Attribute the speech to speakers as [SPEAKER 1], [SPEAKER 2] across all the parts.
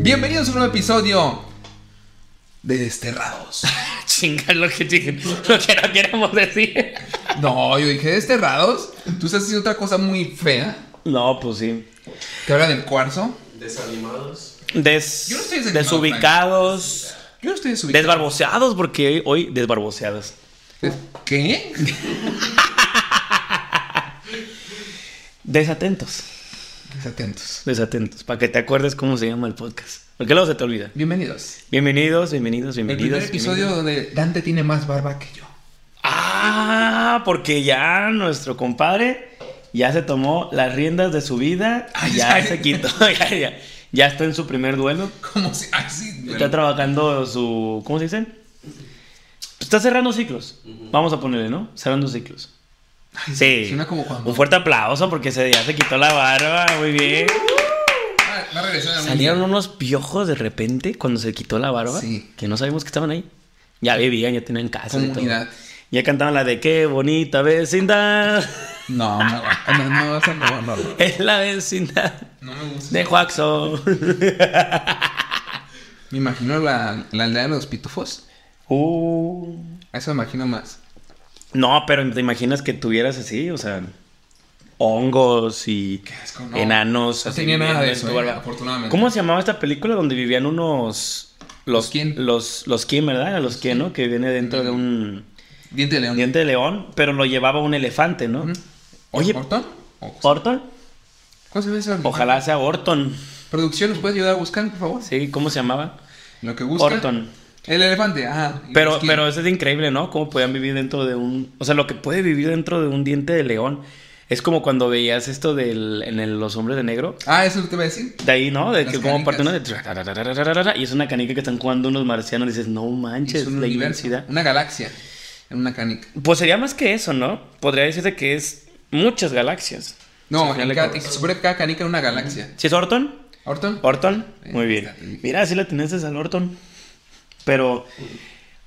[SPEAKER 1] Bienvenidos a un nuevo episodio de Desterrados.
[SPEAKER 2] Chinga lo que, dije- lo que no queremos decir.
[SPEAKER 1] No, yo dije Desterrados. Tú estás haciendo otra cosa muy fea
[SPEAKER 2] No, pues sí.
[SPEAKER 1] que habla del cuarzo.
[SPEAKER 3] Desanimados.
[SPEAKER 2] Des,
[SPEAKER 1] Yo no estoy desanimado,
[SPEAKER 2] desubicados,
[SPEAKER 1] Yo estoy desubicado.
[SPEAKER 2] desbarboseados, porque hoy, hoy desbarboseados.
[SPEAKER 1] ¿Qué?
[SPEAKER 2] Desatentos,
[SPEAKER 1] Desatentos.
[SPEAKER 2] desatentos, para que te acuerdes cómo se llama el podcast. Porque luego se te olvida.
[SPEAKER 1] Bienvenidos.
[SPEAKER 2] Bienvenidos, bienvenidos,
[SPEAKER 1] El
[SPEAKER 2] bienvenidos.
[SPEAKER 1] primer episodio
[SPEAKER 2] bienvenidos.
[SPEAKER 1] donde Dante tiene más barba que yo.
[SPEAKER 2] Ah, porque ya nuestro compadre ya se tomó las riendas de su vida.
[SPEAKER 1] Ay,
[SPEAKER 2] Ah, ya
[SPEAKER 1] ya.
[SPEAKER 2] se quitó, ya, ya. Ya está en su primer duelo.
[SPEAKER 1] ¿Cómo se así?
[SPEAKER 2] Está trabajando su. ¿Cómo se dice? Está cerrando ciclos. Vamos a ponerle, ¿no? Cerrando ciclos. Sí.
[SPEAKER 1] Suena como Juan.
[SPEAKER 2] Un fuerte aplauso porque se, ya se quitó la barba. Muy bien.
[SPEAKER 1] Ah, va a regresar algún
[SPEAKER 2] Salieron
[SPEAKER 1] día.
[SPEAKER 2] unos piojos de repente cuando se quitó la barba.
[SPEAKER 1] Sí.
[SPEAKER 2] Que no sabíamos que estaban ahí. Ya vivían, ya tenían casa. y todo.
[SPEAKER 1] Comunidad.
[SPEAKER 2] Ya cantaban la de qué bonita vecindad.
[SPEAKER 1] No, me va- no, no, vas a- no, no, no.
[SPEAKER 2] Es la vecindad
[SPEAKER 1] No me gusta.
[SPEAKER 2] de Juaxo.
[SPEAKER 1] Me imagino la, la aldea de los pitufos.
[SPEAKER 2] Uh.
[SPEAKER 1] Eso me imagino más.
[SPEAKER 2] No, pero te imaginas que tuvieras así, o sea, hongos y
[SPEAKER 1] Qué asco, no.
[SPEAKER 2] enanos.
[SPEAKER 1] No
[SPEAKER 2] así
[SPEAKER 1] tenía nada
[SPEAKER 2] viviendo
[SPEAKER 1] de
[SPEAKER 2] en
[SPEAKER 1] eso,
[SPEAKER 2] tu
[SPEAKER 1] eh,
[SPEAKER 2] barba.
[SPEAKER 1] afortunadamente.
[SPEAKER 2] ¿Cómo se llamaba esta película donde vivían unos... Los,
[SPEAKER 1] ¿Los quién?
[SPEAKER 2] Los, los quién, ¿verdad? Los quién, ¿no? Que viene dentro de un
[SPEAKER 1] Diente de león.
[SPEAKER 2] diente de león, pero lo llevaba un elefante, ¿no? Oye,
[SPEAKER 1] ¿Orton? ¿O-
[SPEAKER 2] ¿Orton?
[SPEAKER 1] ¿Cómo se ve eso?
[SPEAKER 2] Ojalá sea Orton.
[SPEAKER 1] Producción, ¿nos puedes ayudar a buscar, por favor?
[SPEAKER 2] Sí, ¿cómo se llamaba?
[SPEAKER 1] Lo que busca.
[SPEAKER 2] Orton.
[SPEAKER 1] El elefante, ajá. Y
[SPEAKER 2] Pero,
[SPEAKER 1] los que-
[SPEAKER 2] pero eso es increíble, ¿no? Cómo podían vivir dentro de un... O sea, lo que puede vivir dentro de un diente de león. Es como cuando veías esto del, en el- Los Hombres de Negro,
[SPEAKER 1] Ah, eso es lo que te iba a decir.
[SPEAKER 2] De ahí, ¿no? De
[SPEAKER 1] Las
[SPEAKER 2] que como parte una de...
[SPEAKER 1] canicas.
[SPEAKER 2] Y es una canica que están jugando unos marcianos. Y dices, no manches,
[SPEAKER 1] Es un
[SPEAKER 2] la
[SPEAKER 1] universo,
[SPEAKER 2] inmensidad.
[SPEAKER 1] Una galaxia. En una canica.
[SPEAKER 2] Pues sería más que eso, ¿no? Podría decirse que es muchas galaxias.
[SPEAKER 1] No,
[SPEAKER 2] al final
[SPEAKER 1] en
[SPEAKER 2] de
[SPEAKER 1] cada,
[SPEAKER 2] cuentas.
[SPEAKER 1] sobre cada canica en una galaxia.
[SPEAKER 2] ¿Sí es Orton?
[SPEAKER 1] ¿Orton?
[SPEAKER 2] ¿Orton?
[SPEAKER 1] Sí,
[SPEAKER 2] Muy bien.
[SPEAKER 1] está bien.
[SPEAKER 2] Mira, sí la tenés al Orton. Pero...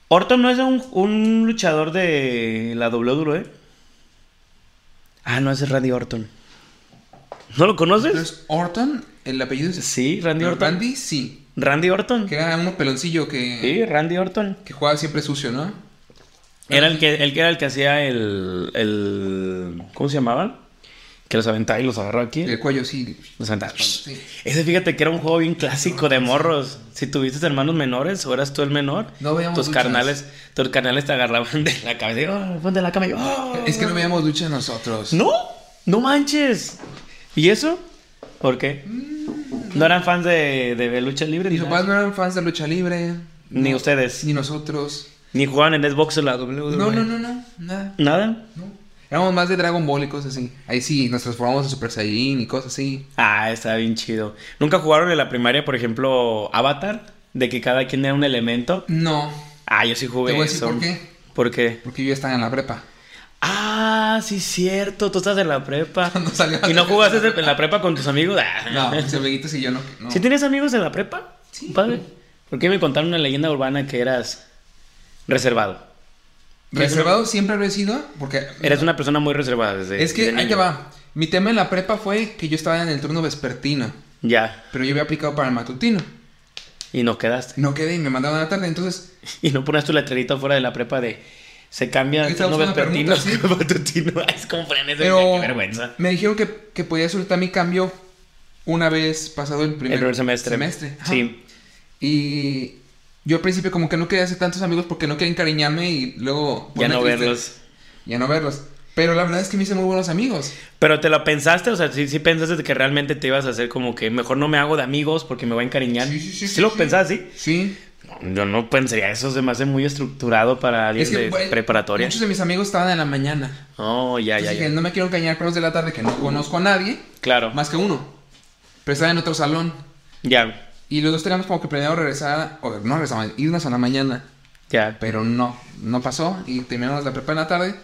[SPEAKER 2] Orton no es un, un luchador de la WWE. Ah, no, ese es Randy Orton. ¿No lo conoces?
[SPEAKER 1] Entonces, Orton, el apellido es.
[SPEAKER 2] Sí, Randy Orton. Randy,
[SPEAKER 1] Randy, sí.
[SPEAKER 2] Orton.
[SPEAKER 1] Que era uno peloncillo que,
[SPEAKER 2] Sí, Randy Orton.
[SPEAKER 1] que jugaba siempre sucio, ¿no?
[SPEAKER 2] Era el que, el que era el que hacía el, el- ¿Cómo se llamaba? Que los aventaba y los agarró aquí.
[SPEAKER 1] El cuello, sí.
[SPEAKER 2] Los aventaba.
[SPEAKER 1] Sí.
[SPEAKER 2] Ese fíjate que era un juego bien clásico de morros. Si tuviste hermanos menores o eras tú el menor,
[SPEAKER 1] No veíamos
[SPEAKER 2] tus
[SPEAKER 1] luchas.
[SPEAKER 2] carnales, tus carnales te agarraban de la cabeza. y, "Oh, ponte la cama y, "Oh".
[SPEAKER 1] Es que no veíamos lucha nosotros.
[SPEAKER 2] No, no manches. ¿Y eso? ¿Por qué? No eran fans de, de ver lucha libre. ni
[SPEAKER 1] Mm. Mis
[SPEAKER 2] nada?
[SPEAKER 1] papás no eran fans de lucha libre.
[SPEAKER 2] Ni
[SPEAKER 1] no,
[SPEAKER 2] ustedes.
[SPEAKER 1] Ni nosotros.
[SPEAKER 2] Ni jugaban en Xbox o la WWE.
[SPEAKER 1] No, no, no, no. Nada.
[SPEAKER 2] ¿Nada?
[SPEAKER 1] No. Éramos más de Dragon Ball y cosas así. Ahí sí, nos transformamos en Super Saiyajin y cosas así.
[SPEAKER 2] Ah, está bien chido. ¿Nunca jugaron en la primaria, por ejemplo, Avatar? De que cada quien era un elemento.
[SPEAKER 1] No,
[SPEAKER 2] Ah, yo sí jugué
[SPEAKER 1] Te voy a decir
[SPEAKER 2] eso.
[SPEAKER 1] por qué.
[SPEAKER 2] ¿Por qué?
[SPEAKER 1] porque yo ya estaba en la prepa.
[SPEAKER 2] Ah, sí, cierto. Tú estás en la prepa.
[SPEAKER 1] Cuando salió-
[SPEAKER 2] ¿Y no jugaste en la prepa con tus amigos?
[SPEAKER 1] No,
[SPEAKER 2] Ah.
[SPEAKER 1] mis amiguitos y yo no. no.
[SPEAKER 2] ¿Sí tienes amigos en la prepa?
[SPEAKER 1] Sí.
[SPEAKER 2] Padre. ¿Por qué me contaron una leyenda urbana que eras reservado?
[SPEAKER 1] Reservado siempre lo he sido porque...
[SPEAKER 2] Eres una persona muy reservada desde.
[SPEAKER 1] Es que
[SPEAKER 2] desde
[SPEAKER 1] ahí te
[SPEAKER 2] niño.
[SPEAKER 1] va. Mi tema en la prepa fue que yo estaba en el turno vespertino,
[SPEAKER 2] Ya.
[SPEAKER 1] pero yo había aplicado para el matutino.
[SPEAKER 2] Y no quedaste.
[SPEAKER 1] No quedé y me mandaban a la tarde, entonces...
[SPEAKER 2] Y no pones tu letrerita fuera de la prepa de. Se cambia el
[SPEAKER 1] Estamos
[SPEAKER 2] turno
[SPEAKER 1] en la
[SPEAKER 2] vespertino
[SPEAKER 1] pregunta,
[SPEAKER 2] con matutino. Ay, Es como frenes de
[SPEAKER 1] Pero
[SPEAKER 2] qué vergüenza.
[SPEAKER 1] me dijeron que, que podía soltar mi cambio una vez pasado el primer,
[SPEAKER 2] el primer semestre.
[SPEAKER 1] Ajá.
[SPEAKER 2] Sí.
[SPEAKER 1] Y yo al principio como que no quería hacer tantos amigos porque no quería encariñarme y luego...
[SPEAKER 2] Ya
[SPEAKER 1] ponerme
[SPEAKER 2] no
[SPEAKER 1] triste.
[SPEAKER 2] verlos.
[SPEAKER 1] Ya no verlos. Pero la verdad es que me hice muy buenos amigos.
[SPEAKER 2] Pero te lo pensaste, o sea, sí, sí pensaste que realmente te ibas a hacer como que mejor no me hago de amigos porque me voy a encariñar. Sí, lo pensaste,
[SPEAKER 1] Sí.
[SPEAKER 2] sí. No, Yo no pensaría eso, se me hace muy estructurado para alguien
[SPEAKER 1] Es que,
[SPEAKER 2] de
[SPEAKER 1] güey,
[SPEAKER 2] preparatoria.
[SPEAKER 1] Muchos de mis amigos estaban en la mañana.
[SPEAKER 2] Oh, ya, ya,
[SPEAKER 1] Entonces
[SPEAKER 2] ya.
[SPEAKER 1] dije, no me quiero engañar con los de la tarde que no conozco a nadie,
[SPEAKER 2] Claro,
[SPEAKER 1] más que uno. Pero estaba en otro salón.
[SPEAKER 2] ya,
[SPEAKER 1] Y los dos teníamos como que planeado regresar, o no regresamos, irnos a la mañana.
[SPEAKER 2] ya.
[SPEAKER 1] Pero no, no pasó y terminamos la prepa en la tarde.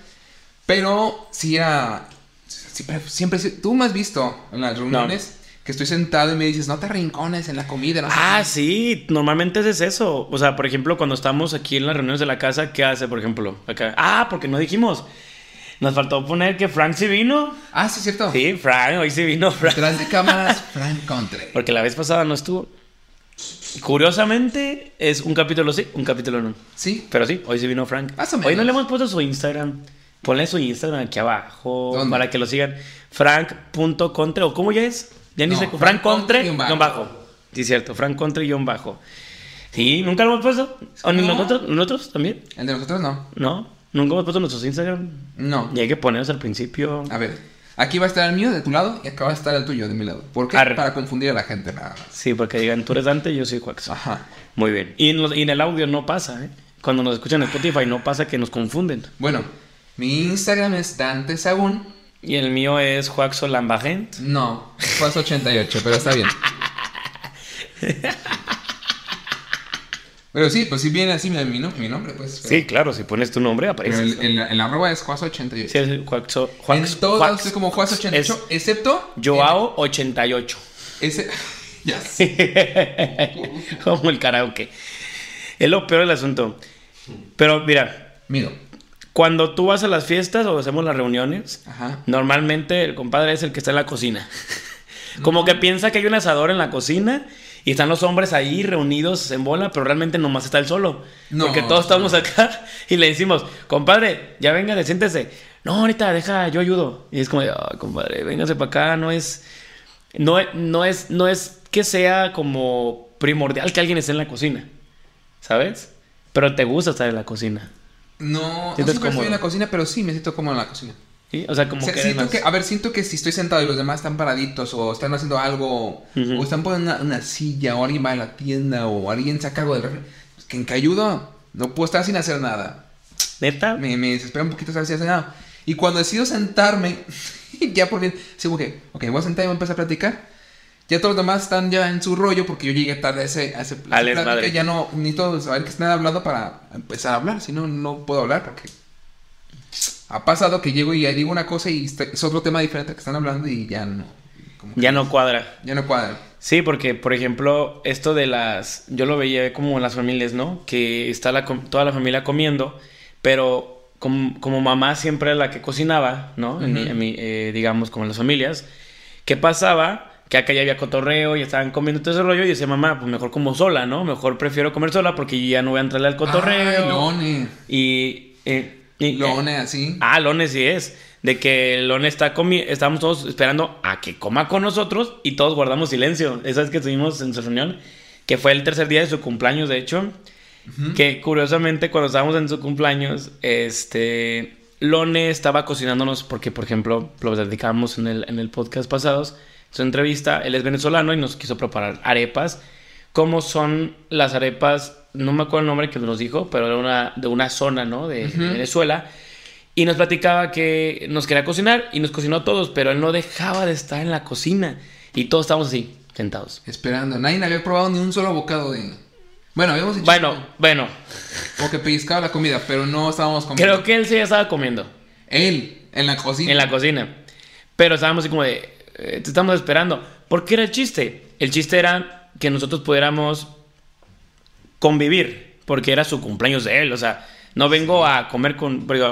[SPEAKER 1] Pero sí era... Siempre, siempre tú me has visto en las reuniones que estoy sentado y me dices, no te rincones en la comida. No sé
[SPEAKER 2] Ah,
[SPEAKER 1] qué".
[SPEAKER 2] sí, normalmente es eso. O sea, por ejemplo, cuando estamos aquí en las reuniones de la casa, ¿qué hace, por ejemplo? Acá. Ah, porque no dijimos. Nos faltó poner que Frank sí vino.
[SPEAKER 1] Ah, sí, es cierto.
[SPEAKER 2] Sí, Frank, hoy sí vino Frank.
[SPEAKER 1] Detrás de cámaras, Frank Contre.
[SPEAKER 2] Porque la vez pasada no estuvo. Curiosamente, es un capítulo sí, un capítulo no.
[SPEAKER 1] Sí.
[SPEAKER 2] Pero sí, hoy sí vino Frank.
[SPEAKER 1] Más o
[SPEAKER 2] Hoy no
[SPEAKER 1] menos.
[SPEAKER 2] le hemos puesto su Instagram. Ponle su Instagram aquí abajo
[SPEAKER 1] ¿Dónde?
[SPEAKER 2] para que lo sigan. Frank.contre o cómo ya es? Ya ni
[SPEAKER 1] No,
[SPEAKER 2] sé. Frank Contre
[SPEAKER 1] guión bajo.
[SPEAKER 2] guión bajo. Sí, cierto. Frank Contre guión bajo. Sí, nunca lo hemos puesto. ¿O ni
[SPEAKER 1] No.
[SPEAKER 2] nosotros, nosotros también?
[SPEAKER 1] El de nosotros no.
[SPEAKER 2] No, nunca hemos puesto nuestros Instagram.
[SPEAKER 1] No.
[SPEAKER 2] Y hay que ponerlos al principio.
[SPEAKER 1] A ver. Aquí va a estar el mío de tu lado y acá va a estar el tuyo de mi lado. ¿Por qué?
[SPEAKER 2] Arre.
[SPEAKER 1] Para confundir a la gente nada más.
[SPEAKER 2] Sí, porque digan, tú eres Dante, yo soy Quax.
[SPEAKER 1] Ajá.
[SPEAKER 2] Muy bien. Y en, los- y en el audio no pasa, ¿eh? Cuando nos escuchan en Spotify no pasa que nos confunden.
[SPEAKER 1] Bueno, mi Instagram es Dante Sagún.
[SPEAKER 2] Y el mío es Juaxo Lambagent.
[SPEAKER 1] No, fue hasta 88, pero está bien. Pero sí, pues sí viene así mi, mi nom- mi nombre, pues. pero-
[SPEAKER 2] Sí, claro, si pones tu nombre
[SPEAKER 1] pero
[SPEAKER 2] aparece.
[SPEAKER 1] el, el- el arroba es Juazo88.
[SPEAKER 2] Sí, es Juaxo. Juax,
[SPEAKER 1] En todos
[SPEAKER 2] Juax-
[SPEAKER 1] es como Juazo88, excepto...
[SPEAKER 2] Joao 88.
[SPEAKER 1] Ese... Ya sé.
[SPEAKER 2] como el karaoke. Es lo peor del asunto. Pero mira,
[SPEAKER 1] Miro.
[SPEAKER 2] cuando tú vas a las fiestas o hacemos las reuniones,
[SPEAKER 1] Ajá.
[SPEAKER 2] Normalmente el compadre es el que está en la cocina. Como que piensa que hay un asador en la cocina y están los hombres ahí reunidos en bola, pero realmente nomás está él solo.
[SPEAKER 1] No.
[SPEAKER 2] Porque todos estamos acá y le decimos, compadre, ya venga, siéntese. No, ahorita, deja, yo ayudo. Y es como, "Ay, compadre, véngase para acá, no es, no, es- no es, no es que sea como primordial que alguien esté en la cocina, ¿sabes? Pero te gusta estar en la cocina.
[SPEAKER 1] No, no
[SPEAKER 2] Sientes
[SPEAKER 1] siempre estoy
[SPEAKER 2] cómodo.
[SPEAKER 1] en la cocina, pero sí me siento como en la cocina.
[SPEAKER 2] ¿sí? O sea, como
[SPEAKER 1] O sea,
[SPEAKER 2] que
[SPEAKER 1] siento
[SPEAKER 2] además-
[SPEAKER 1] que, a ver, siento que si estoy sentado y los demás están paraditos o están haciendo algo
[SPEAKER 2] Ujú.
[SPEAKER 1] o están poniendo una, una silla o alguien va a la tienda o alguien saca algo del refri, pues, que en que ayudo, no puedo estar sin hacer nada.
[SPEAKER 2] neta,
[SPEAKER 1] Me, me desespera un poquito saber si hacer nada. Y cuando decido sentarme, ya por fin, sí, como que, ok, voy a sentar y voy a empezar a platicar. Ya todos los demás están ya en su rollo porque yo llegué tarde a ese, a ese a esa
[SPEAKER 2] Al desmadre.
[SPEAKER 1] Ya no necesito saber que están hablando para empezar a hablar, si no, no puedo hablar porque ha pasado que llego y ya digo una cosa y está- es otro tema diferente al que están hablando y ya no. como que
[SPEAKER 2] ya no cuadra.
[SPEAKER 1] ya no cuadra.
[SPEAKER 2] Sí, porque por ejemplo, esto de las, yo lo veía como en las familias, ¿no? Que está la com- toda la familia comiendo, pero como, como mamá siempre era la que cocinaba, ¿no? En mi-
[SPEAKER 1] Ujú.
[SPEAKER 2] en mi, eh, digamos, como en las familias, ¿qué pasaba? Que acá ya había cotorreo y estaban comiendo todo ese rollo y decía, mamá, pues mejor como sola, ¿no? Mejor prefiero comer sola porque ya no voy a entrarle al cotorreo.
[SPEAKER 1] Ay, lone.
[SPEAKER 2] Y... eh, y-
[SPEAKER 1] Lone, así.
[SPEAKER 2] Ah, Lone sí es. De que Lone está comiendo. Estamos todos esperando a que coma con nosotros y todos guardamos silencio. Esa es que estuvimos en su reunión, que fue el tercer día de su cumpleaños, de hecho.
[SPEAKER 1] Ujú.
[SPEAKER 2] Que curiosamente, cuando estábamos en su cumpleaños, este. Lone estaba cocinándonos porque, por ejemplo, lo platicábamos en el, en el podcast pasados. Su entrevista, él es venezolano y nos quiso preparar arepas. ¿Cómo son las arepas? No me acuerdo el nombre que nos dijo, pero era una, de una zona, ¿no? De, de
[SPEAKER 1] Ujú.
[SPEAKER 2] Venezuela. Y nos platicaba que nos quería cocinar y nos cocinó a todos, pero él no dejaba de estar en la cocina. Y todos estábamos así, sentados.
[SPEAKER 1] Esperando. Nadie había probado ni un solo bocado de. Bueno, habíamos dicho
[SPEAKER 2] Bueno, bueno,
[SPEAKER 1] como que pellizcaba la comida, pero no estábamos comiendo.
[SPEAKER 2] creo que él sí ya estaba comiendo.
[SPEAKER 1] Él, en la cocina.
[SPEAKER 2] en la cocina. Pero estábamos así como de, eh, te estamos esperando. ¿Por qué era el chiste? El chiste era que nosotros pudiéramos convivir, porque era su cumpleaños de él. O sea, no vengo a comer con... porque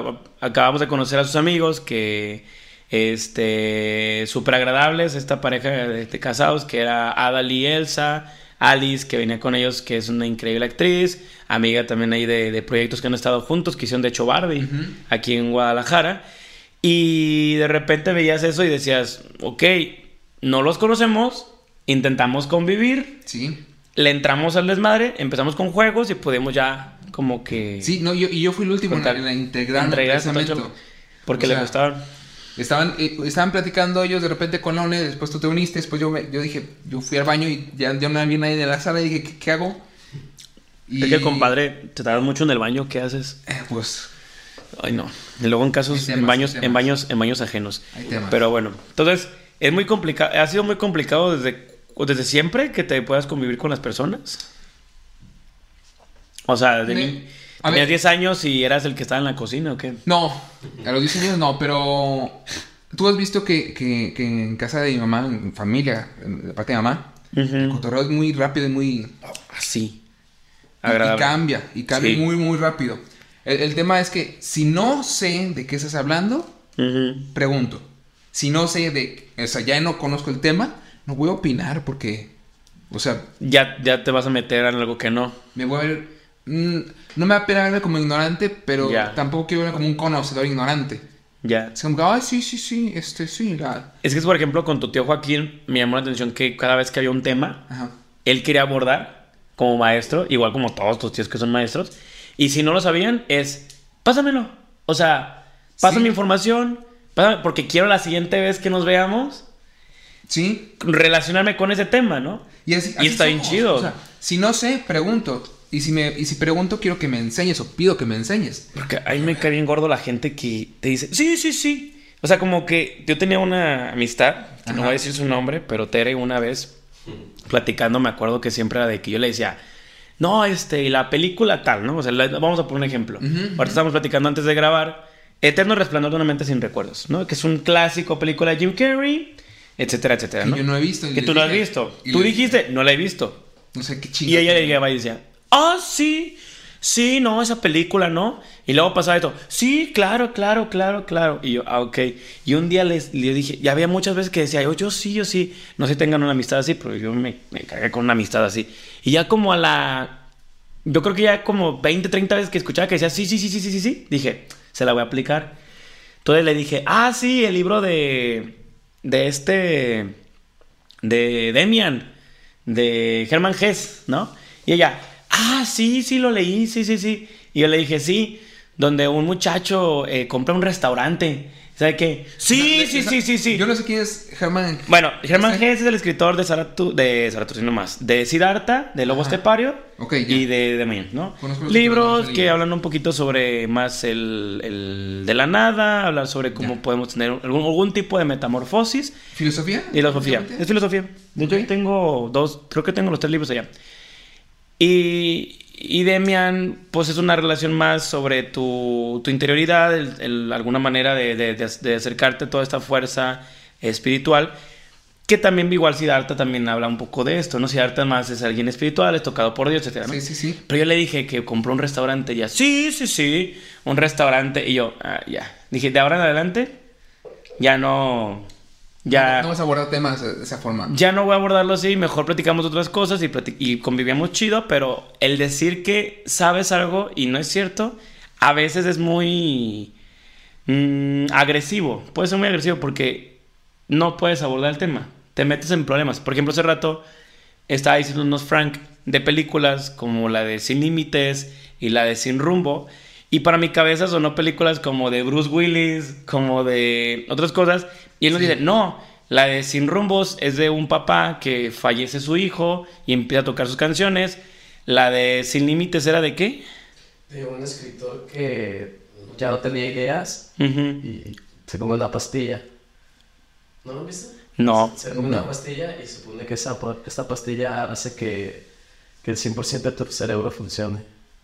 [SPEAKER 2] Acabamos de conocer a sus amigos que... Este, súper agradables, esta pareja de de casados que era Adal y Elsa, Alice que venía con ellos, que es una increíble actriz, amiga también ahí de, de proyectos que han estado juntos, que hicieron de hecho Barbie
[SPEAKER 1] Ujú.
[SPEAKER 2] aquí en Guadalajara. Y de repente veías eso y decías, ok, no los conocemos, intentamos convivir,
[SPEAKER 1] Sí.
[SPEAKER 2] le entramos al desmadre, empezamos con juegos y podemos ya como que...
[SPEAKER 1] Sí, no, yo, y yo fui el último en, la-
[SPEAKER 2] Contar.
[SPEAKER 1] en la integrarme
[SPEAKER 2] entregar ese
[SPEAKER 1] precisamente.
[SPEAKER 2] tocho, Porque
[SPEAKER 1] O
[SPEAKER 2] le
[SPEAKER 1] sea,
[SPEAKER 2] gustaban.
[SPEAKER 1] Estaban, eh, estaban platicando ellos de repente con Lone, después tú te uniste, después yo, me- yo dije, yo fui al baño y ya, ya no había nadie de la sala y dije, ¿qué, qué hago? Y,
[SPEAKER 2] Es que, compadre, te tardas mucho en el baño, ¿qué haces?
[SPEAKER 1] eh, pues,
[SPEAKER 2] Ay, no. Y luego en casos,
[SPEAKER 1] Hay temas,
[SPEAKER 2] en baños,
[SPEAKER 1] hay
[SPEAKER 2] en
[SPEAKER 1] temas.
[SPEAKER 2] baños, en baños ajenos.
[SPEAKER 1] Hay temas.
[SPEAKER 2] Pero bueno, entonces, es muy complicado, ha sido muy complicado desde, o desde siempre que te puedas convivir con las personas. O sea, de
[SPEAKER 1] Me-
[SPEAKER 2] ni-
[SPEAKER 1] a
[SPEAKER 2] tenías
[SPEAKER 1] ver.
[SPEAKER 2] 10 años y eras el que estaba en la cocina o qué.
[SPEAKER 1] no, a los 10 años no, pero tú has visto que, que- que en casa de mi mamá, en familia, en- de parte de mamá, el cotorreo es muy rápido y muy
[SPEAKER 2] Así.
[SPEAKER 1] Y- Y
[SPEAKER 2] Agradable.
[SPEAKER 1] cambia, y cambia
[SPEAKER 2] Sí.
[SPEAKER 1] muy, muy rápido. El, el tema es que si no sé de qué estás hablando,
[SPEAKER 2] Ujú.
[SPEAKER 1] pregunto. Si no sé de, o sea, ya no conozco el tema, no voy a opinar porque O sea,
[SPEAKER 2] Ya, ya te vas a meter en algo que no.
[SPEAKER 1] me voy a ver. mm, no me va a pena verme como ignorante, pero
[SPEAKER 2] Ya.
[SPEAKER 1] tampoco quiero verme como un conocedor ignorante.
[SPEAKER 2] Ya.
[SPEAKER 1] Es como que, ay, sí, sí, sí, este, sí, la.
[SPEAKER 2] Es que, por ejemplo, con tu tío Joaquín, me llamó la atención que cada vez que había un tema,
[SPEAKER 1] Ajá.
[SPEAKER 2] él quería abordar como maestro, igual como todos tus tíos que son maestros. Y si no lo sabían, es pásamelo. O sea, pásame
[SPEAKER 1] Sí.
[SPEAKER 2] información, pásame- porque quiero la siguiente vez que nos veamos
[SPEAKER 1] Sí,
[SPEAKER 2] relacionarme con ese tema, ¿no?
[SPEAKER 1] Y, así-
[SPEAKER 2] Y
[SPEAKER 1] así
[SPEAKER 2] está bien
[SPEAKER 1] somos.
[SPEAKER 2] chido.
[SPEAKER 1] O sea, si no sé, pregunto. Y si, me, y si pregunto, quiero que me enseñes o pido que me enseñes.
[SPEAKER 2] Porque ahí me cae bien gordo la gente que te dice, sí, sí, sí. O sea, como que yo tenía una amistad, que no
[SPEAKER 1] Ajá.
[SPEAKER 2] voy a decir su nombre, pero Tere una vez platicando, me acuerdo que siempre era de que yo le decía, no, este, y la película tal, ¿no? O sea, la- vamos a poner un ejemplo.
[SPEAKER 1] Ujú,
[SPEAKER 2] Ahorita
[SPEAKER 1] ujú.
[SPEAKER 2] estábamos platicando antes de grabar, Eterno Resplandor de una mente sin recuerdos, ¿no? Que es un clásico película de Jim Carrey, etcétera, etcétera,
[SPEAKER 1] Que
[SPEAKER 2] ¿no?
[SPEAKER 1] yo no he visto. y
[SPEAKER 2] que
[SPEAKER 1] les
[SPEAKER 2] tú lo has
[SPEAKER 1] dije.
[SPEAKER 2] visto.
[SPEAKER 1] Y
[SPEAKER 2] Tú
[SPEAKER 1] les-
[SPEAKER 2] dijiste, no la he visto.
[SPEAKER 1] No sé qué
[SPEAKER 2] Y
[SPEAKER 1] chingada.
[SPEAKER 2] ella llegaba y decía, ah, sí, sí, no, esa película, ¿no? Y luego pasaba esto, sí, claro, claro, claro, claro. Y yo, ah, ok. Y un día les, le dije, ya había muchas veces que decía, yo, yo sí, yo sí. No sé si tengan una amistad así, pero yo me, me cargué con una amistad así. Y ya como a la... Yo creo que ya como 20, 30 veces que escuchaba que decía, sí, sí, sí, sí, sí, sí, sí, dije, se la voy a aplicar. Entonces le dije, ah, sí, el libro de... De este de Demian, de Germán Gess, ¿no? Y ella, ah, sí, sí, lo leí, sí, sí, sí. Y yo le dije, sí, donde un muchacho eh, compra un restaurante. ¿Sabe qué? Sí,
[SPEAKER 1] No,
[SPEAKER 2] sí,
[SPEAKER 1] no,
[SPEAKER 2] sí, sí, sí.
[SPEAKER 1] Yo no sé quién es Germán.
[SPEAKER 2] Bueno, Germán
[SPEAKER 1] Ese-
[SPEAKER 2] Gess es el escritor de Zaratu, de Zaratustra, no más, de Siddhartha, de Lobo
[SPEAKER 1] Ajá.
[SPEAKER 2] Estepario
[SPEAKER 1] Ok, ya.
[SPEAKER 2] y de Demian, ¿no?
[SPEAKER 1] Conozco los
[SPEAKER 2] Libros
[SPEAKER 1] escritores,
[SPEAKER 2] que
[SPEAKER 1] ya.
[SPEAKER 2] hablan un poquito sobre más el, el de la nada, hablar sobre cómo
[SPEAKER 1] Ya.
[SPEAKER 2] podemos tener algún- algún tipo de metamorfosis.
[SPEAKER 1] ¿Filosofía?
[SPEAKER 2] Y Filosofía. Es
[SPEAKER 1] básicamente?
[SPEAKER 2] filosofía. De hecho,
[SPEAKER 1] Ok.
[SPEAKER 2] tengo dos, creo que tengo los tres libros allá. Y, y Demian, pues es una relación más sobre tu, tu interioridad, el- el- alguna manera de, de- de ac- de acercarte a toda esta fuerza espiritual. Que también, igual Siddhartha también habla un poco de esto, ¿no? Siddhartha más es alguien espiritual, es tocado por Dios, etc.
[SPEAKER 1] Sí, sí, sí.
[SPEAKER 2] Pero yo le dije que compró un restaurante y ya, sí, sí, sí, un restaurante. Y yo, ah, ya. Dije, de ahora en adelante, ya no. Ya.
[SPEAKER 1] No, no vas a abordar temas de de esa forma.
[SPEAKER 2] Ya no voy a abordarlo así, mejor platicamos otras cosas y, plati- y convivíamos chido, pero el decir que sabes algo y no es cierto, a veces es muy mm, agresivo. Puede ser muy agresivo porque no puedes abordar el tema. Te metes en problemas. Por ejemplo, hace rato estaba diciéndonos Frank de películas como la de Sin Límites y la de Sin Rumbo. Y para mi cabeza sonó películas como de Bruce Willis, como de otras cosas. Y él nos
[SPEAKER 1] Sí.
[SPEAKER 2] dice, no, la de Sin Rumbos es de un papá que fallece su hijo y empieza a tocar sus canciones. La de Sin Límites era de qué?
[SPEAKER 3] De un escritor que ya no tenía ideas
[SPEAKER 2] Ujú.
[SPEAKER 3] y se come una pastilla. ¿No lo viste?
[SPEAKER 2] No.
[SPEAKER 3] Se come una
[SPEAKER 1] No.
[SPEAKER 3] pastilla y supone que esa, pa- esta pastilla hace que, que el 100% de tu cerebro funcione.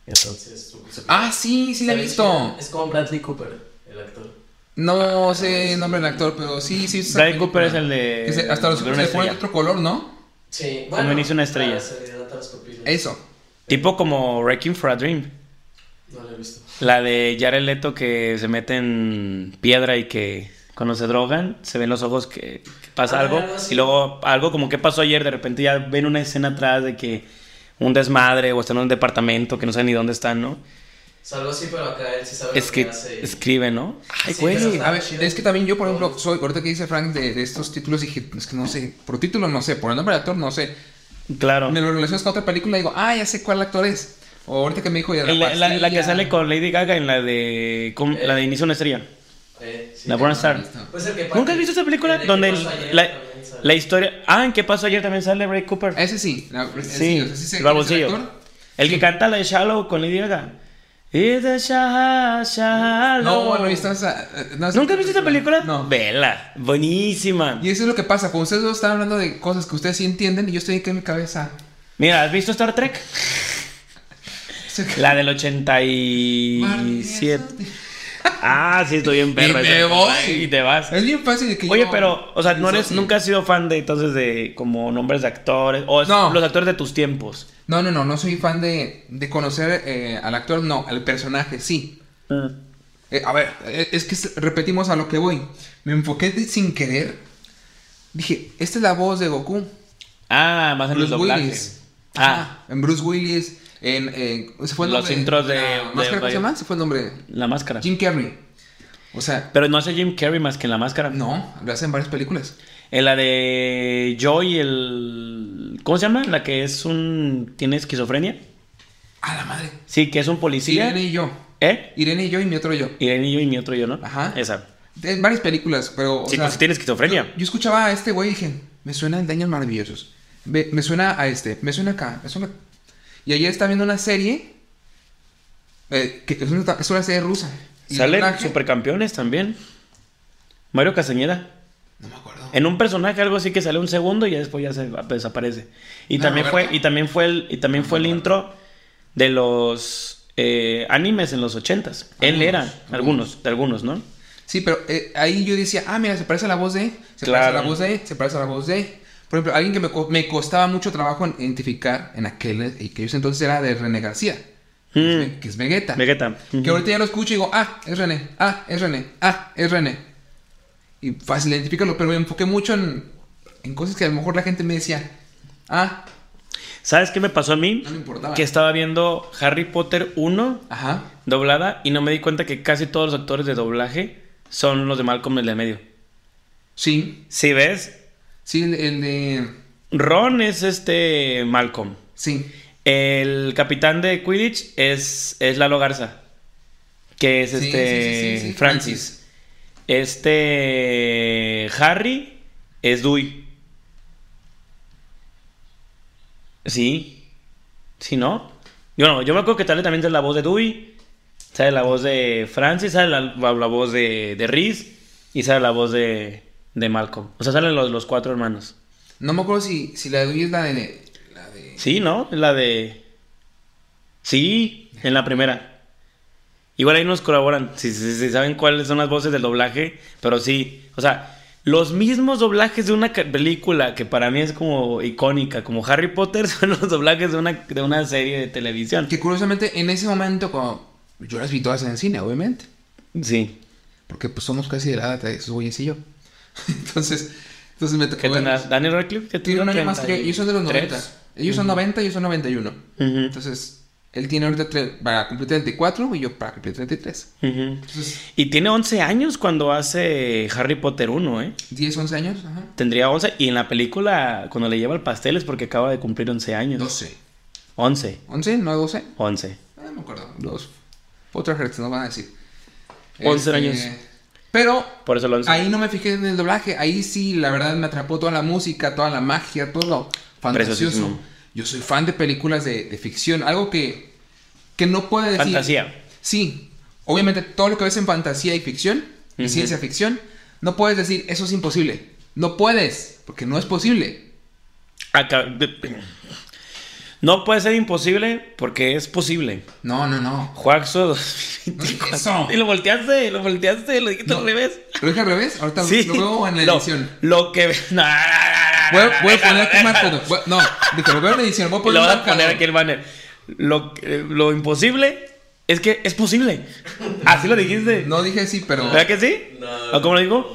[SPEAKER 3] Entonces, su- su-
[SPEAKER 1] Ah, sí, sí la he
[SPEAKER 3] está bien
[SPEAKER 1] visto.
[SPEAKER 3] chida. Es como Bradley Cooper, el actor.
[SPEAKER 1] No sé el nombre del actor, pero sí, sí. esa
[SPEAKER 2] Bradley Cooper
[SPEAKER 1] película.
[SPEAKER 2] es el de-
[SPEAKER 1] Que se- hasta los
[SPEAKER 2] de
[SPEAKER 1] ojos
[SPEAKER 2] una
[SPEAKER 1] se ponen
[SPEAKER 2] estrella.
[SPEAKER 1] de otro color, ¿no?
[SPEAKER 3] Sí,
[SPEAKER 2] bueno, inicia una estrella.
[SPEAKER 3] Se le dilatan las pupilas.
[SPEAKER 1] Eso.
[SPEAKER 2] Tipo como Wrecking for a Dream.
[SPEAKER 3] No lo he visto.
[SPEAKER 2] La de Jared Leto que se mete en piedra y que cuando se drogan se ven los ojos que, que pasa
[SPEAKER 3] Ah,
[SPEAKER 2] algo
[SPEAKER 3] algo así.
[SPEAKER 2] y luego algo como que pasó ayer de repente ya ven una escena atrás de que un desmadre o están en un departamento que no saben ni dónde están, ¿no?
[SPEAKER 3] O sea, algo así, pero acá él sí sabe
[SPEAKER 2] Es
[SPEAKER 3] lo que
[SPEAKER 2] que
[SPEAKER 3] hace. y-
[SPEAKER 2] escribe, ¿no? Ay,
[SPEAKER 3] Sí,
[SPEAKER 2] güey.
[SPEAKER 3] pero está
[SPEAKER 1] A ver,
[SPEAKER 3] chido.
[SPEAKER 1] es que también yo, por ejemplo, soy, ahorita que dice Frank de, de estos títulos, dije, es que no sé, por título no sé, por el nombre de actor no sé.
[SPEAKER 2] Claro.
[SPEAKER 1] Me lo relacionas con otra película y digo, ah, ya sé cuál actor es. O ahorita que me dijo, ya
[SPEAKER 2] La, la- la que
[SPEAKER 1] pastilla.
[SPEAKER 2] sale con Lady Gaga en la de con- la de Inicio a una estrella.
[SPEAKER 3] Eh, sí.
[SPEAKER 2] La Born
[SPEAKER 1] Ah,
[SPEAKER 2] Star.
[SPEAKER 3] Pues el que
[SPEAKER 2] ¿Nunca has visto esa película donde el- la, la historia... Ah, ¿en qué pasó ayer también sale Ray Cooper?
[SPEAKER 1] Ese sí, la, ese
[SPEAKER 2] Sí,
[SPEAKER 1] o sea, sé
[SPEAKER 2] el
[SPEAKER 1] quién es
[SPEAKER 2] babosillo.
[SPEAKER 1] actor.
[SPEAKER 2] El que canta la de Shallow con Lady Gaga. It's a sha- shallow.
[SPEAKER 1] No, no he visto esa. eh, no sé-
[SPEAKER 2] Ah, ¿Nunca has visto esta película?
[SPEAKER 1] No.
[SPEAKER 2] Vela. Buenísima.
[SPEAKER 1] Y eso es lo que pasa, cuando ustedes dos están hablando de cosas que ustedes sí entienden y yo estoy aquí en mi cabeza.
[SPEAKER 2] Mira, ¿has visto Star Trek? La del 87. Ah, sí, estoy bien
[SPEAKER 1] Y
[SPEAKER 2] perro.
[SPEAKER 1] me
[SPEAKER 2] esa.
[SPEAKER 1] voy.
[SPEAKER 2] Y te vas.
[SPEAKER 1] Es bien fácil de que
[SPEAKER 2] Oye,
[SPEAKER 1] yo-
[SPEAKER 2] pero, o sea, no eres,
[SPEAKER 1] Sí.
[SPEAKER 2] nunca has sido fan de entonces de como nombres de actores o es-
[SPEAKER 1] No.
[SPEAKER 2] los actores de tus tiempos.
[SPEAKER 1] No, no, no, no soy fan de, de conocer eh, al actor, no, al personaje, sí. Eh, a ver, eh, es que es- repetimos a lo que voy. Me enfoqué de- sin querer. Dije, esta es la voz de Goku.
[SPEAKER 2] Ah, más en el
[SPEAKER 1] Bruce
[SPEAKER 2] doblaje.
[SPEAKER 1] Willis.
[SPEAKER 2] Ah,
[SPEAKER 1] Ah, en Bruce Willis, en... eh, ¿se fue el
[SPEAKER 2] Los
[SPEAKER 1] nombre? Ah,
[SPEAKER 2] intros de-
[SPEAKER 1] La
[SPEAKER 2] de-
[SPEAKER 1] ¿Máscara cómo se
[SPEAKER 2] de-
[SPEAKER 1] llama? ¿Se fue el nombre?
[SPEAKER 2] la máscara.
[SPEAKER 1] Jim Carrey. O sea,
[SPEAKER 2] Pero no hace Jim Carrey más que en la máscara.
[SPEAKER 1] no, lo hacen varias películas.
[SPEAKER 2] En la de Joy, el. ¿Cómo se llama? La que es un. tiene esquizofrenia.
[SPEAKER 1] A la madre.
[SPEAKER 2] Sí, que es un policía.
[SPEAKER 1] Irene y yo.
[SPEAKER 2] ¿Eh?
[SPEAKER 1] Irene y yo y mi otro yo.
[SPEAKER 2] Irene y yo y mi otro yo, ¿no?
[SPEAKER 1] Ajá.
[SPEAKER 2] Esa.
[SPEAKER 1] De varias películas, pero. o
[SPEAKER 2] sí,
[SPEAKER 1] sea,
[SPEAKER 2] pues sí tiene esquizofrenia.
[SPEAKER 1] Yo escuchaba a este güey y dije, me suena en Daños Maravillosos. Ve- Me, suena a este, me suena acá, me suena. Y ayer estaba viendo una serie. eh, que es una, es una serie rusa. Y el
[SPEAKER 2] Salen
[SPEAKER 1] doblaje-
[SPEAKER 2] supercampeones también. Mario Castañeda.
[SPEAKER 1] No me acuerdo.
[SPEAKER 2] En un personaje algo así que sale un segundo y ya después ya se va- pues, desaparece. Y
[SPEAKER 1] No,
[SPEAKER 2] también fue
[SPEAKER 1] ¿verdad?
[SPEAKER 2] y también fue el y también fue el intro de los eh, animes en los ochentas. Él
[SPEAKER 1] Algunos,
[SPEAKER 2] era
[SPEAKER 1] algunos.
[SPEAKER 2] algunos de algunos, ¿no?
[SPEAKER 1] Sí, pero eh, ahí yo decía, ah, mira, se parece a la voz de. Se parece a
[SPEAKER 2] Claro.
[SPEAKER 1] la voz de. Se parece a la voz de. Por ejemplo, alguien que me, co- me costaba mucho trabajo en- identificar en aquel, eh, en aquellos entonces era de René García. que es
[SPEAKER 2] Mm.
[SPEAKER 1] Ve- Que es Vegeta.
[SPEAKER 2] Vegeta.
[SPEAKER 1] Que ahorita ya lo escucho y digo, ah, es René, ah, es René, ah, es René. Y fácil identificarlo, pero me enfoqué mucho en, en cosas que a lo mejor la gente me decía, ah,
[SPEAKER 2] ¿Sabes qué me pasó a mí?
[SPEAKER 1] No me importaba.
[SPEAKER 2] Que estaba viendo Harry Potter 1
[SPEAKER 1] ajá,
[SPEAKER 2] doblada y no me di cuenta que casi todos los actores de doblaje son los de Malcolm el de en medio.
[SPEAKER 1] sí,
[SPEAKER 2] Si ves,
[SPEAKER 1] sí, el, el de.
[SPEAKER 2] Ron es este Malcolm.
[SPEAKER 1] Sí,
[SPEAKER 2] El capitán de Quidditch es, es Lalo Garza. Que es
[SPEAKER 1] Sí,
[SPEAKER 2] este.
[SPEAKER 1] sí, sí, sí, sí,
[SPEAKER 2] Francis. Este. Harry es Dewey. Sí. Sí, ¿no? Yo no, yo me acuerdo que sale también sale la voz de Dewey. Sale la voz de Francis, sale la, la- la voz de, de Reese y sale la voz de, de Malcolm. O sea, salen los, los cuatro hermanos.
[SPEAKER 1] no me acuerdo si, si la de hoy es la de. La de
[SPEAKER 2] Sí, ¿no? La de. Sí, en la primera. Igual ahí nos colaboran. Si, si- si saben cuáles son las voces del doblaje, pero sí. O sea, los mismos doblajes de una ca- película que para mí es como icónica, como Harry Potter, son los doblajes de una, de una serie de televisión.
[SPEAKER 1] que curiosamente en ese momento, como. Yo las vi todas en el cine, obviamente.
[SPEAKER 2] Sí.
[SPEAKER 1] Porque pues somos casi de la edad de esos güeyes y yo. entonces, entonces me tocó.
[SPEAKER 2] ¿Qué
[SPEAKER 1] verlos.
[SPEAKER 2] tendrá? ¿Daniel Radcliffe? ¿Qué
[SPEAKER 1] Tiene un
[SPEAKER 2] tendrá?
[SPEAKER 1] año más que ellos son de los
[SPEAKER 2] 33.
[SPEAKER 1] 90. Ellos son 90 y yo son 91.
[SPEAKER 2] Ujú.
[SPEAKER 1] Entonces, él tiene ahorita tre- para cumplir 34 y yo para cumplir 33.
[SPEAKER 2] Ujú.
[SPEAKER 1] Entonces,
[SPEAKER 2] Y tiene 11 años cuando hace Harry Potter 1, ¿eh?
[SPEAKER 1] 10, 11 años, ajá.
[SPEAKER 2] Tendría 11 y en la película cuando le lleva el pastel es porque acaba de cumplir 11 años.
[SPEAKER 1] 12.
[SPEAKER 2] 11.
[SPEAKER 1] ¿11? ¿No 12?
[SPEAKER 2] 11.
[SPEAKER 1] Ah, No me acuerdo. Los otras redes nos van a decir. Este,
[SPEAKER 2] 11 años.
[SPEAKER 1] Pero
[SPEAKER 2] Por eso el 11.
[SPEAKER 1] ahí no me fijé en el doblaje. Ahí sí, la verdad, me atrapó toda la música, toda la magia, todo lo fantasioso.
[SPEAKER 2] Preciosísimo.
[SPEAKER 1] Yo soy fan de películas de, de ficción. Algo que, que no puede decir...
[SPEAKER 2] Fantasía.
[SPEAKER 1] Sí, obviamente todo lo que ves en fantasía y ficción, y
[SPEAKER 2] Ujú.
[SPEAKER 1] ciencia ficción, no puedes decir eso es imposible. No puedes, porque no es posible.
[SPEAKER 2] Acá- de- No puede ser imposible porque es posible.
[SPEAKER 1] No, no, no.
[SPEAKER 2] Juaxo
[SPEAKER 1] Eso.
[SPEAKER 2] 2024. Y lo volteaste, lo volteaste, lo dijiste al revés.
[SPEAKER 1] ¿Lo dije al revés? Ahorita
[SPEAKER 2] Sí.
[SPEAKER 1] lo veo en la
[SPEAKER 2] Lo-
[SPEAKER 1] edición.
[SPEAKER 2] Lo, que. No, no, no, no,
[SPEAKER 1] Voy,
[SPEAKER 2] no,
[SPEAKER 1] voy a
[SPEAKER 2] déjalo,
[SPEAKER 1] poner aquí un
[SPEAKER 2] déjalo.
[SPEAKER 1] marcador. Voy- No, dije, lo veo en la edición. Voy a
[SPEAKER 2] Y
[SPEAKER 1] poner,
[SPEAKER 2] le
[SPEAKER 1] un
[SPEAKER 2] van a
[SPEAKER 1] marcador.
[SPEAKER 2] poner aquí el banner. Lo, que- lo imposible es que es posible. Así lo dijiste.
[SPEAKER 1] No dije sí, pero.
[SPEAKER 2] ¿Verdad que sí?
[SPEAKER 3] No.
[SPEAKER 2] ¿O cómo lo digo?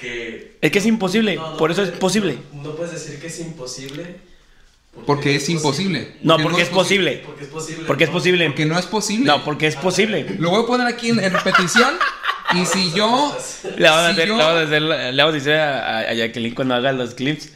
[SPEAKER 3] Que.
[SPEAKER 2] Es que es imposible,
[SPEAKER 3] no, no
[SPEAKER 2] por eso es
[SPEAKER 3] puedes-
[SPEAKER 2] posible.
[SPEAKER 3] No, no puedes decir que es imposible.
[SPEAKER 1] Porque es imposible.
[SPEAKER 2] No, porque es posible.
[SPEAKER 3] Porque es posible.
[SPEAKER 2] Porque es
[SPEAKER 3] ¿no?
[SPEAKER 2] posible.
[SPEAKER 1] Porque no es posible.
[SPEAKER 2] No, porque es posible.
[SPEAKER 1] Lo voy a poner aquí en, en repetición. y si yo.
[SPEAKER 2] Le vamos a
[SPEAKER 1] si
[SPEAKER 2] hacer,
[SPEAKER 1] yo-
[SPEAKER 2] le vamos a, hacer- le vamos a decir a, a- a Jacqueline cuando haga los clips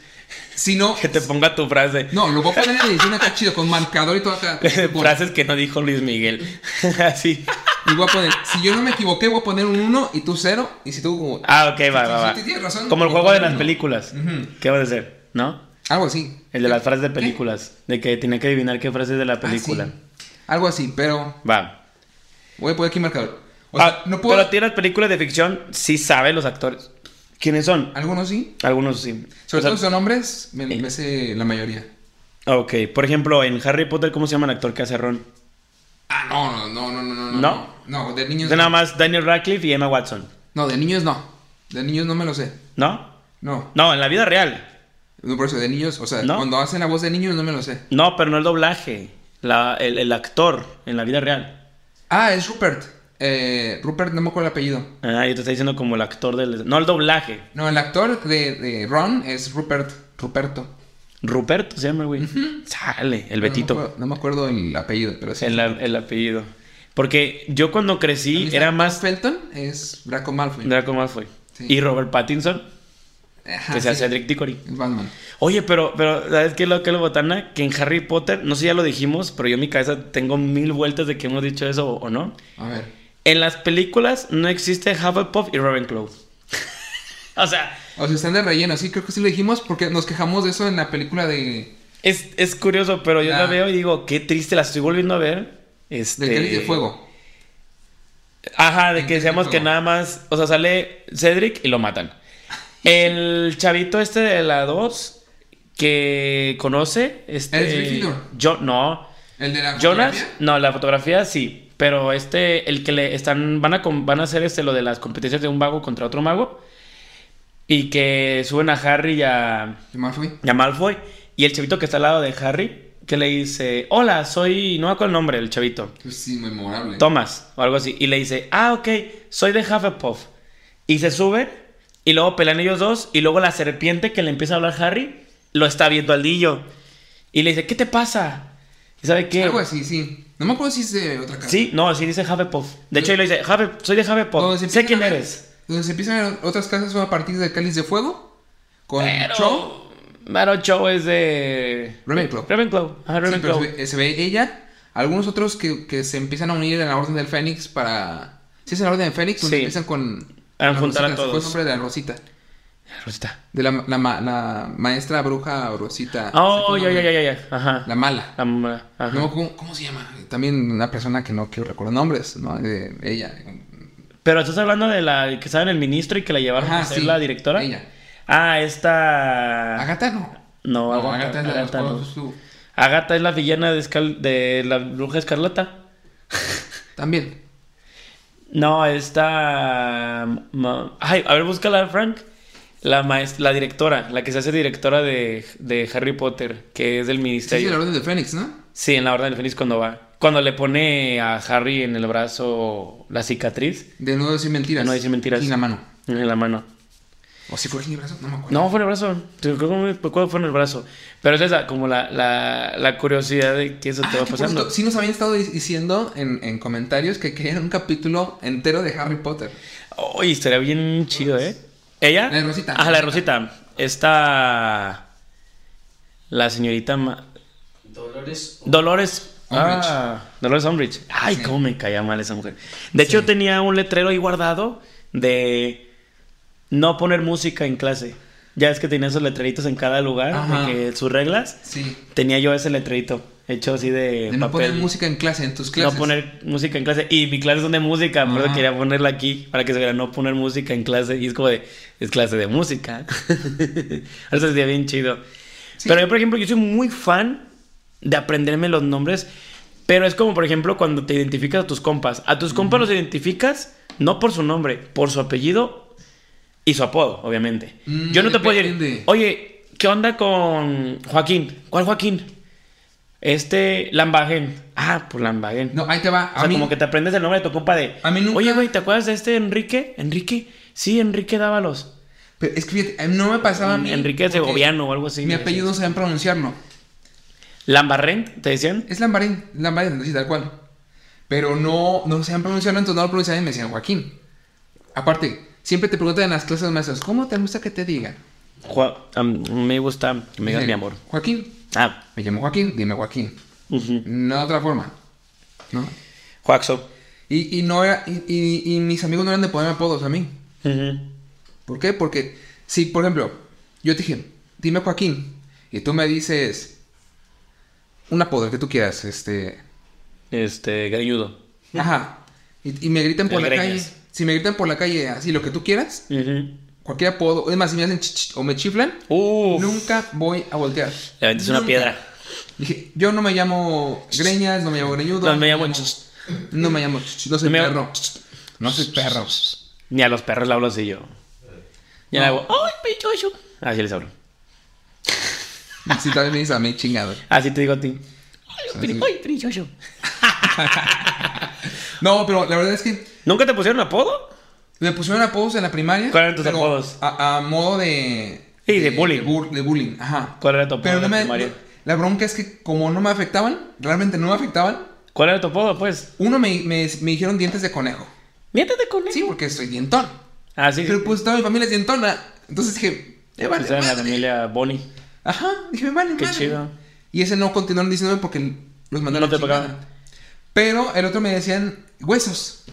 [SPEAKER 1] Si no.
[SPEAKER 2] que te ponga tu frase.
[SPEAKER 1] No, lo voy a poner en la edición acá chido, con marcador y todo acá.
[SPEAKER 2] Frases que no dijo Luis Miguel. Así.
[SPEAKER 1] Y voy a poner, si yo no me equivoqué, voy a poner un 1 y tú 0. Y si tú como.
[SPEAKER 2] Ah, ok, va, va, va.
[SPEAKER 1] Sí, sí, tienes razón.
[SPEAKER 2] Como el
[SPEAKER 1] Voy a
[SPEAKER 2] juego de
[SPEAKER 1] poner
[SPEAKER 2] las
[SPEAKER 1] uno.
[SPEAKER 2] películas.
[SPEAKER 1] Ujú.
[SPEAKER 2] ¿Qué vas a hacer? ¿No?
[SPEAKER 1] Algo así.
[SPEAKER 2] El de las frases de películas. De que tenía que adivinar qué frase es de la
[SPEAKER 1] Ah, sí.
[SPEAKER 2] película.
[SPEAKER 1] Algo así, pero
[SPEAKER 2] Va.
[SPEAKER 1] voy a poner aquí marcador. O
[SPEAKER 2] Ah,
[SPEAKER 1] sea, no puedo.
[SPEAKER 2] Pero tiene las películas de ficción, sí sabe los actores. ¿Quiénes son?
[SPEAKER 1] Algunos sí.
[SPEAKER 2] Algunos sí.
[SPEAKER 1] Sobre
[SPEAKER 2] O sea,
[SPEAKER 1] todo si son hombres, me,
[SPEAKER 2] eh.
[SPEAKER 1] me sé la mayoría.
[SPEAKER 2] Ok, por ejemplo, en Harry Potter, ¿cómo se llama el actor que hace a Ron?
[SPEAKER 1] Ah, no, no, no, no, no. No,
[SPEAKER 2] ¿No?
[SPEAKER 1] no de
[SPEAKER 2] Es
[SPEAKER 1] niños.
[SPEAKER 2] nada
[SPEAKER 1] No.
[SPEAKER 2] más Daniel Radcliffe y Emma Watson,
[SPEAKER 1] no, de niños no. De niños no me lo sé.
[SPEAKER 2] ¿no?
[SPEAKER 1] No.
[SPEAKER 2] No, en la vida real.
[SPEAKER 1] No, por eso, de niños, o sea,
[SPEAKER 2] ¿No?
[SPEAKER 1] cuando hacen la voz de niños no me lo sé.
[SPEAKER 2] No, pero no el doblaje. La- el, el actor en la vida real.
[SPEAKER 1] Ah, es Rupert. Eh, Rupert, no me acuerdo el apellido.
[SPEAKER 2] Ah, yo te está diciendo como el actor del. No, el doblaje.
[SPEAKER 1] No, el actor de, de Ron es Rupert. Ruperto.
[SPEAKER 2] Ruperto se llama, güey. Sale, el Betito.
[SPEAKER 1] No me, acuerdo, no me acuerdo el apellido, pero sí.
[SPEAKER 2] el, a- el apellido. Porque yo cuando crecí era más
[SPEAKER 1] Felton es Draco Malfoy.
[SPEAKER 2] Draco Malfoy.
[SPEAKER 1] Sí.
[SPEAKER 2] Y Robert Pattinson,
[SPEAKER 1] Ajá,
[SPEAKER 2] que
[SPEAKER 1] sí,
[SPEAKER 2] se hace Rick Dicory.
[SPEAKER 1] es Batman.
[SPEAKER 2] Oye, pero, pero, ¿sabes qué es lo que es lo botana? Que en Harry Potter, no sé si ya lo dijimos, pero yo en mi cabeza tengo mil vueltas de que hemos dicho eso o, o no.
[SPEAKER 1] A ver.
[SPEAKER 2] En las películas no existe Hufflepuff y Ravenclaw. o sea,
[SPEAKER 1] O si están de relleno, sí, creo que sí lo dijimos porque nos quejamos de eso en la película de.
[SPEAKER 2] es, es curioso, pero yo la
[SPEAKER 1] Ah.
[SPEAKER 2] veo y digo, qué triste, la estoy volviendo a ver. Este...
[SPEAKER 1] Del Cáliz de Fuego.
[SPEAKER 2] Ajá, de
[SPEAKER 1] En Cáliz
[SPEAKER 2] que
[SPEAKER 1] de
[SPEAKER 2] decíamos que
[SPEAKER 1] Fuego.
[SPEAKER 2] nada más, o sea, sale Cedric y lo matan. El chavito este de la 2 que conoce,
[SPEAKER 1] El
[SPEAKER 2] este...
[SPEAKER 1] Gryffindor.
[SPEAKER 2] Yo, no.
[SPEAKER 1] El de la.
[SPEAKER 2] Jonas,
[SPEAKER 1] fotografía.
[SPEAKER 2] no, la fotografía sí, pero este, el que le están, van a, com- van a hacer este, lo de las competencias de un mago contra otro mago y que suben a Harry y a,
[SPEAKER 1] De Malfoy.
[SPEAKER 2] y a Malfoy y el chavito que está al lado de Harry que le dice, hola, soy, no me acuerdo el nombre del chavito,
[SPEAKER 1] Pues sí, memorable.
[SPEAKER 2] Thomas o algo así, y le dice, ah, ok, soy de Hufflepuff y se suben y luego pelean ellos dos y luego la serpiente que le empieza a hablar Harry lo está viendo al niño y le dice, ¿qué te pasa? ¿Y sabe qué?
[SPEAKER 1] Algo así, sí. No me acuerdo si es de otra casa.
[SPEAKER 2] Sí, no, sí dice Hufflepuff. De hecho, él le dice, Hufflepuff, soy de Hufflepuff.
[SPEAKER 1] Donde se
[SPEAKER 2] sé
[SPEAKER 1] empiezan
[SPEAKER 2] quién
[SPEAKER 1] a ver-
[SPEAKER 2] eres.
[SPEAKER 1] Donde se empiezan a ver otras casas son a partir del Cáliz de Fuego. Con
[SPEAKER 2] Pero...
[SPEAKER 1] Cho.
[SPEAKER 2] Pero Cho es de...
[SPEAKER 1] Ravenclaw.
[SPEAKER 2] Ravenclaw. Ajá,
[SPEAKER 1] Sí, pero
[SPEAKER 2] Ravenclaw.
[SPEAKER 1] se, ve, se ve ella. Algunos otros que, que se empiezan a unir en la Orden del Fénix para. Sí, es en la Orden del Fénix, donde
[SPEAKER 2] Sí.
[SPEAKER 1] empiezan con.
[SPEAKER 2] A
[SPEAKER 1] la
[SPEAKER 2] juntar a
[SPEAKER 1] Rosita, se fue
[SPEAKER 2] todos.
[SPEAKER 1] el nombre de la Rosita.
[SPEAKER 2] Ah, Rosita.
[SPEAKER 1] De la, la, ma- la maestra bruja Rosita. Se
[SPEAKER 2] Oh,
[SPEAKER 1] fue el
[SPEAKER 2] ya, ya,
[SPEAKER 1] nombre.
[SPEAKER 2] ya, ya, ya. Ajá.
[SPEAKER 1] La mala.
[SPEAKER 2] La mamá. Ajá.
[SPEAKER 1] No, ¿cómo, cómo se llama? También una persona que no quiero recordar nombres, ¿no? De ella.
[SPEAKER 2] Pero estás hablando de la que estaba en el ministro y que la llevaron
[SPEAKER 1] Ajá,
[SPEAKER 2] a ser
[SPEAKER 1] sí,
[SPEAKER 2] la directora.
[SPEAKER 1] ella.
[SPEAKER 2] Ah, esta...
[SPEAKER 1] Agatha no.
[SPEAKER 2] No,
[SPEAKER 1] No, Agatha
[SPEAKER 2] Agatha,
[SPEAKER 1] es la de los
[SPEAKER 2] Agatha no.
[SPEAKER 1] cuadros azul.
[SPEAKER 2] Agatha es la villana de, Escal- de la bruja escarlata.
[SPEAKER 1] También.
[SPEAKER 2] No, esta... um, ma- Ay, a ver, búscala, Frank. La, maest- la directora, la que se hace directora de, de Harry Potter, que
[SPEAKER 1] Sí, es
[SPEAKER 2] es del
[SPEAKER 1] de la
[SPEAKER 2] ministerio.
[SPEAKER 1] Orden de Fénix, ¿no?
[SPEAKER 2] Sí, en la Orden del Fénix cuando va. Cuando le pone a Harry en el brazo la cicatriz
[SPEAKER 1] De no decir mentiras.
[SPEAKER 2] De no decir mentiras.
[SPEAKER 1] Y la mano.
[SPEAKER 2] en la mano.
[SPEAKER 1] O si fue el brazo, no me acuerdo.
[SPEAKER 2] No, fue en el brazo. Yo Creo que me- ¿cuál fue en el brazo. Pero es esa, como la, la, la curiosidad de que eso
[SPEAKER 1] Ah,
[SPEAKER 2] te va
[SPEAKER 1] que por
[SPEAKER 2] pasando.
[SPEAKER 1] cierto, sí nos habían estado di- diciendo en, en comentarios que querían un capítulo entero de Harry Potter.
[SPEAKER 2] Oye, estaría bien chido, ¿eh? ¿Ella?
[SPEAKER 1] La de Rosita.
[SPEAKER 2] Ah, la de Rosita. Esta. La señorita. Ma-
[SPEAKER 3] Dolores.
[SPEAKER 2] Dolores.
[SPEAKER 1] Umbridge.
[SPEAKER 2] Ah, Dolores Umbridge. Ay,
[SPEAKER 1] Sí.
[SPEAKER 2] cómo me caía mal esa mujer. De hecho, tenía un letrero ahí guardado de no poner música en clase. Ya es que tenía esos letreritos en cada lugar,
[SPEAKER 1] Ajá.
[SPEAKER 2] porque sus reglas.
[SPEAKER 1] Sí.
[SPEAKER 2] Tenía yo ese letrerito hecho así de,
[SPEAKER 1] De no
[SPEAKER 2] papel.
[SPEAKER 1] poner música en clase, en tus
[SPEAKER 2] No
[SPEAKER 1] clases.
[SPEAKER 2] poner música en clase. Y mi clase son de música, por eso
[SPEAKER 1] Ajá.
[SPEAKER 2] quería ponerla aquí para que se viera no poner música en clase. Y es como de, es clase de música. Eso sería bien chido.
[SPEAKER 1] Sí.
[SPEAKER 2] Pero yo, por ejemplo, yo soy muy fan de aprenderme los nombres. Pero es como, por ejemplo, cuando te identificas a tus compas. A tus compas los identificas no por su nombre, por su apellido y su apodo, obviamente.
[SPEAKER 1] Mm,
[SPEAKER 2] yo no te puedo
[SPEAKER 1] depende.
[SPEAKER 2] decir, oye, ¿qué onda con Joaquín? ¿Cuál Joaquín? Este, Lambagen. Ah, pues Lambagen.
[SPEAKER 1] No, ahí te va.
[SPEAKER 2] O
[SPEAKER 1] A
[SPEAKER 2] sea,
[SPEAKER 1] mí,
[SPEAKER 2] como que te aprendes el nombre de tu compa de.
[SPEAKER 1] A mí nunca-
[SPEAKER 2] Oye, güey, ¿te acuerdas de este Enrique? ¿Enrique? Sí, Enrique Dávalos.
[SPEAKER 1] pero es que fíjate, a mí no me pasaba a mí.
[SPEAKER 2] Enrique
[SPEAKER 1] porque
[SPEAKER 2] Segoviano o algo así.
[SPEAKER 1] Mi
[SPEAKER 2] me
[SPEAKER 1] apellido no
[SPEAKER 2] decías.
[SPEAKER 1] saben pronunciarlo.
[SPEAKER 2] Lambarrent, ¿te decían?
[SPEAKER 1] Es Lambarín, Lambarín, así tal cual. Pero no, no sabían pronunciarlo, entonces no lo pronunciaban y me decían Joaquín. Aparte, siempre te preguntan en las clases maestras, ¿cómo te gusta que te digan?
[SPEAKER 2] Ju- am- me gusta que me digas
[SPEAKER 1] Dicen,
[SPEAKER 2] mi amor.
[SPEAKER 1] Joaquín.
[SPEAKER 2] Ah,
[SPEAKER 1] Me llamo Joaquín, dime Joaquín.
[SPEAKER 2] ujú.
[SPEAKER 1] No de otra forma. ¿No?
[SPEAKER 2] Joaxo.
[SPEAKER 1] Y, y no era, y, y- y mis amigos no eran de ponerme apodos a mí.
[SPEAKER 2] Ujú.
[SPEAKER 1] ¿Por qué? Porque si, por ejemplo, yo te dije, dime Joaquín, y tú me dices un apodo el que tú quieras, este,
[SPEAKER 2] Este, greñudo.
[SPEAKER 1] ajá, y, y me gritan por
[SPEAKER 2] El
[SPEAKER 1] la
[SPEAKER 2] Greñas.
[SPEAKER 1] calle, si me gritan por la calle así lo que tú quieras,
[SPEAKER 2] Ujú.
[SPEAKER 1] cualquier apodo, es más, si me hacen ch- ch- o me chiflan,
[SPEAKER 2] Uf.
[SPEAKER 1] nunca voy a voltear.
[SPEAKER 2] Le aventas una
[SPEAKER 1] Nunca.
[SPEAKER 2] piedra.
[SPEAKER 1] Dije, yo no me llamo Greñas, no me llamo Greñudo.
[SPEAKER 2] No me llamo ch-
[SPEAKER 1] No me llamo ch- ch- no soy
[SPEAKER 2] No me llamo
[SPEAKER 1] perro. No soy perro.
[SPEAKER 2] Ni a los perros le hablo así yo. Ya le
[SPEAKER 1] No.
[SPEAKER 2] hago. ¡Ay, pechocho! Así les hablo.
[SPEAKER 1] Si también me dices a mí chingado.
[SPEAKER 2] Así te digo a ti.
[SPEAKER 1] O sea,
[SPEAKER 2] ¡Ay,
[SPEAKER 1] sí.
[SPEAKER 2] ay, pechocho!
[SPEAKER 1] No, pero la verdad es que
[SPEAKER 2] ¿Nunca te pusieron apodo?
[SPEAKER 1] me pusieron apodos en la primaria.
[SPEAKER 2] ¿Cuáles eran tus
[SPEAKER 1] pero
[SPEAKER 2] apodos?
[SPEAKER 1] A, a modo de.
[SPEAKER 2] Y de bullying.
[SPEAKER 1] bur- de bullying, ajá.
[SPEAKER 2] ¿Cuál era tu apodo
[SPEAKER 1] Pero no
[SPEAKER 2] en la
[SPEAKER 1] me.
[SPEAKER 2] primaria?
[SPEAKER 1] La bronca es que, como no me afectaban, realmente no me afectaban,
[SPEAKER 2] ¿Cuál era tu apodo, pues?
[SPEAKER 1] uno me, me, me dijeron dientes de conejo.
[SPEAKER 2] Miéntate con él.
[SPEAKER 1] Sí, porque soy dientón.
[SPEAKER 2] Ah, sí.
[SPEAKER 1] Pero pues toda mi familia es dientona. Entonces dije, me vale.
[SPEAKER 2] Pues era en la
[SPEAKER 1] madre.
[SPEAKER 2] familia Bonnie.
[SPEAKER 1] Ajá, dije, me vale.
[SPEAKER 2] Qué
[SPEAKER 1] madre.
[SPEAKER 2] chido.
[SPEAKER 1] Y ese no continuaron diciéndome porque los mandaron.
[SPEAKER 2] No te
[SPEAKER 1] pagaban.
[SPEAKER 2] pagaban.
[SPEAKER 1] Pero el otro me decían huesos.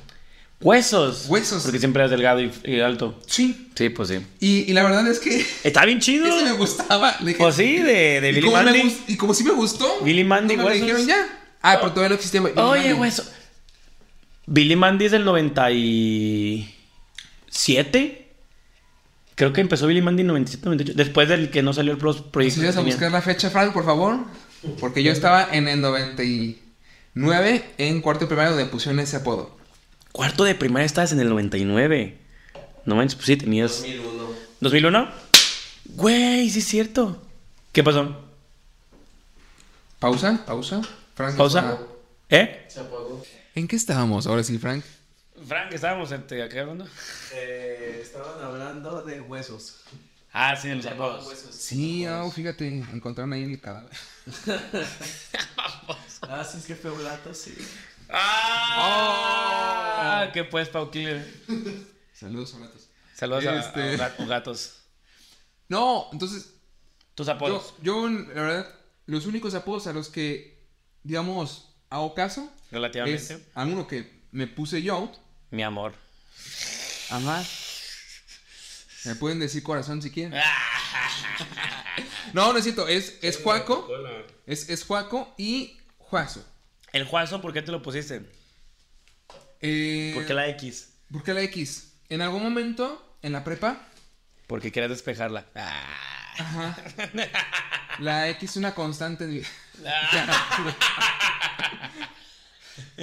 [SPEAKER 2] Huesos.
[SPEAKER 1] Huesos.
[SPEAKER 2] Porque siempre eras delgado y, y alto.
[SPEAKER 1] Sí.
[SPEAKER 2] Sí, pues sí.
[SPEAKER 1] Y, y la verdad es que
[SPEAKER 2] Está bien chido.
[SPEAKER 1] ese Este me gustaba. Le dije,
[SPEAKER 2] Pues sí, de, de
[SPEAKER 1] y
[SPEAKER 2] Billy
[SPEAKER 1] como me
[SPEAKER 2] Mandy.
[SPEAKER 1] gus- y como sí me gustó.
[SPEAKER 2] Billy Mandy,
[SPEAKER 1] no me lo
[SPEAKER 2] huesos.
[SPEAKER 1] dijeron ya. Ah, pero todavía no existía. Billy
[SPEAKER 2] Oye,
[SPEAKER 1] Mandy.
[SPEAKER 2] hueso. Billy Mandy es del 97. Creo que empezó Billy Mandy en 97, 98. Después del que no salió el pro- proyecto.
[SPEAKER 1] Si
[SPEAKER 2] que
[SPEAKER 1] vas a
[SPEAKER 2] tenía.
[SPEAKER 1] buscar la fecha, Frank, por favor. Porque yo estaba en el 99, en cuarto de primaria, donde pusieron ese apodo.
[SPEAKER 2] Cuarto de primaria estabas en el 99. No manches, pues sí, tenías.
[SPEAKER 3] 2001.
[SPEAKER 2] ¿2001? Güey, sí es cierto. ¿Qué pasó?
[SPEAKER 1] Pausa, pausa. Frank, ah.
[SPEAKER 2] ¿Pausa? ¿Eh?
[SPEAKER 3] Se apagó.
[SPEAKER 1] ¿En qué estábamos ahora sí, Frank?
[SPEAKER 2] Frank, estábamos este, acá hablando.
[SPEAKER 3] Eh, estaban hablando de huesos.
[SPEAKER 2] Ah, sí, en los apodos.
[SPEAKER 3] Huesos.
[SPEAKER 1] Sí, oh, fíjate, encontraron ahí el cadáver.
[SPEAKER 3] Ah, sí, es que fue un dato, sí.
[SPEAKER 2] ¡Ah! ¿Qué pues, Pau Killer?
[SPEAKER 1] Saludos, Horatos.
[SPEAKER 2] Saludos a-
[SPEAKER 1] Este.
[SPEAKER 2] a, a gatos.
[SPEAKER 1] No, entonces,
[SPEAKER 2] Tus
[SPEAKER 1] yo,
[SPEAKER 2] apodos.
[SPEAKER 1] yo, la verdad, los únicos apodos a los que, digamos, hago caso,
[SPEAKER 2] Relativamente.
[SPEAKER 1] es a uno que me puse yo.
[SPEAKER 2] Mi amor.
[SPEAKER 1] Amar. Me pueden decir corazón si quieren. no, no es cierto, es, es Juaco. Es, es Juaco y Juazo.
[SPEAKER 2] El Juazo, ¿por qué te lo pusiste?
[SPEAKER 1] Eh,
[SPEAKER 2] ¿Por qué la X?
[SPEAKER 1] ¿por qué la X? En algún momento, en la prepa,
[SPEAKER 2] Porque querías despejarla. Ah.
[SPEAKER 1] ajá, la X es una constante en mi-
[SPEAKER 2] Ah.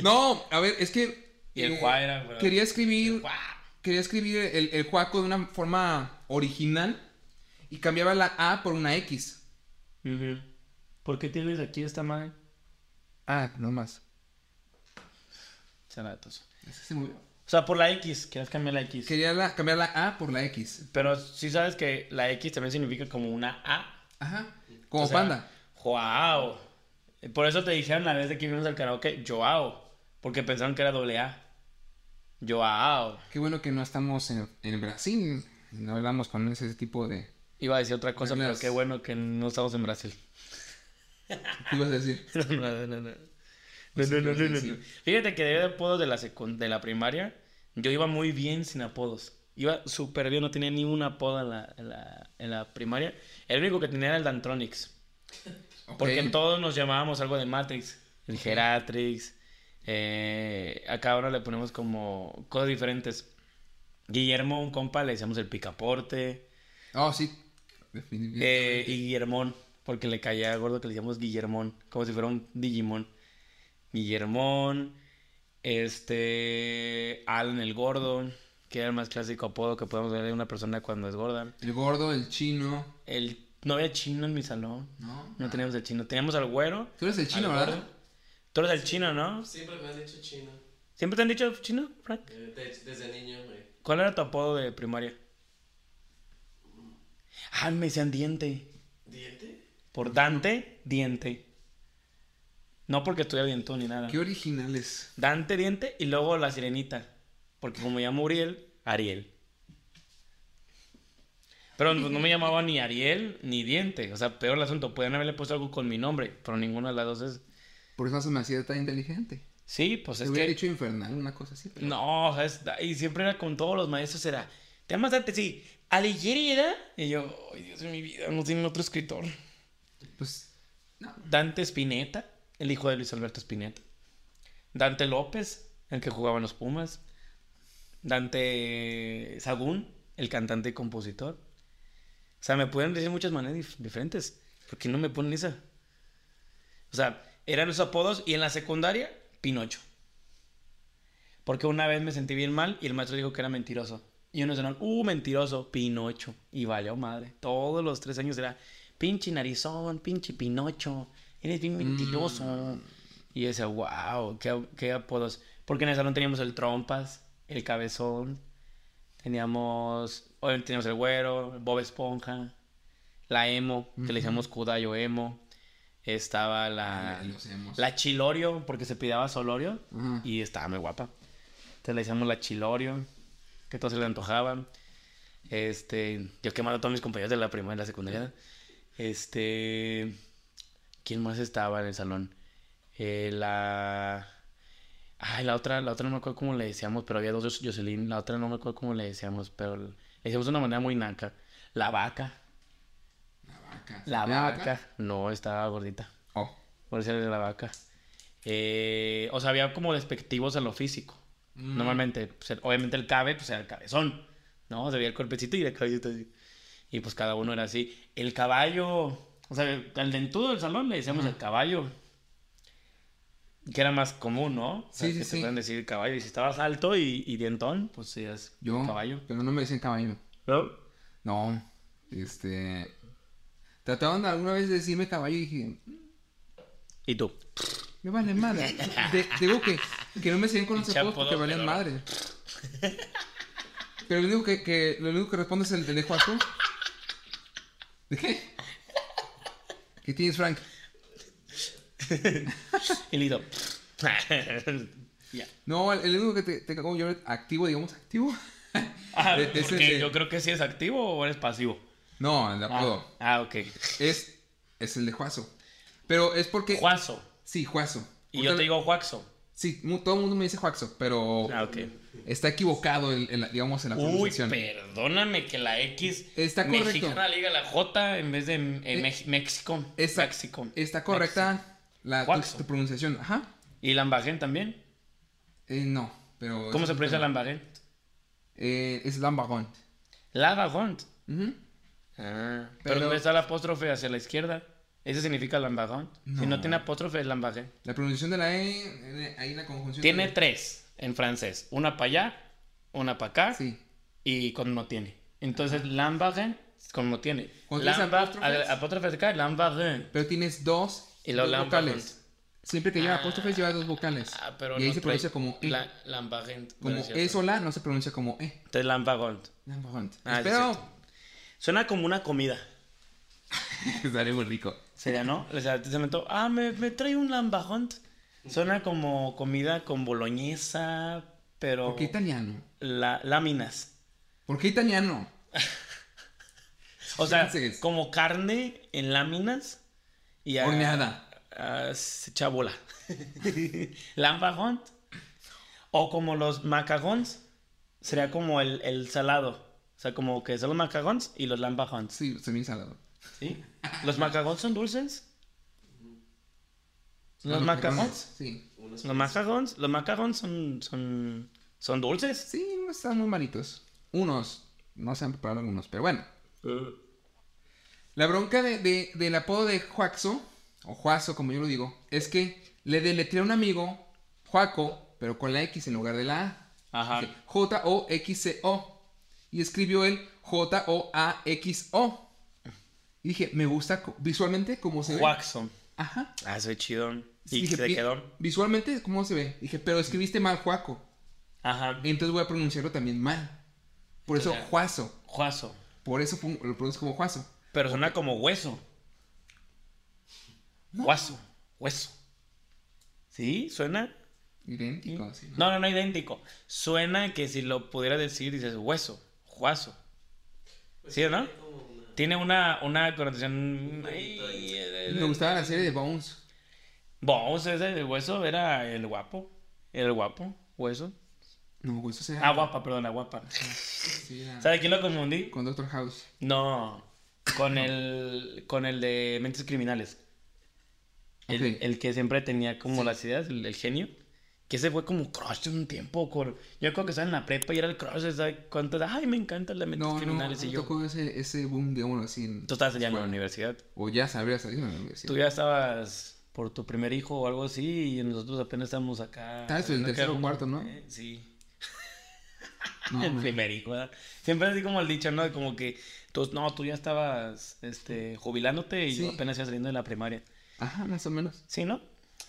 [SPEAKER 1] No, a ver, es que.
[SPEAKER 2] Y el
[SPEAKER 1] eh,
[SPEAKER 2] Juá era, bro.
[SPEAKER 1] Quería escribir.
[SPEAKER 2] Guau.
[SPEAKER 1] Quería escribir el, el Juaco de una forma original y cambiaba la A por una X.
[SPEAKER 2] Ujú. ¿Por qué tienes aquí esta madre?
[SPEAKER 1] Ah, nomás.
[SPEAKER 2] Charatos.
[SPEAKER 1] Ese se movió.
[SPEAKER 2] O sea, por la X, querías cambiar la X.
[SPEAKER 1] Quería la- cambiar la A por la X.
[SPEAKER 2] Pero sí sabes que la X también significa como una A.
[SPEAKER 1] Ajá. Como
[SPEAKER 2] O sea,
[SPEAKER 1] panda.
[SPEAKER 2] Joao. Por eso te dijeron la vez de que vimos al karaoke, Joao. Porque pensaron que era doble A. Joao.
[SPEAKER 1] Qué bueno que no estamos en, en Brasil. No hablamos con ese tipo de.
[SPEAKER 2] Iba a decir otra cosa, pero
[SPEAKER 1] Reglas.
[SPEAKER 2] qué bueno que no estamos en Brasil.
[SPEAKER 1] ¿Qué ibas a decir?
[SPEAKER 2] No, no, no, no. No, no, no, no, no, no. Fíjate que de apodos de la, secund- de la primaria, yo iba muy bien sin apodos. Iba súper bien, no tenía ni un apodo en la, en la- en la primaria. El único que tenía era el Dantronics.
[SPEAKER 1] Ok.
[SPEAKER 2] Porque todos nos llamábamos algo de Matrix. El Geratrix. eh, a cada uno le ponemos como cosas diferentes. Guillermo, un compa, le decíamos el picaporte.
[SPEAKER 1] Oh, sí. Definitivamente.
[SPEAKER 2] eh, y Guillermón, porque le caía gordo que le decíamos Guillermón. Como si fuera un Digimon. Guillermón. Este. Alan el gordo. Que era el más clásico apodo que podemos darle a una persona cuando es gorda.
[SPEAKER 1] El gordo, el chino.
[SPEAKER 2] El, no había chino en mi salón.
[SPEAKER 1] No.
[SPEAKER 2] No teníamos el chino. Teníamos al güero.
[SPEAKER 1] Tú eres el chino,
[SPEAKER 2] al
[SPEAKER 1] ¿verdad?
[SPEAKER 2] gordo. Tú eres el chino, ¿no?
[SPEAKER 3] Siempre me han dicho chino.
[SPEAKER 2] ¿Siempre te han dicho chino, Frank?
[SPEAKER 3] eh, de- desde niño, güey.
[SPEAKER 2] ¿Cuál era tu apodo de primaria? Ah, me decían diente.
[SPEAKER 3] ¿Diente?
[SPEAKER 2] Por Dante, diente. No porque estuviera dientón ni nada.
[SPEAKER 1] Qué originales.
[SPEAKER 2] Dante, diente y luego la sirenita. Porque como llamo Uriel, Ariel. Pero pues, no me llamaba ni Ariel ni diente. O sea, peor el asunto. Podían haberle puesto algo con mi nombre, pero ninguna de las dos es.
[SPEAKER 1] Por eso se me hacía tan inteligente.
[SPEAKER 2] Sí, pues
[SPEAKER 1] Te
[SPEAKER 2] es
[SPEAKER 1] hubiera
[SPEAKER 2] que.
[SPEAKER 1] dicho infernal, una cosa así. pero-
[SPEAKER 2] No, o sea, es- y siempre era con todos los maestros, era, ¿te amas Dante? Sí, Alighieri era. Y yo, ay Dios de mi vida, no tienen otro escritor.
[SPEAKER 1] Pues. No.
[SPEAKER 2] Dante Spinetta, el hijo de Luis Alberto Spinetta. Dante López, el que jugaba en los Pumas. Dante Sagún, el cantante y compositor. O sea, me pueden decir muchas maneras dif- diferentes. ¿Por qué no me ponen esa? O sea, eran los apodos y en la secundaria, Pinocho. Porque una vez me sentí bien mal y el maestro dijo que era mentiroso. Y uno sonó, uh, mentiroso, Pinocho. Y valió madre. Todos los tres años era, pinche narizón, pinche Pinocho, eres bien mentiroso. Y ese, wow, qué, qué apodos. Porque en el salón teníamos el trompas, el cabezón, teníamos, obviamente teníamos el güero, Bob Esponja, La emo, que le decíamos Kudayo emo. Estaba la.
[SPEAKER 1] Ah, los emos.
[SPEAKER 2] la Chilorio, porque se pidaba Solorio.
[SPEAKER 1] Ajá.
[SPEAKER 2] Y estaba muy guapa. Entonces le decíamos la Chilorio, que todos se le antojaban. Este. Yo quemando a todos mis compañeros de la primaria y la secundaria. Este. ¿Quién más estaba en el salón? Eh, la. Ay, la otra, la otra no me acuerdo cómo le decíamos, pero había dos Jos- Jocelyn. La otra no me acuerdo cómo le decíamos, pero le decíamos de una manera muy naca. La vaca.
[SPEAKER 1] La vaca.
[SPEAKER 2] La
[SPEAKER 1] ¿Era
[SPEAKER 2] vaca. No, estaba gordita.
[SPEAKER 1] Oh.
[SPEAKER 2] Por decirle la vaca. Eh, o sea, había como despectivos en lo físico.
[SPEAKER 1] Mm.
[SPEAKER 2] Normalmente, pues, el- obviamente el cabe, pues era el cabezón. ¿No? Se veía el cuerpecito y el cabecito así. Y pues cada uno era así. El caballo. O sea, al dentudo del salón le decíamos el caballo. Que era más común, ¿no? O sea,
[SPEAKER 1] Sí, sí,
[SPEAKER 2] que te
[SPEAKER 1] sí.
[SPEAKER 2] pueden decir caballo. Y si estabas alto y, y dientón, pues sí, es
[SPEAKER 1] Yo.
[SPEAKER 2] caballo.
[SPEAKER 1] Pero no me dicen caballo.
[SPEAKER 2] ¿No?
[SPEAKER 1] No. Este. Trataron de alguna vez de decirme caballo y dije,
[SPEAKER 2] ¿Y tú?
[SPEAKER 1] me vale madre. De- digo que, que no me siguen con los
[SPEAKER 2] Pinche
[SPEAKER 1] apodos porque
[SPEAKER 2] apodo,
[SPEAKER 1] valían
[SPEAKER 2] pero-
[SPEAKER 1] madre. Pero lo único que, que- lo único que responde es el pendejo azul. ¿De qué? ¿Qué tienes, Frank?
[SPEAKER 2] Y Lido. Ya.
[SPEAKER 1] No, el, el único que te- tengo yo activo, digamos, activo.
[SPEAKER 2] Ah,
[SPEAKER 1] Es- E-, es el
[SPEAKER 2] porque
[SPEAKER 1] de-
[SPEAKER 2] yo creo que si es activo o eres pasivo.
[SPEAKER 1] No, el de apodo.
[SPEAKER 2] Ah, ah, ok.
[SPEAKER 1] Es, es el de Juazo. Pero es porque.
[SPEAKER 2] Juazo.
[SPEAKER 1] Sí, Juazo.
[SPEAKER 2] Y yo te digo Juaxo.
[SPEAKER 1] Sí, mu- todo el mundo me dice Juaxo, pero
[SPEAKER 2] Ah, ok.
[SPEAKER 1] está equivocado, el, el- digamos, en la
[SPEAKER 2] Uy,
[SPEAKER 1] pronunciación.
[SPEAKER 2] perdóname que la X.
[SPEAKER 1] Está
[SPEAKER 2] Mexicana
[SPEAKER 1] correcto.
[SPEAKER 2] liga la J en vez de eh, Mex- México.
[SPEAKER 1] Está,
[SPEAKER 2] México.
[SPEAKER 1] está correcta la, tu,
[SPEAKER 2] Juaxo.
[SPEAKER 1] tu pronunciación. Ajá.
[SPEAKER 2] ¿Y Lambagen también?
[SPEAKER 1] Eh, no, pero.
[SPEAKER 2] ¿Cómo se pronuncia
[SPEAKER 1] la
[SPEAKER 2] Lambagen?
[SPEAKER 1] Eh, es Lambagón.
[SPEAKER 2] Lavagont.
[SPEAKER 1] Ujú.
[SPEAKER 2] Ah,
[SPEAKER 1] Pero-
[SPEAKER 2] pero, ¿dónde está el apóstrofe hacia la izquierda? ¿Ese significa Lambagón? Si
[SPEAKER 1] No.
[SPEAKER 2] no tiene apóstrofe, es Lambagen.
[SPEAKER 1] La pronunciación de la E, eh, ahí la conjunción.
[SPEAKER 2] Tiene
[SPEAKER 1] de-
[SPEAKER 2] tres en francés. Una para allá, una para acá.
[SPEAKER 1] Sí.
[SPEAKER 2] y con no tiene. Entonces, Lambagen con no tiene.
[SPEAKER 1] Cuando dices apóstrofes.
[SPEAKER 2] Lambagen, apóstrofe acá, Lambagen.
[SPEAKER 1] Pero tienes dos,
[SPEAKER 2] Y luego
[SPEAKER 1] dos
[SPEAKER 2] Lambagón.
[SPEAKER 1] vocales. Siempre que lleva apóstrofes, lleva dos vocales.
[SPEAKER 2] Ah, pero
[SPEAKER 1] y ahí
[SPEAKER 2] no
[SPEAKER 1] se
[SPEAKER 2] trae-
[SPEAKER 1] pronuncia como E.
[SPEAKER 2] La- Lambagen.
[SPEAKER 1] como
[SPEAKER 2] no es cierto.
[SPEAKER 1] E sola, no se pronuncia como E.
[SPEAKER 2] Entonces, Lambagen.
[SPEAKER 1] Lambagón.
[SPEAKER 2] Ah, sí,
[SPEAKER 1] Espero.
[SPEAKER 2] cierto. Suena como una comida.
[SPEAKER 1] Estaría muy rico.
[SPEAKER 2] Sería, ¿no? O sea, se meto, ah, me, me trae un Lambagen. Suena como comida con boloñesa, pero.
[SPEAKER 1] ¿Por qué italiano?
[SPEAKER 2] la- láminas.
[SPEAKER 1] ¿Por qué italiano?
[SPEAKER 2] O sea,
[SPEAKER 1] Franceses.
[SPEAKER 2] como carne en láminas. Y a-
[SPEAKER 1] Horneada.
[SPEAKER 2] Ah, se echa bola. Lambajón. O como los macagons. Sería como el, el salado. O sea, como que son los macagons y los lambajons.
[SPEAKER 1] Sí, se me salado.
[SPEAKER 2] ¿Sí? ¿Los macagons son dulces? ¿Los
[SPEAKER 1] macarrones?
[SPEAKER 2] macagons?
[SPEAKER 1] Sí.
[SPEAKER 2] ¿Los macagons? ¿Los macagons son, son, son dulces?
[SPEAKER 1] Sí, no están muy malitos. Unos. No se han preparado algunos, pero bueno. La bronca de, de- del apodo de Juaxo, o Juazo como yo lo digo, es que le deletré a un amigo, Juaco, pero con la X en lugar de la A.
[SPEAKER 2] Ajá.
[SPEAKER 1] Dije, J-O-X-C-O. Y escribió él J-O-A-X-O. Y dije, me gusta co- visualmente cómo se ve.
[SPEAKER 2] Juaxo.
[SPEAKER 1] Ajá.
[SPEAKER 2] Ah, soy chidón.
[SPEAKER 1] Sí,
[SPEAKER 2] ¿Y
[SPEAKER 1] dije,
[SPEAKER 2] se
[SPEAKER 1] "Vi-
[SPEAKER 2] quedó?
[SPEAKER 1] Visualmente, ¿cómo se ve? Dije, pero escribiste mal Juaco.
[SPEAKER 2] Ajá.
[SPEAKER 1] Entonces voy a pronunciarlo también mal. Por eso,
[SPEAKER 2] Entonces,
[SPEAKER 1] Juazo.
[SPEAKER 2] Juazo.
[SPEAKER 1] Por eso pon- lo pronuncio como Juazo.
[SPEAKER 2] Pero suena como hueso. Huaso. Hueso. ¿Sí? ¿Suena?
[SPEAKER 1] Idéntico, así, ¿no?
[SPEAKER 2] No, no, no idéntico. Suena que si lo pudiera decir dices hueso. Huaso. ¿Sí o no? Tiene una, una connotación...
[SPEAKER 1] Me gustaba la serie de Bones.
[SPEAKER 2] Vamos, ese de hueso era el guapo. El guapo. Hueso.
[SPEAKER 1] No, güey, eso se
[SPEAKER 2] Ah, guapa, perdón, la guapa.
[SPEAKER 1] sí, era
[SPEAKER 2] ¿Sabe quién lo confundí?
[SPEAKER 1] Con Doctor House.
[SPEAKER 2] No. Con el, con el de Mentes Criminales. El,
[SPEAKER 1] Ok.
[SPEAKER 2] el que siempre tenía como las ideas, el, el genio. Que ese fue como crush de un tiempo. cor- Yo creo que estaba en la prepa y era el crush. ¿sabes cuánto? Ay, me encantan las mentes
[SPEAKER 1] No, no, no
[SPEAKER 2] criminales. y yo.
[SPEAKER 1] tocó ese, ese boom, digámoslo así. en-
[SPEAKER 2] Tú estabas ya en la
[SPEAKER 1] Bueno,
[SPEAKER 2] universidad.
[SPEAKER 1] O ya sabrías salir de la universidad.
[SPEAKER 2] Tú ya estabas por tu primer hijo o algo así. Y nosotros apenas estamos acá.
[SPEAKER 1] Estabas en Ah, el
[SPEAKER 2] sabiendo que
[SPEAKER 1] tercero
[SPEAKER 2] era un-
[SPEAKER 1] cuarto, ¿no?
[SPEAKER 2] Eh, sí.
[SPEAKER 1] No,
[SPEAKER 2] el
[SPEAKER 1] no.
[SPEAKER 2] primer hijo, ¿verdad? Siempre así como el dicho, ¿no? Como que tú, no, tú ya estabas este, jubilándote y yo
[SPEAKER 1] Sí.
[SPEAKER 2] apenas iba saliendo de la primaria.
[SPEAKER 1] Ajá, más o menos.
[SPEAKER 2] ¿Sí, no?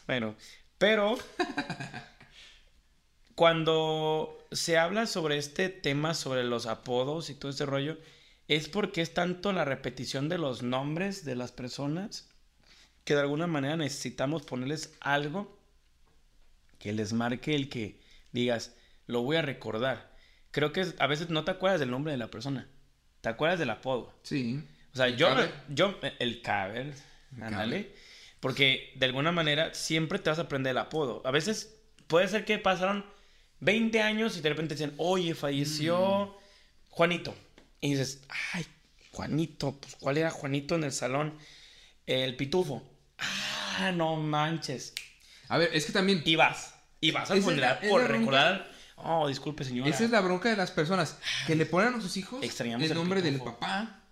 [SPEAKER 2] Bueno, pero cuando se habla sobre este tema, sobre los apodos y todo este rollo, es porque es tanto la repetición de los nombres de las personas que de alguna manera necesitamos ponerles algo que les marque el que digas, lo voy a recordar. Creo que es- a veces no te acuerdas del nombre de la persona, te acuerdas del apodo.
[SPEAKER 1] Sí.
[SPEAKER 2] O sea,
[SPEAKER 1] El
[SPEAKER 2] yo,
[SPEAKER 1] cable.
[SPEAKER 2] yo, eh, el caber,
[SPEAKER 1] El
[SPEAKER 2] ándale. Porque de alguna manera siempre te vas a aprender el apodo. A veces puede ser que pasaron 20 años y de repente dicen, oye, falleció
[SPEAKER 1] Mm.
[SPEAKER 2] Juanito. Y dices, ay, Juanito, pues ¿cuál era Juanito en el salón? El pitufo. Ah, no manches.
[SPEAKER 1] A ver, es que también.
[SPEAKER 2] Y vas, y vas a
[SPEAKER 1] Esa es
[SPEAKER 2] funeral
[SPEAKER 1] la- es
[SPEAKER 2] por
[SPEAKER 1] la bronca.
[SPEAKER 2] recordar. Oh, disculpe, señora.
[SPEAKER 1] Esa es la bronca de las personas que le ponen a sus hijos
[SPEAKER 2] Extrañamos
[SPEAKER 1] el
[SPEAKER 2] el
[SPEAKER 1] nombre del
[SPEAKER 2] pitufo.
[SPEAKER 1] papá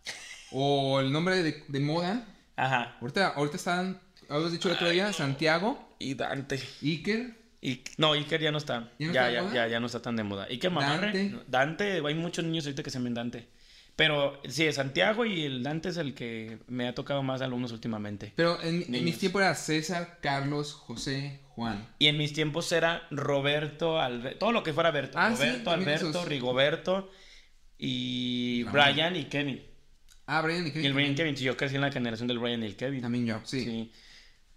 [SPEAKER 1] o el nombre de, de moda.
[SPEAKER 2] Ajá.
[SPEAKER 1] Ahorita, ahorita están, habíamos dicho el otro día, Santiago,
[SPEAKER 2] Y Dante.
[SPEAKER 1] Iker,
[SPEAKER 2] Y, no, Iker ya no está.
[SPEAKER 1] ¿Ya no
[SPEAKER 2] Ya,
[SPEAKER 1] está
[SPEAKER 2] ya,
[SPEAKER 1] de
[SPEAKER 2] ya,
[SPEAKER 1] moda?
[SPEAKER 2] ya, no está tan de moda. Iker Mamarre.
[SPEAKER 1] Dante.
[SPEAKER 2] Dante. hay muchos niños ahorita que se llaman Dante. Pero sí, es Santiago y el Dante es el que me ha tocado más alumnos últimamente.
[SPEAKER 1] pero en, en mis
[SPEAKER 2] Niños.
[SPEAKER 1] tiempos era César, Carlos, José, Juan.
[SPEAKER 2] Y en mis tiempos era Roberto, Alberto, todo lo que fuera Alberto.
[SPEAKER 1] Ah, sí,
[SPEAKER 2] Roberto,
[SPEAKER 1] también
[SPEAKER 2] Alberto,
[SPEAKER 1] esos.
[SPEAKER 2] Rigoberto y
[SPEAKER 1] Ramón.
[SPEAKER 2] Brian y Kevin.
[SPEAKER 1] Ah, Brian y
[SPEAKER 2] Y
[SPEAKER 1] Kevin.
[SPEAKER 2] el Brian y Kevin, sí, yo crecí en la generación del Brian y el Kevin.
[SPEAKER 1] También yo, sí.
[SPEAKER 2] Sí.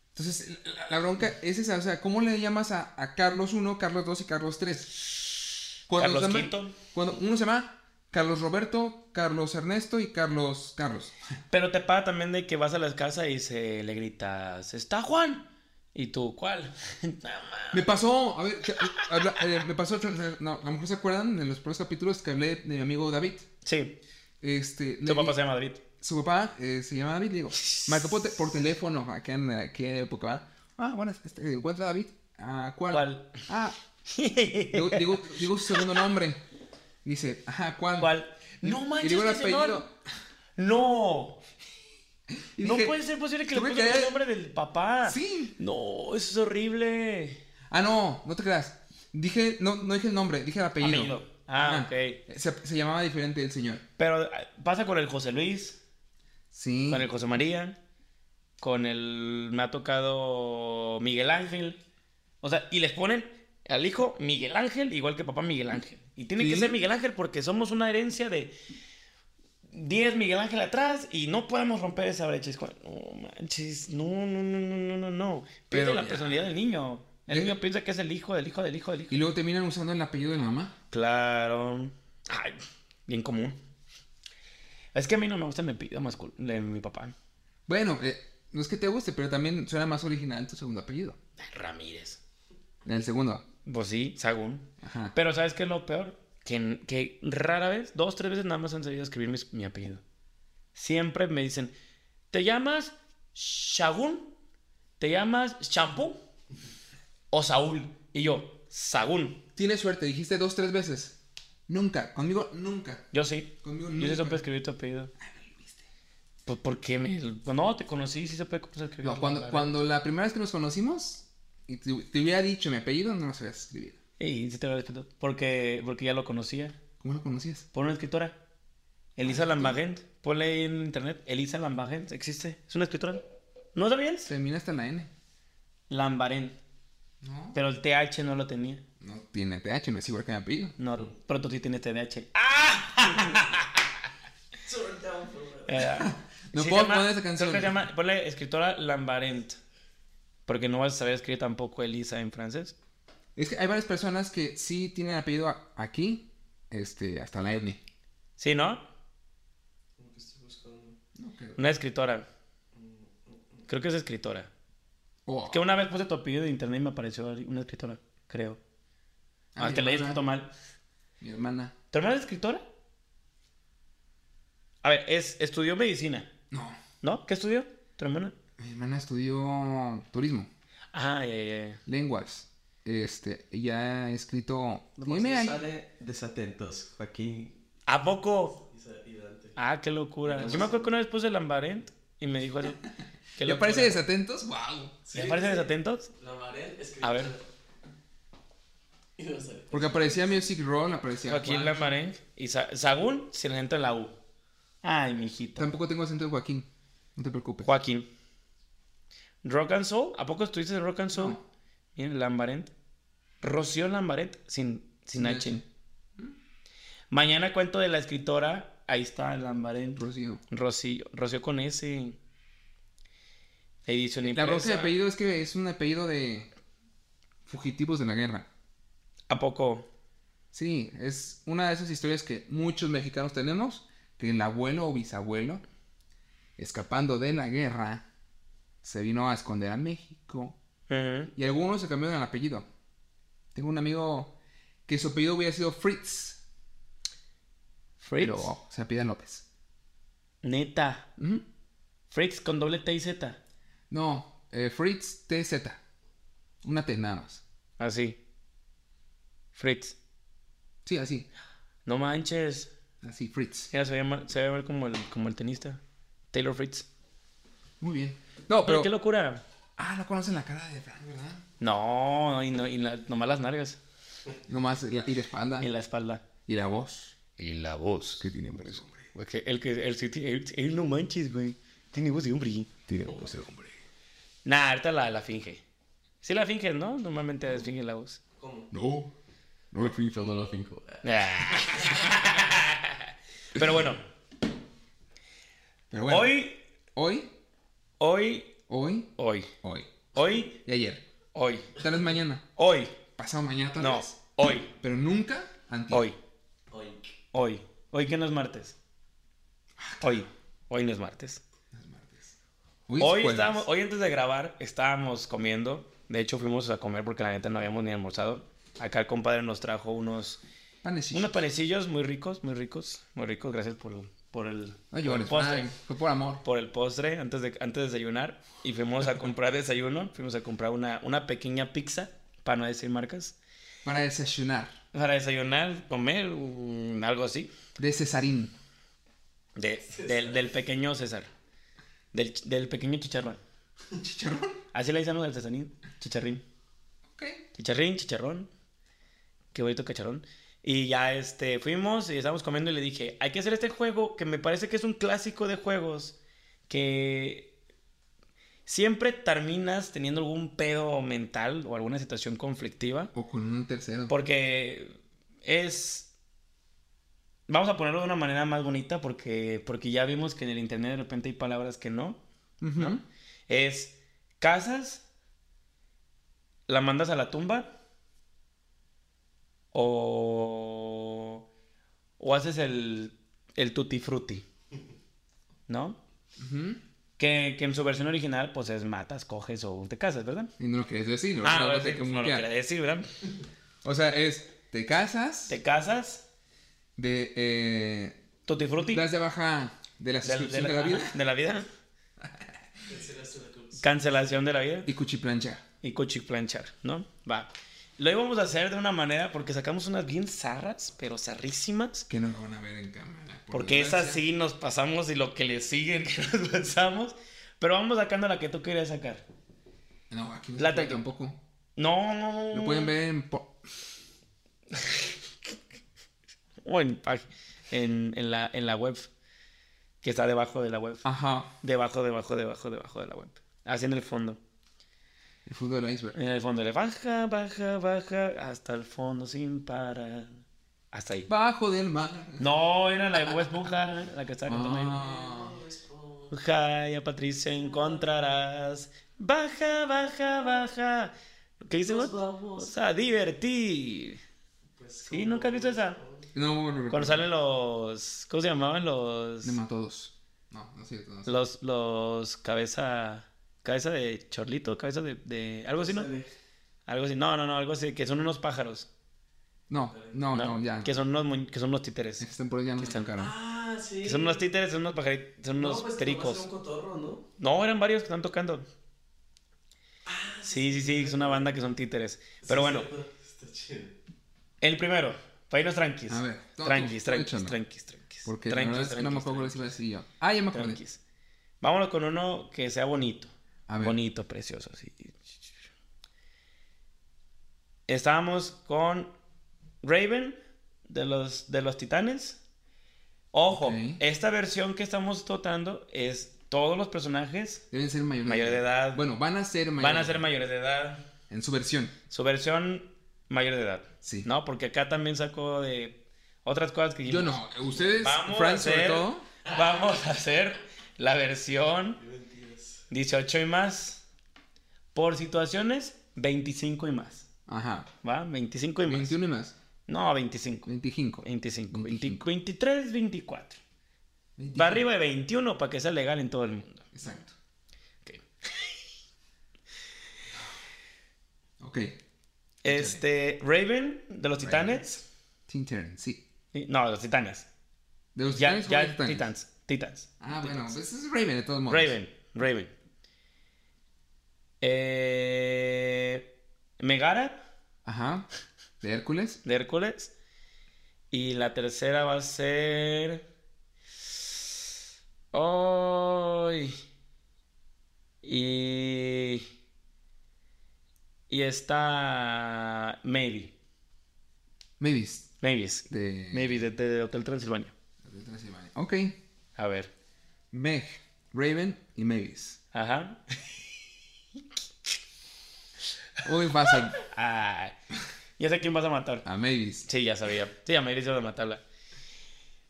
[SPEAKER 1] Entonces, la, la bronca es esa, o sea, ¿cómo le llamas a, a Carlos 1, Carlos 2 y Carlos 3?
[SPEAKER 2] Carlos
[SPEAKER 1] se
[SPEAKER 2] Quinto.
[SPEAKER 1] Cuando uno se llama Carlos Roberto, Carlos Ernesto y Carlos Carlos.
[SPEAKER 2] Pero te pasa también de que vas a las casas y se le gritas, ¿está Juan? Y tú, ¿cuál? Nada más.
[SPEAKER 1] Me pasó, a ver, que- habla- eh, me pasó, no, a lo mejor se acuerdan en los primeros capítulos que hablé de mi amigo David.
[SPEAKER 2] Sí,
[SPEAKER 1] Este, le-
[SPEAKER 2] tu papá se llama David.
[SPEAKER 1] su papá eh, se llama David, le digo, me topó te- por teléfono, acá en eh, qué época, ¿verdad? Ah, bueno, este, encuentra a David. Ah, ¿cuál?
[SPEAKER 2] ¿Cuál?
[SPEAKER 1] Ah, digo, digo, digo su segundo nombre. Dice, ajá, ¿cuál?
[SPEAKER 2] ¿Cuál?
[SPEAKER 1] Y-
[SPEAKER 2] No
[SPEAKER 1] y
[SPEAKER 2] manches,
[SPEAKER 1] digo el
[SPEAKER 2] que se llama-
[SPEAKER 1] apellido.
[SPEAKER 2] No.
[SPEAKER 1] Y
[SPEAKER 2] no
[SPEAKER 1] dije,
[SPEAKER 2] puede ser posible que le
[SPEAKER 1] tuve
[SPEAKER 2] pongan
[SPEAKER 1] que-
[SPEAKER 2] el nombre del papá.
[SPEAKER 1] Sí.
[SPEAKER 2] No, eso es horrible.
[SPEAKER 1] Ah, no, no te creas. Dije, no, no dije el nombre, dije el apellido.
[SPEAKER 2] Apellido. Ah, ok.
[SPEAKER 1] Se, se llamaba diferente el señor.
[SPEAKER 2] Pero eh, pasa con el José Luis,
[SPEAKER 1] Sí.
[SPEAKER 2] con el José María, con el me ha tocado Miguel Ángel. O sea, y les ponen al hijo Miguel Ángel igual que papá Miguel Ángel. Y tiene que
[SPEAKER 1] Sí.
[SPEAKER 2] ser Miguel Ángel porque somos una herencia de 10 Miguel Ángel atrás y no podemos romper esa brecha. Es como, no manches, no, no, no, no, no, no, no.
[SPEAKER 1] Pero
[SPEAKER 2] Pierde la
[SPEAKER 1] ya.
[SPEAKER 2] personalidad del niño. El
[SPEAKER 1] Eh.
[SPEAKER 2] niño piensa que es el hijo del hijo del hijo del hijo.
[SPEAKER 1] Y luego terminan usando el apellido de la mamá.
[SPEAKER 2] Claro. Ay, bien común. Es que a mí no me gusta mi apellido mascul- de mi papá.
[SPEAKER 1] Bueno, eh, no es que te guste, pero también suena más original tu segundo apellido.
[SPEAKER 2] Ramírez.
[SPEAKER 1] El segundo.
[SPEAKER 2] Pues sí, Sagún.
[SPEAKER 1] Ajá.
[SPEAKER 2] Pero ¿sabes qué es lo peor? Que, que rara vez, dos, tres veces nada más han sabido escribir mis- mi, apellido. Siempre me dicen, ¿te llamas Shagún? ¿Te llamas Shampoo? ¿O Saúl? Y yo, Sagún.
[SPEAKER 1] Tienes suerte, dijiste dos, tres veces. Nunca, conmigo nunca.
[SPEAKER 2] Yo sí.
[SPEAKER 1] Conmigo
[SPEAKER 2] Yo sí
[SPEAKER 1] nunca.
[SPEAKER 2] supe escribir tu apellido. Pues, ¿Por qué me...? No, te conocí, sí supe cómo se escribir.
[SPEAKER 1] No,
[SPEAKER 2] tu
[SPEAKER 1] cuando,
[SPEAKER 2] nombre.
[SPEAKER 1] cuando la primera vez que nos conocimos, y te, te hubiera dicho mi apellido, no lo sabías escribir.
[SPEAKER 2] Y sí te lo respeto. Porque, porque ya lo conocía.
[SPEAKER 1] ¿Cómo lo conocías?
[SPEAKER 2] Por una escritora. Elisa Lambagent. Ponle ahí en internet. Elisa Lambagent. ¿Existe? ¿Es una escritora? ¿No sabías?
[SPEAKER 1] Termina hasta la N.
[SPEAKER 2] Lambarén.
[SPEAKER 1] No.
[SPEAKER 2] Pero el TH no lo tenía.
[SPEAKER 1] No tiene TH, no es igual que mi apellido.
[SPEAKER 2] No, pronto sí tiene TDH. ¡Ah! Eh,
[SPEAKER 1] No
[SPEAKER 2] sí
[SPEAKER 1] puedo
[SPEAKER 2] se llama-
[SPEAKER 1] poner esa canción.
[SPEAKER 2] creo que se llama- ponle escritora Lambarent. Porque no vas a saber escribir tampoco Elisa en francés.
[SPEAKER 1] Es que hay varias personas que sí tienen apellido a- aquí, este, hasta la N.
[SPEAKER 2] ¿Sí, no?
[SPEAKER 3] Como que estoy buscando. Mm,
[SPEAKER 2] Una escritora. Creo que es escritora.
[SPEAKER 1] Oh.
[SPEAKER 2] Que una vez puse tu apellido de internet y me apareció una escritora, creo.
[SPEAKER 1] Ah,
[SPEAKER 2] Ah, que la
[SPEAKER 1] mi hermana.
[SPEAKER 2] hayas escrito mal.
[SPEAKER 1] Mi hermana.
[SPEAKER 2] ¿Tu hermana es escritora? A ver, es, estudió medicina,
[SPEAKER 1] No.
[SPEAKER 2] ¿no? ¿Qué estudió tu hermana?
[SPEAKER 1] Mi hermana estudió turismo,
[SPEAKER 2] Ah, ya, ya, ya.
[SPEAKER 1] lenguas. Este, ella ha escrito.
[SPEAKER 3] Nomás
[SPEAKER 1] Dime
[SPEAKER 3] me
[SPEAKER 1] ahí.
[SPEAKER 3] sale desatentos, Joaquín
[SPEAKER 2] ¿A poco?
[SPEAKER 3] y Sa- y Dante.
[SPEAKER 2] Ah, qué locura. Yo me acuerdo que una vez puse Lambarent y me dijo eso. ¿Qué
[SPEAKER 1] ¿Le
[SPEAKER 2] locura.
[SPEAKER 1] parece desatentos? ¡Wow!
[SPEAKER 2] ¿Le parece desatentos?
[SPEAKER 3] La Marel escribió.
[SPEAKER 2] A ver.
[SPEAKER 3] Y no sé.
[SPEAKER 1] Porque aparecía Music Roll, aparecía.
[SPEAKER 2] Joaquín
[SPEAKER 1] Juan.
[SPEAKER 2] Lambarent y Sa- Sagún sin acento en la U. Ay, mijito.
[SPEAKER 1] Tampoco tengo acento de Joaquín. No te preocupes.
[SPEAKER 2] Joaquín. Rock and Soul. ¿A poco estuviste en Rock and Soul?
[SPEAKER 1] No.
[SPEAKER 2] Miren, Lambarent. Rocío Lambarent sin, sin H. Mañana cuento de la escritora Ahí está el Lambarén.
[SPEAKER 1] Rocío.
[SPEAKER 2] Rocío. Rocío con S. Edición
[SPEAKER 1] La bronca de
[SPEAKER 2] impresa.
[SPEAKER 1] apellido es que es un apellido de fugitivos de la guerra.
[SPEAKER 2] ¿A poco?
[SPEAKER 1] Sí, es una de esas historias que muchos mexicanos tenemos, que el abuelo o bisabuelo, escapando de la guerra, se vino a esconder a México
[SPEAKER 2] Ujú.
[SPEAKER 1] y algunos se cambiaron el apellido. Tengo un amigo que su apellido hubiera sido Fritz,
[SPEAKER 2] Fritz.
[SPEAKER 1] pero se apellida López.
[SPEAKER 2] Neta.
[SPEAKER 1] Ujú.
[SPEAKER 2] Fritz con doble T y Z.
[SPEAKER 1] No, eh, Fritz TZ. Una T nada más.
[SPEAKER 2] Así. Fritz.
[SPEAKER 1] Sí, así,
[SPEAKER 2] No manches.
[SPEAKER 1] así, Fritz.
[SPEAKER 2] Mira, se ve mal, se ve mal como, el, como el tenista. Taylor Fritz.
[SPEAKER 1] Muy bien. No,
[SPEAKER 2] Pero
[SPEAKER 1] pero...
[SPEAKER 2] qué locura.
[SPEAKER 1] Ah, no conocen la cara de Frank, ¿verdad?
[SPEAKER 2] No, y, no, y la- nomás las nalgas.
[SPEAKER 1] Nomás la, y la espalda
[SPEAKER 2] Y la espalda.
[SPEAKER 1] y la voz.
[SPEAKER 2] Y la voz.
[SPEAKER 1] ¿Qué tiene por eso, hombre?
[SPEAKER 2] Porque el que. El, el, el- no manches, güey. Tiene voz de hombre.
[SPEAKER 1] Tiene voz de hombre.
[SPEAKER 2] Nah, ahorita la, la finge. Sí la finges, ¿no? Normalmente finge la voz.
[SPEAKER 1] No. No me fui no lo finjo.
[SPEAKER 2] Ah. Pero bueno,
[SPEAKER 1] Pero bueno.
[SPEAKER 2] hoy,
[SPEAKER 1] Hoy.
[SPEAKER 2] hoy,
[SPEAKER 1] Hoy.
[SPEAKER 2] hoy,
[SPEAKER 1] Hoy.
[SPEAKER 2] hoy,
[SPEAKER 1] Y ayer.
[SPEAKER 2] hoy,
[SPEAKER 1] Tal vez mañana.
[SPEAKER 2] hoy,
[SPEAKER 1] Pasado mañana tal
[SPEAKER 2] no,
[SPEAKER 1] vez.
[SPEAKER 2] hoy,
[SPEAKER 1] Pero nunca antes.
[SPEAKER 2] hoy,
[SPEAKER 3] Oink.
[SPEAKER 2] hoy, hoy que no es martes. Hoy, hoy no es martes.
[SPEAKER 1] Hoy, es
[SPEAKER 2] Hoy,
[SPEAKER 1] jueves.
[SPEAKER 2] estábamos, hoy antes de grabar estábamos comiendo. De hecho fuimos a comer porque la neta no habíamos ni almorzado. Acá el compadre nos trajo unos,
[SPEAKER 1] Panecillos.
[SPEAKER 2] unos panecillos muy ricos, muy ricos, muy ricos. Gracias por, por el,
[SPEAKER 1] No
[SPEAKER 2] por el
[SPEAKER 1] llores.
[SPEAKER 2] postre.
[SPEAKER 1] Frank. fue por amor.
[SPEAKER 2] por el postre antes de, antes de desayunar y fuimos a comprar desayuno, fuimos a comprar una, una pequeña pizza, para no decir marcas,
[SPEAKER 1] Para desayunar.
[SPEAKER 2] para desayunar, comer, un- algo así,
[SPEAKER 1] De Cesarín.
[SPEAKER 2] de- del, del pequeño César, del, ch- del pequeño chicharrón.
[SPEAKER 1] ¿Chicharrón?
[SPEAKER 2] Así le dicen los del Cesarín, chicharrín,
[SPEAKER 1] Ok.
[SPEAKER 2] chicharrín, chicharrón, qué bonito cacharrón. Y ya este, fuimos y estábamos comiendo y le dije, hay que hacer este juego que me parece que es un clásico de juegos que siempre terminas teniendo algún pedo mental o alguna situación conflictiva.
[SPEAKER 1] O con un tercero.
[SPEAKER 2] Porque es... Vamos a ponerlo de una manera más bonita porque, porque ya vimos que en el internet de repente hay palabras que no.
[SPEAKER 1] Ujú.
[SPEAKER 2] Es casas, la mandas a la tumba o, o haces el, el tutti frutti, ¿no?
[SPEAKER 1] Ujú.
[SPEAKER 2] Que, que en su versión original, pues es matas, coges o te casas, ¿verdad?
[SPEAKER 1] Y no lo quieres decir. ¿no?
[SPEAKER 2] Ah,
[SPEAKER 1] No
[SPEAKER 2] no,
[SPEAKER 1] lo
[SPEAKER 2] es-
[SPEAKER 1] sé cómo
[SPEAKER 2] no lo
[SPEAKER 1] queda.
[SPEAKER 2] quería decir, ¿verdad?
[SPEAKER 1] O sea, es. Te casas.
[SPEAKER 2] Te casas,
[SPEAKER 1] De. Eh,
[SPEAKER 2] tutti frutti.
[SPEAKER 1] das de baja de la
[SPEAKER 2] de- de
[SPEAKER 1] suscripción de,
[SPEAKER 2] la-
[SPEAKER 1] la vida
[SPEAKER 2] ajá, de la vida. Cancelación de la vida.
[SPEAKER 1] y cuchiplancha.
[SPEAKER 2] y coche planchar, ¿no? Va. Lo íbamos a hacer de una manera porque sacamos unas bien zarras, pero zarrísimas.
[SPEAKER 1] Que no lo van a ver en cámara. por
[SPEAKER 2] Porque es
[SPEAKER 1] desgracia.
[SPEAKER 2] así, nos pasamos y lo que le sigue, que nos pasamos. Pero vamos sacando la que tú querías sacar.
[SPEAKER 1] No, aquí no
[SPEAKER 2] La
[SPEAKER 1] se puede
[SPEAKER 2] tec-
[SPEAKER 1] tampoco.
[SPEAKER 2] No, no, no.
[SPEAKER 1] Lo pueden ver en. po-
[SPEAKER 2] O en, pag- en, en la, en la web. Que está debajo de la web.
[SPEAKER 1] Ah. Ajá.
[SPEAKER 2] Debajo, debajo, debajo, debajo de la web. Así en el fondo.
[SPEAKER 1] El fútbol del iceberg.
[SPEAKER 2] En el fondo le baja, baja, baja. Hasta el fondo sin parar. Hasta ahí.
[SPEAKER 1] Bajo del mar.
[SPEAKER 2] No, era la de Bob Esponja, la que estaba cantando. ahí.
[SPEAKER 1] Ah,
[SPEAKER 2] Jaya Patricia encontrarás. Baja, baja, baja. ¿Qué dice
[SPEAKER 3] Nos
[SPEAKER 2] Bot?
[SPEAKER 3] vamos. Pues
[SPEAKER 2] Vamos a divertir. Sí, nunca has visto esa.
[SPEAKER 1] no, no,
[SPEAKER 2] Cuando salen los. ¿Cómo se llamaban? Los.
[SPEAKER 1] Nematodos. No, no es cierto. No es cierto.
[SPEAKER 2] Los. Los. Cabeza. Cabeza de chorlito, cabeza de. de- algo así, ¿no? Algo así. No, no, no, algo así. Que son unos pájaros.
[SPEAKER 1] No, no, no, ya.
[SPEAKER 2] Que son unos, mu- que son unos títeres.
[SPEAKER 1] Estas temporadas ya no
[SPEAKER 2] están-
[SPEAKER 1] están caras.
[SPEAKER 3] Ah, sí.
[SPEAKER 2] Que son unos títeres, son unos pajaritos. Son unos
[SPEAKER 3] No, pues,
[SPEAKER 2] pericos.
[SPEAKER 3] nomás era un cotorro, ¿no?
[SPEAKER 2] No, eran varios que están tocando.
[SPEAKER 1] Ah,
[SPEAKER 2] Sí, sí, sí, es una banda que son títeres. Pero
[SPEAKER 3] Sí,
[SPEAKER 2] bueno,
[SPEAKER 3] sí, Está chido.
[SPEAKER 2] el primero, para irnos tranquis.
[SPEAKER 1] A ver, no,
[SPEAKER 2] tranquis,
[SPEAKER 1] tú,
[SPEAKER 2] tranquis,
[SPEAKER 1] échalo.
[SPEAKER 2] tranquis, tranquis.
[SPEAKER 1] Porque
[SPEAKER 2] tranquis,
[SPEAKER 1] la verdad es que no me
[SPEAKER 2] tranquis,
[SPEAKER 1] acuerdo cuál iba a decir yo. Ah, ya me acordé.
[SPEAKER 2] tranquis. Vámonos con uno que sea bonito.
[SPEAKER 1] A ver.
[SPEAKER 2] Bonito, precioso, sí. Estábamos con Raven de los, de los Titanes. Ojo,
[SPEAKER 1] Ok.
[SPEAKER 2] esta versión que estamos tratando es todos los personajes
[SPEAKER 1] Deben ser mayores
[SPEAKER 2] Mayor de edad.
[SPEAKER 1] Bueno, van a ser mayores.
[SPEAKER 2] van a ser mayores de edad.
[SPEAKER 1] En su versión.
[SPEAKER 2] Su versión mayor de edad.
[SPEAKER 1] Sí.
[SPEAKER 2] ¿No? Porque acá también sacó de. otras cosas que
[SPEAKER 1] Yo
[SPEAKER 2] dijimos.
[SPEAKER 1] no. Ustedes,
[SPEAKER 2] Vamos eh, a
[SPEAKER 1] Frank, sobre
[SPEAKER 2] hacer,
[SPEAKER 1] todo.
[SPEAKER 2] Vamos a hacer la versión 18 y más. Por situaciones, 25 y más.
[SPEAKER 1] Ajá.
[SPEAKER 2] ¿Va? 25 y más.
[SPEAKER 1] 21 y más.
[SPEAKER 2] No, 25.
[SPEAKER 1] 25.
[SPEAKER 2] 25.
[SPEAKER 1] 25.
[SPEAKER 2] 23, 24.
[SPEAKER 1] 25.
[SPEAKER 2] Va arriba de 21 para que sea legal en todo el mundo.
[SPEAKER 1] Exacto.
[SPEAKER 2] Ok.
[SPEAKER 1] Ok.
[SPEAKER 2] Este, Raven de los Titanes.
[SPEAKER 1] Teen Titans, sí.
[SPEAKER 2] Sí, No, de los Titanes.
[SPEAKER 1] De los
[SPEAKER 2] Ya,
[SPEAKER 1] Titanes o
[SPEAKER 2] ya,
[SPEAKER 1] los Titanes?
[SPEAKER 2] Titans. Titans.
[SPEAKER 1] Ah, bueno, pues es Raven de todos modos.
[SPEAKER 2] Raven, Raven. Eh, Megara
[SPEAKER 1] Ajá. De Hércules.
[SPEAKER 2] de Hércules. Y la tercera va a ser. ¡Ay! Y. Y está. Maybe.
[SPEAKER 1] Mavis.
[SPEAKER 2] Mavis.
[SPEAKER 1] De.
[SPEAKER 2] Maybe de, de Hotel Transilvania.
[SPEAKER 1] de Transilvania. Ok.
[SPEAKER 2] A ver.
[SPEAKER 1] Meg, Raven y Mavis.
[SPEAKER 2] Ajá.
[SPEAKER 1] Uy, pasa
[SPEAKER 2] Ah, ya sé quién vas a matar.
[SPEAKER 1] a Mavis.
[SPEAKER 2] Sí, ya sabía. Sí, a Mavis iba a matarla.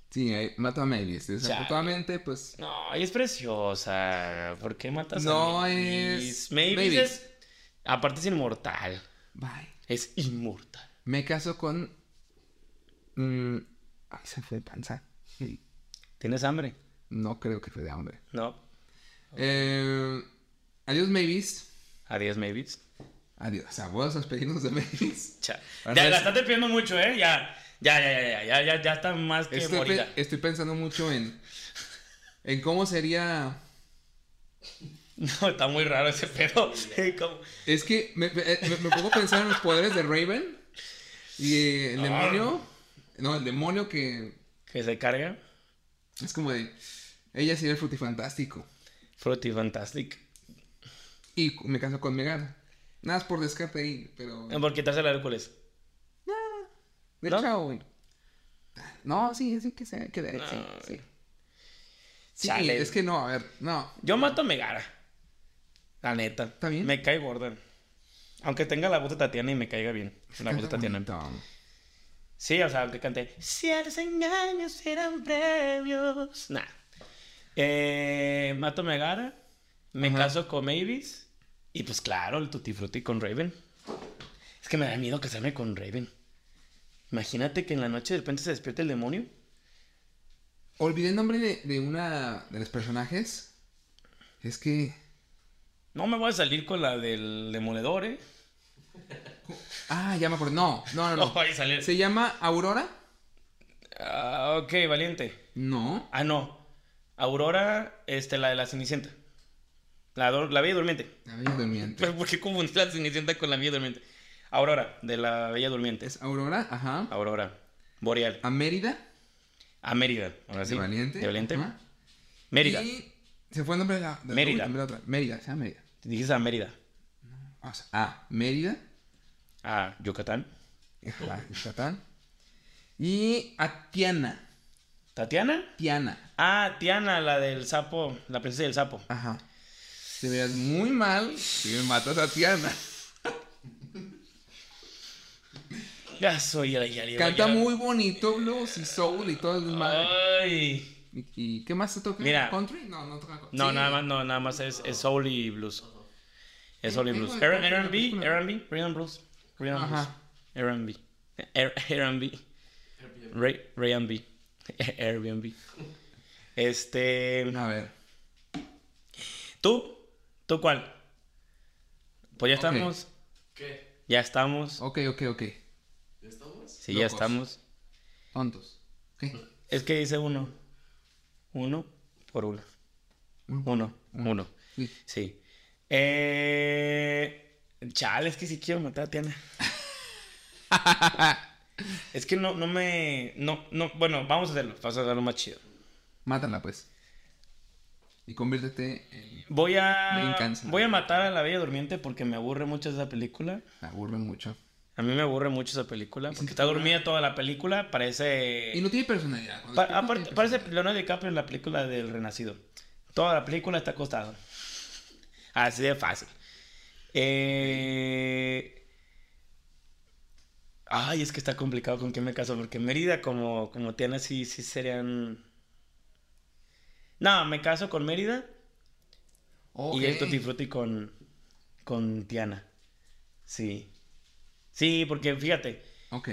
[SPEAKER 1] Sí, eh, mato a Mavis. Desafortunadamente, pues.
[SPEAKER 2] No, ella es preciosa. ¿Por qué matas
[SPEAKER 1] No
[SPEAKER 2] a
[SPEAKER 1] es-
[SPEAKER 2] Mavis? Mavis,
[SPEAKER 1] Mavis.
[SPEAKER 2] es... Aparte es inmortal.
[SPEAKER 1] Bye.
[SPEAKER 2] Es inmortal.
[SPEAKER 1] Me caso con. mm, Ay, se fue de panza. Sí.
[SPEAKER 2] ¿Tienes hambre?
[SPEAKER 1] No creo que fue de hambre.
[SPEAKER 2] No.
[SPEAKER 1] Eh, adiós, Mavis.
[SPEAKER 2] Adiós, Mavis.
[SPEAKER 1] Adiós. O sea, vamos a despedirnos de Mavis.
[SPEAKER 2] Cha-
[SPEAKER 1] Ahora
[SPEAKER 2] Ya
[SPEAKER 1] es-
[SPEAKER 2] la estás despidiendo mucho, ¿eh? Ya, ya, ya, ya, ya, ya, ya, ya está más que
[SPEAKER 1] Estoy, pe-
[SPEAKER 2] morida.
[SPEAKER 1] estoy pensando mucho en. En cómo sería.
[SPEAKER 2] No, está muy raro ese pedo. Como-
[SPEAKER 1] Es que me, me- me- me pongo a pensar en los poderes de Raven. Y eh, el demonio. No, el demonio que.
[SPEAKER 2] Que se carga.
[SPEAKER 1] Es como de. Ella sería el frutifantástico.
[SPEAKER 2] Fruity Fantastic.
[SPEAKER 1] Y cu- me caso con Megan. Nada más por descarte ahí, pero.
[SPEAKER 2] ¿Por quitarse la Hércules?
[SPEAKER 1] De
[SPEAKER 2] ¿No?
[SPEAKER 1] chavo, güey. No, sí, sí que se que de-
[SPEAKER 2] No,
[SPEAKER 1] sí,
[SPEAKER 2] güey.
[SPEAKER 1] sí. Sí,
[SPEAKER 2] Ah, Chale.
[SPEAKER 1] es que no, a ver, no.
[SPEAKER 2] Yo mato a Megara. La neta.
[SPEAKER 1] ¿Está bien?
[SPEAKER 2] Me cae gorda. Aunque tenga la voz de Tatiana y me caiga bien. La voz
[SPEAKER 1] Canta
[SPEAKER 2] de Tatiana.
[SPEAKER 1] bonito.
[SPEAKER 2] Sí, o sea, aunque cante. Si a los engaños eran previos. Nah. Eh, mato a Megara. Me
[SPEAKER 1] Ajá.
[SPEAKER 2] caso con Mavis. Y pues claro, el Tutti Frutti con Raven. Es que me da miedo casarme con Raven. Imagínate que en la noche de repente se despierte el demonio.
[SPEAKER 1] Olvidé el nombre de, de una de los personajes. Es que.
[SPEAKER 2] No me voy a salir con la del demoledor, ¿eh?
[SPEAKER 1] Ah, ya me acuerdo. No, no, no.
[SPEAKER 2] No voy a salir.
[SPEAKER 1] ¿Se llama Aurora?
[SPEAKER 2] Ah, ok, valiente.
[SPEAKER 1] No.
[SPEAKER 2] Ah, no. Aurora, este, la de la Cenicienta. La, dor- la Bella Durmiente.
[SPEAKER 1] La Bella Durmiente.
[SPEAKER 2] Pero ¿por qué confundí la Cenicienta con la Bella Durmiente? Aurora, de la Bella Durmiente.
[SPEAKER 1] Es Aurora, ajá.
[SPEAKER 2] Aurora. Boreal.
[SPEAKER 1] A Mérida.
[SPEAKER 2] A Mérida. Ahora Ah, sí.
[SPEAKER 1] De Valiente.
[SPEAKER 2] De Valiente.
[SPEAKER 1] ajá.
[SPEAKER 2] Mérida.
[SPEAKER 1] Y se fue el nombre de la. de- uy,
[SPEAKER 2] Mérida.
[SPEAKER 1] el nombre de la otra. Mérida, se llama Mérida. Ah,
[SPEAKER 2] Dijiste a Mérida.
[SPEAKER 1] O sea, a Mérida.
[SPEAKER 2] A Yucatán.
[SPEAKER 1] Ejá, Yucatán. Y a Tiana.
[SPEAKER 2] ¿Tatiana?
[SPEAKER 1] Tiana.
[SPEAKER 2] Ah, Tiana, la del sapo. La princesa del sapo.
[SPEAKER 1] Ajá. Te veas muy mal si me matas a Tiana.
[SPEAKER 2] Ya soy ya, ya, ya-
[SPEAKER 1] Canta
[SPEAKER 2] ya-
[SPEAKER 1] muy bonito blues y soul y todo el desmadre.
[SPEAKER 2] Ay.
[SPEAKER 1] ¿Y, y qué más se toca?
[SPEAKER 2] Mira.
[SPEAKER 1] ¿Country? No, no toca country.
[SPEAKER 2] No,
[SPEAKER 1] Sí.
[SPEAKER 2] nada más, no, nada más es, es soul y blues. Es soul y
[SPEAKER 1] Tengo
[SPEAKER 2] blues.
[SPEAKER 1] de
[SPEAKER 2] R-
[SPEAKER 1] todo en la
[SPEAKER 2] R&B,
[SPEAKER 1] película.
[SPEAKER 2] R&B, Rhythm Blues. Rhythm Blues.
[SPEAKER 1] Ajá.
[SPEAKER 2] R&B. R- R&B. Ray- R&B. Airbnb. Este,
[SPEAKER 1] A ver.
[SPEAKER 2] ¿tú? ¿Tú cuál? Pues ya
[SPEAKER 1] Ok.
[SPEAKER 2] estamos,
[SPEAKER 3] ¿Qué?
[SPEAKER 2] ya estamos.
[SPEAKER 1] Ok, ok, ok.
[SPEAKER 3] ¿Ya estamos?
[SPEAKER 2] Sí, ya
[SPEAKER 1] locos.
[SPEAKER 2] estamos.
[SPEAKER 1] Tontos. ¿Qué?
[SPEAKER 2] Es que dice uno. Uno por uno. Uno, uno.
[SPEAKER 1] Sí.
[SPEAKER 2] Sí. Eh, chale, es que sí quiero matar a Tiana. es que no, no me. No, no, bueno, vamos a hacerlo. Vamos a hacerlo más chido.
[SPEAKER 1] Mátala, pues. Y conviértete en.
[SPEAKER 2] Voy a.
[SPEAKER 1] Venganza.
[SPEAKER 2] Voy a matar a la Bella Durmiente porque me aburre mucho esa película.
[SPEAKER 1] Me aburre mucho.
[SPEAKER 2] A mí me aburre mucho esa película. Porque
[SPEAKER 1] siento
[SPEAKER 2] está
[SPEAKER 1] que-
[SPEAKER 2] dormida toda la película. Parece.
[SPEAKER 1] Y no tiene personalidad. Cuando
[SPEAKER 2] Pa-
[SPEAKER 1] despierta, no
[SPEAKER 2] aparte,
[SPEAKER 1] tiene
[SPEAKER 2] parece
[SPEAKER 1] personalidad.
[SPEAKER 2] Leonardo DiCaprio en la película del Renacido. Toda la película está acostado. Así de fácil. Eh, Ay, es que está complicado con quién me caso, porque Mérida como, como Tiana sí, sí serían... No, me caso con Mérida y el
[SPEAKER 1] Ok.
[SPEAKER 2] Tutti Frutti con, con Tiana. Sí. Sí, porque fíjate,
[SPEAKER 1] Ok.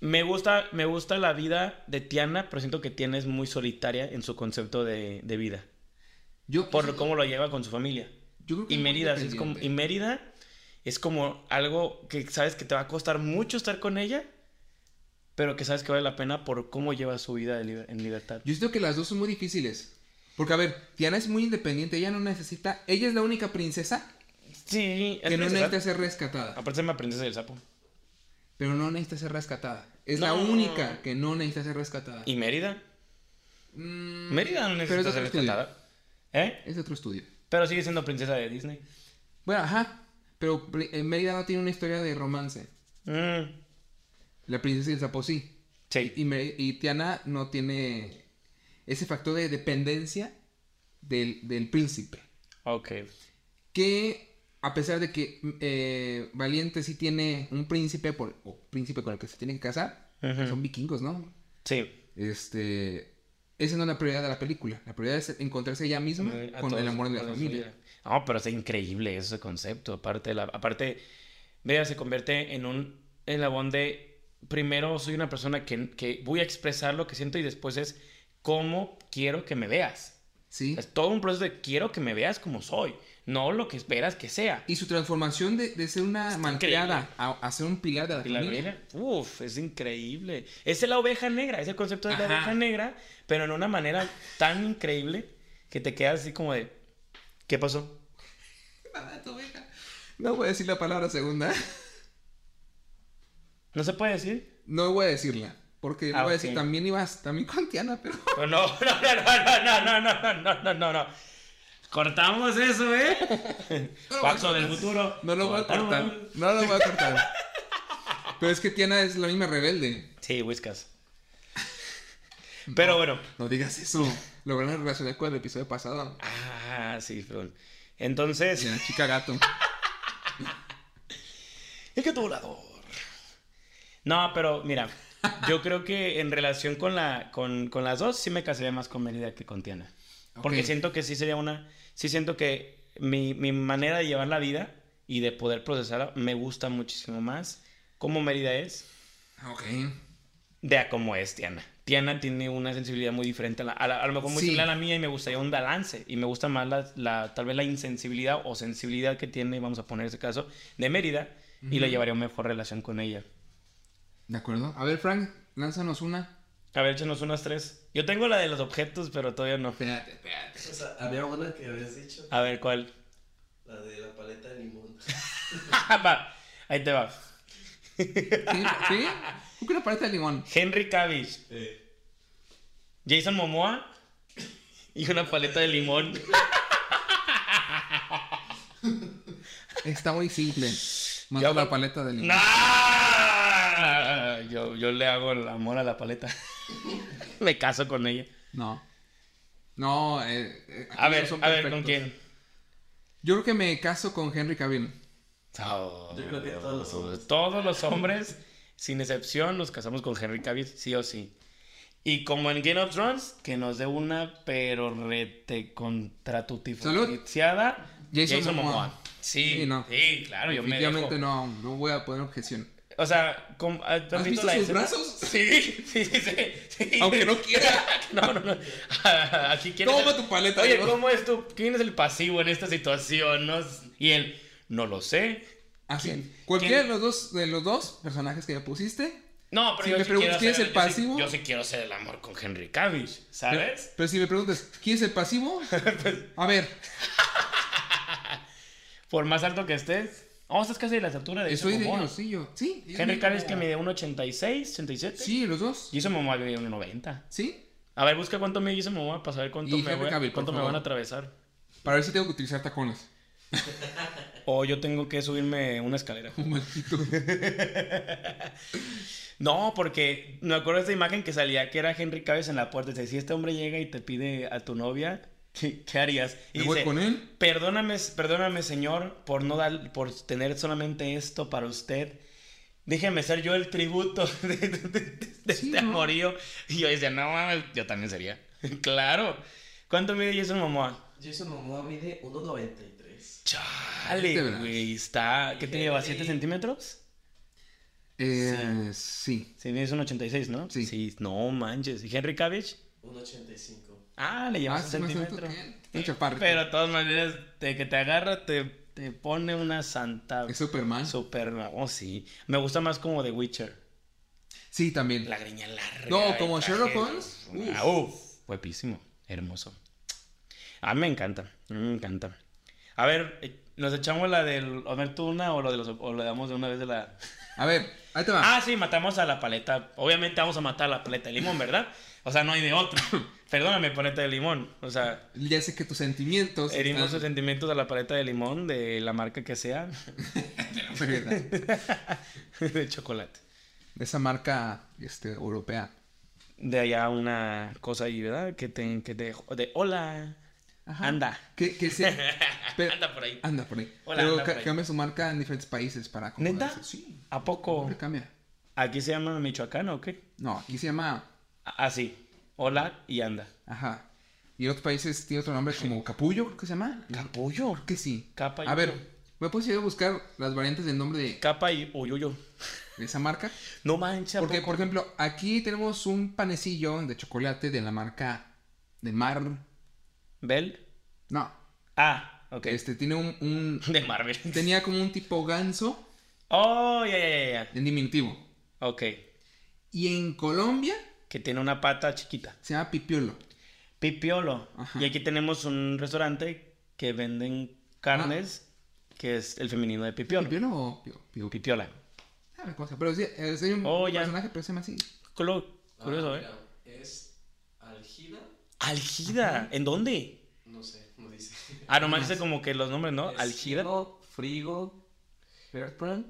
[SPEAKER 2] me gusta, me gusta la vida de Tiana, pero siento que Tiana es muy solitaria en su concepto de, de vida.
[SPEAKER 1] Yo,
[SPEAKER 2] Por cómo lo lleva con su familia.
[SPEAKER 1] yo creo que
[SPEAKER 2] Y
[SPEAKER 1] es muy
[SPEAKER 2] Mérida, sí, es como, y
[SPEAKER 1] dependiente.
[SPEAKER 2] Mérida es como algo que sabes que te va a costar mucho estar con ella, pero que sabes que vale la pena por cómo lleva su vida de liber- en libertad.
[SPEAKER 1] Yo siento que las dos son muy difíciles. Porque, a ver, Tiana es muy independiente, ella no necesita. Ella es la única princesa
[SPEAKER 2] Sí,
[SPEAKER 1] que no
[SPEAKER 2] princesa.
[SPEAKER 1] necesita ser rescatada.
[SPEAKER 2] Aparte me aprendiste del sapo.
[SPEAKER 1] Pero no necesita ser rescatada. Es la
[SPEAKER 2] No.
[SPEAKER 1] única que no necesita ser rescatada.
[SPEAKER 2] ¿Y Mérida?
[SPEAKER 1] Mm,
[SPEAKER 2] Mérida
[SPEAKER 1] pero
[SPEAKER 2] no
[SPEAKER 1] es
[SPEAKER 2] necesita
[SPEAKER 1] otro
[SPEAKER 2] ser
[SPEAKER 1] estudio.
[SPEAKER 2] rescatada. ¿Eh?
[SPEAKER 1] Es de otro estudio.
[SPEAKER 2] Pero sigue siendo princesa de Disney.
[SPEAKER 1] Bueno, ajá. Pero pri- eh, Mérida no tiene una historia de romance.
[SPEAKER 2] Mm,
[SPEAKER 1] La princesa y el sapo sí.
[SPEAKER 2] sí.
[SPEAKER 1] Y, Mer- y Tiana no tiene ese factor de dependencia del, del príncipe.
[SPEAKER 2] Ok.
[SPEAKER 1] Que a pesar de que eh, Valiente sí tiene un príncipe por, o príncipe con el que se tiene que casar,
[SPEAKER 2] Ujú.
[SPEAKER 1] son vikingos, ¿no?
[SPEAKER 2] Sí.
[SPEAKER 1] Este, esa no es la prioridad de la película. La prioridad es encontrarse ella misma
[SPEAKER 2] A
[SPEAKER 1] con el
[SPEAKER 2] todos,
[SPEAKER 1] amor de la
[SPEAKER 2] con
[SPEAKER 1] familia.
[SPEAKER 2] No, pero es increíble ese concepto. Aparte, de la, aparte Mérida se convierte en un eslabón de. Primero soy una persona que, que voy a expresar lo que siento y después es cómo quiero que me veas.
[SPEAKER 1] Sí.
[SPEAKER 2] Es todo un proceso de quiero que me veas como soy, no lo que esperas que sea.
[SPEAKER 1] Y su transformación de, de ser una manteada a, a ser un pilar de la
[SPEAKER 2] Y la
[SPEAKER 1] familia.
[SPEAKER 2] oveja, Uf, es increíble. Esa es la oveja negra, es el concepto de
[SPEAKER 1] Ajá.
[SPEAKER 2] la oveja negra, pero en una manera tan increíble que te quedas así como de, ¿qué pasó?
[SPEAKER 1] Ah, tu oveja. No voy a decir la palabra segunda.
[SPEAKER 2] ¿No se puede decir?
[SPEAKER 1] No voy a decirla. Porque
[SPEAKER 2] Ah,
[SPEAKER 1] voy a
[SPEAKER 2] ok.
[SPEAKER 1] decir, también ibas, también con Tiana, pero...
[SPEAKER 2] Pero no, no, no, no, no, no, no, no, no, no, no, no. Cortamos eso, ¿eh?
[SPEAKER 1] No lo voy a
[SPEAKER 2] Paxo del
[SPEAKER 1] cortar.
[SPEAKER 2] futuro.
[SPEAKER 1] No lo voy a
[SPEAKER 2] Cortamos.
[SPEAKER 1] cortar. No lo voy a cortar. Pero es que Tiana es la misma rebelde.
[SPEAKER 2] Sí, Whiskas. Pero bueno.
[SPEAKER 1] No digas eso. Lo van a relacionar con el episodio pasado.
[SPEAKER 2] Ah, sí, perdón. Entonces...
[SPEAKER 1] De la chica gato.
[SPEAKER 2] El gato volador. No, pero mira, yo creo que en relación con, la, con, con las dos, sí me casaría más con Mérida que con Tiana. Porque
[SPEAKER 1] Ok.
[SPEAKER 2] siento que sí sería una. Sí siento que mi, mi manera de llevar la vida y de poder procesarla me gusta muchísimo más. Como Mérida es,
[SPEAKER 1] Ah, Ok.
[SPEAKER 2] de a cómo es Tiana. Tiana tiene una sensibilidad muy diferente a la. A, la- a lo mejor muy
[SPEAKER 1] Sí.
[SPEAKER 2] similar a la mía y me gustaría un balance. Y me gusta más la, la- tal vez la insensibilidad o sensibilidad que tiene, vamos a poner ese caso, de Mérida. Y la llevaría a una mejor relación con ella.
[SPEAKER 1] De acuerdo. A ver, Frank, lánzanos una.
[SPEAKER 2] A ver, échanos unas tres. Yo tengo la de los objetos, pero todavía no.
[SPEAKER 1] Espérate, espérate.
[SPEAKER 3] O sea, había una que habías dicho,
[SPEAKER 2] A ver, ¿cuál?
[SPEAKER 3] la de la paleta de limón.
[SPEAKER 2] Va, ahí te va.
[SPEAKER 1] ¿Sí? ¿Sí? ¿Por qué una paleta de limón?
[SPEAKER 2] Henry Cavill,
[SPEAKER 3] Eh,
[SPEAKER 2] Jason Momoa y una paleta de limón.
[SPEAKER 1] Está muy simple. Manda la
[SPEAKER 2] Ya, bueno.
[SPEAKER 1] paleta de limón.
[SPEAKER 2] ¡No! Yo, yo le hago el amor a la paleta. Me caso con ella.
[SPEAKER 1] No. No, eh, eh,
[SPEAKER 2] A ver,
[SPEAKER 1] son
[SPEAKER 2] a ver, ¿con
[SPEAKER 1] perfectos.
[SPEAKER 2] quién?
[SPEAKER 1] Yo creo que me caso con Henry Cavill.
[SPEAKER 3] Yo creo que todos los hombres.
[SPEAKER 2] Todos los hombres, sin excepción, nos casamos con Henry Cavill, sí o sí. Y como en Game of Thrones, que nos dé una, pero rete contra tu
[SPEAKER 1] Salud.
[SPEAKER 2] Jason,
[SPEAKER 1] Jason
[SPEAKER 2] Momoa.
[SPEAKER 1] Momoa.
[SPEAKER 2] Sí,
[SPEAKER 1] Sí,
[SPEAKER 2] sí,
[SPEAKER 1] no.
[SPEAKER 2] claro, yo me
[SPEAKER 1] Definitivamente
[SPEAKER 2] dejo.
[SPEAKER 1] no, no voy a poner objeción.
[SPEAKER 2] O sea, como- ¿has
[SPEAKER 1] ¿Has visto sus brazos?
[SPEAKER 2] Sí, sí, sí, sí.
[SPEAKER 1] Aunque no quiera.
[SPEAKER 2] No, no, no. Aquí quién es
[SPEAKER 1] Toma
[SPEAKER 2] el-
[SPEAKER 1] tu paleta,
[SPEAKER 2] Oye,
[SPEAKER 1] ¿no?
[SPEAKER 2] ¿cómo es tu? ¿Quién es el pasivo en esta situación? No s- Y él, no lo sé.
[SPEAKER 1] Así.
[SPEAKER 2] ¿Quién-
[SPEAKER 1] Cualquiera
[SPEAKER 2] quién-
[SPEAKER 1] de los dos de los dos personajes que ya pusiste.
[SPEAKER 2] No, pero
[SPEAKER 1] Si
[SPEAKER 2] yo
[SPEAKER 1] me
[SPEAKER 2] sí
[SPEAKER 1] preguntas
[SPEAKER 2] quiero
[SPEAKER 1] quién es el
[SPEAKER 2] hacer- yo sí-
[SPEAKER 1] pasivo.
[SPEAKER 2] Yo sí, quiero hacer el amor con Henry Cavill, ¿sabes?
[SPEAKER 1] Pero, pero si me preguntas, ¿quién es el pasivo?
[SPEAKER 2] Pues,
[SPEAKER 1] A ver,
[SPEAKER 2] Por más alto que estés. Oh, estás casi de la estatura de
[SPEAKER 1] Eh, soy
[SPEAKER 2] Jason
[SPEAKER 1] de
[SPEAKER 2] Momoa.
[SPEAKER 1] ellos, sí, yo. Sí.
[SPEAKER 2] Henry Cavill es que
[SPEAKER 1] me
[SPEAKER 2] mide 1.86, 87.
[SPEAKER 1] Sí, los dos.
[SPEAKER 2] Jason Momoa mide 1.90.
[SPEAKER 1] Sí.
[SPEAKER 2] A ver, busca cuánto mide Jason Momoa para saber cuánto,
[SPEAKER 1] Y
[SPEAKER 2] me,
[SPEAKER 1] Henry
[SPEAKER 2] voy a-
[SPEAKER 1] Cavill, por
[SPEAKER 2] cuánto me
[SPEAKER 1] favor.
[SPEAKER 2] van a atravesar.
[SPEAKER 1] Para ver si tengo que utilizar tacones.
[SPEAKER 2] O yo tengo que subirme una escalera.
[SPEAKER 1] Un maldito.
[SPEAKER 2] No, porque me acuerdo de esa imagen que salía que era Henry Cavill en la puerta. Dice, si este hombre llega y te pide a tu novia, ¿qué, qué harías? Y
[SPEAKER 1] ¿Me voy
[SPEAKER 2] dice,
[SPEAKER 1] con él?
[SPEAKER 2] Perdóname, perdóname, señor, por no dar, por tener solamente esto para usted. Déjeme ser yo el tributo de, de- de- de
[SPEAKER 1] Sí,
[SPEAKER 2] este
[SPEAKER 1] ¿no?
[SPEAKER 2] amorío. Y yo decía, no mames, yo también sería. claro. ¿Cuánto mide Jason Momoa?
[SPEAKER 4] Jason Momoa mide 1.93.
[SPEAKER 1] Este
[SPEAKER 2] Chale,
[SPEAKER 1] brazo.
[SPEAKER 2] güey. Está. ¿Qué te lleva? ¿7 centímetros?
[SPEAKER 1] Eh, sí.
[SPEAKER 2] Sí, es un 86, ¿no?
[SPEAKER 1] Sí.
[SPEAKER 2] No manches. ¿Y Henry Cavill?
[SPEAKER 4] 1.85.
[SPEAKER 2] Ah, le llevas
[SPEAKER 1] Ah,
[SPEAKER 2] un
[SPEAKER 1] sí, más
[SPEAKER 2] centímetro.
[SPEAKER 1] alto que él. Un chaparrito.
[SPEAKER 2] Pero de todas maneras, de que te agarra, te, te pone una santa.
[SPEAKER 1] Es Superman.
[SPEAKER 2] Super. Oh, sí. Me gusta más como The Witcher.
[SPEAKER 1] Sí, también.
[SPEAKER 2] La greña larga.
[SPEAKER 1] No,
[SPEAKER 2] el
[SPEAKER 1] como
[SPEAKER 2] traje.
[SPEAKER 1] Sherlock Holmes. Uf.
[SPEAKER 2] Ah, uf. Guapísimo. Hermoso. A mí me encanta. A mí me encanta. A ver, eh, ¿nos echamos la del. A ver, tú una o, lo de los, o le damos de una vez de la.
[SPEAKER 1] A ver, ahí te va.
[SPEAKER 2] Ah, sí, matamos a la paleta. Obviamente vamos a matar a la paleta de limón, ¿verdad? O sea, no hay de otra. Perdóname, paleta de limón. O sea,
[SPEAKER 1] Ya sé que tus sentimientos.
[SPEAKER 2] herimos sus
[SPEAKER 1] están-
[SPEAKER 2] sentimientos a la paleta de limón de la marca que sea, de chocolate.
[SPEAKER 1] De esa marca este, europea.
[SPEAKER 2] De allá una cosa ahí, ¿verdad? Que te. Que te de hola.
[SPEAKER 1] Ajá.
[SPEAKER 2] Anda.
[SPEAKER 1] Que, que se- pero-
[SPEAKER 2] Anda por ahí.
[SPEAKER 1] Anda por ahí.
[SPEAKER 2] Hola,
[SPEAKER 1] Pero
[SPEAKER 2] anda
[SPEAKER 1] ca-
[SPEAKER 2] por ahí.
[SPEAKER 1] cambia su marca en diferentes países para acomodarse.
[SPEAKER 2] ¿Neta? Oh.
[SPEAKER 1] Sí.
[SPEAKER 2] ¿A poco?
[SPEAKER 1] siempre cambia.
[SPEAKER 2] ¿Aquí se llama Michoacán o qué?
[SPEAKER 1] No, aquí se llama.
[SPEAKER 2] Ah, sí. Hola y anda.
[SPEAKER 1] Ajá. Y en otros países tiene otro nombre como Capullo, creo que se llama.
[SPEAKER 2] Capullo.
[SPEAKER 1] Creo que sí.
[SPEAKER 2] Capa y
[SPEAKER 1] A ver,
[SPEAKER 2] Ullo.
[SPEAKER 1] me puedes ir a buscar las variantes del nombre de,
[SPEAKER 2] Capa y uyuyo.
[SPEAKER 1] de esa marca.
[SPEAKER 2] No mancha.
[SPEAKER 1] Porque, por ejemplo, aquí tenemos un panecillo de chocolate de la marca del mar.
[SPEAKER 2] Bell.
[SPEAKER 1] No.
[SPEAKER 2] Ah, ok.
[SPEAKER 1] Este tiene un, un-
[SPEAKER 2] De Marvel.
[SPEAKER 1] Tenía como un tipo ganso
[SPEAKER 2] Oh, ya, ya, ya, ya.
[SPEAKER 1] en diminutivo.
[SPEAKER 2] Ok.
[SPEAKER 1] Y en Colombia
[SPEAKER 2] Que tiene una pata chiquita.
[SPEAKER 1] se llama pipiolo.
[SPEAKER 2] Pipiolo.
[SPEAKER 1] Ajá.
[SPEAKER 2] Y aquí tenemos un restaurante que venden carnes, que es el femenino de Ah. pipiolo.
[SPEAKER 1] ¿Pipiolo o pio, pio-
[SPEAKER 2] Pipiola.
[SPEAKER 1] Ah, la cosa. Pero sí, es hay un
[SPEAKER 2] Oh, ya.
[SPEAKER 1] personaje, pero se llama así.
[SPEAKER 2] Colo-
[SPEAKER 4] Ah,
[SPEAKER 2] curioso, ¿eh?
[SPEAKER 4] mira, Es Algida,
[SPEAKER 2] Algida. ¿En dónde?
[SPEAKER 4] no sé, no dice.
[SPEAKER 2] Ah, nomás dice como que los nombres, ¿no?
[SPEAKER 4] Es
[SPEAKER 2] Algida.
[SPEAKER 4] Frigo, Frigo, Bertrand,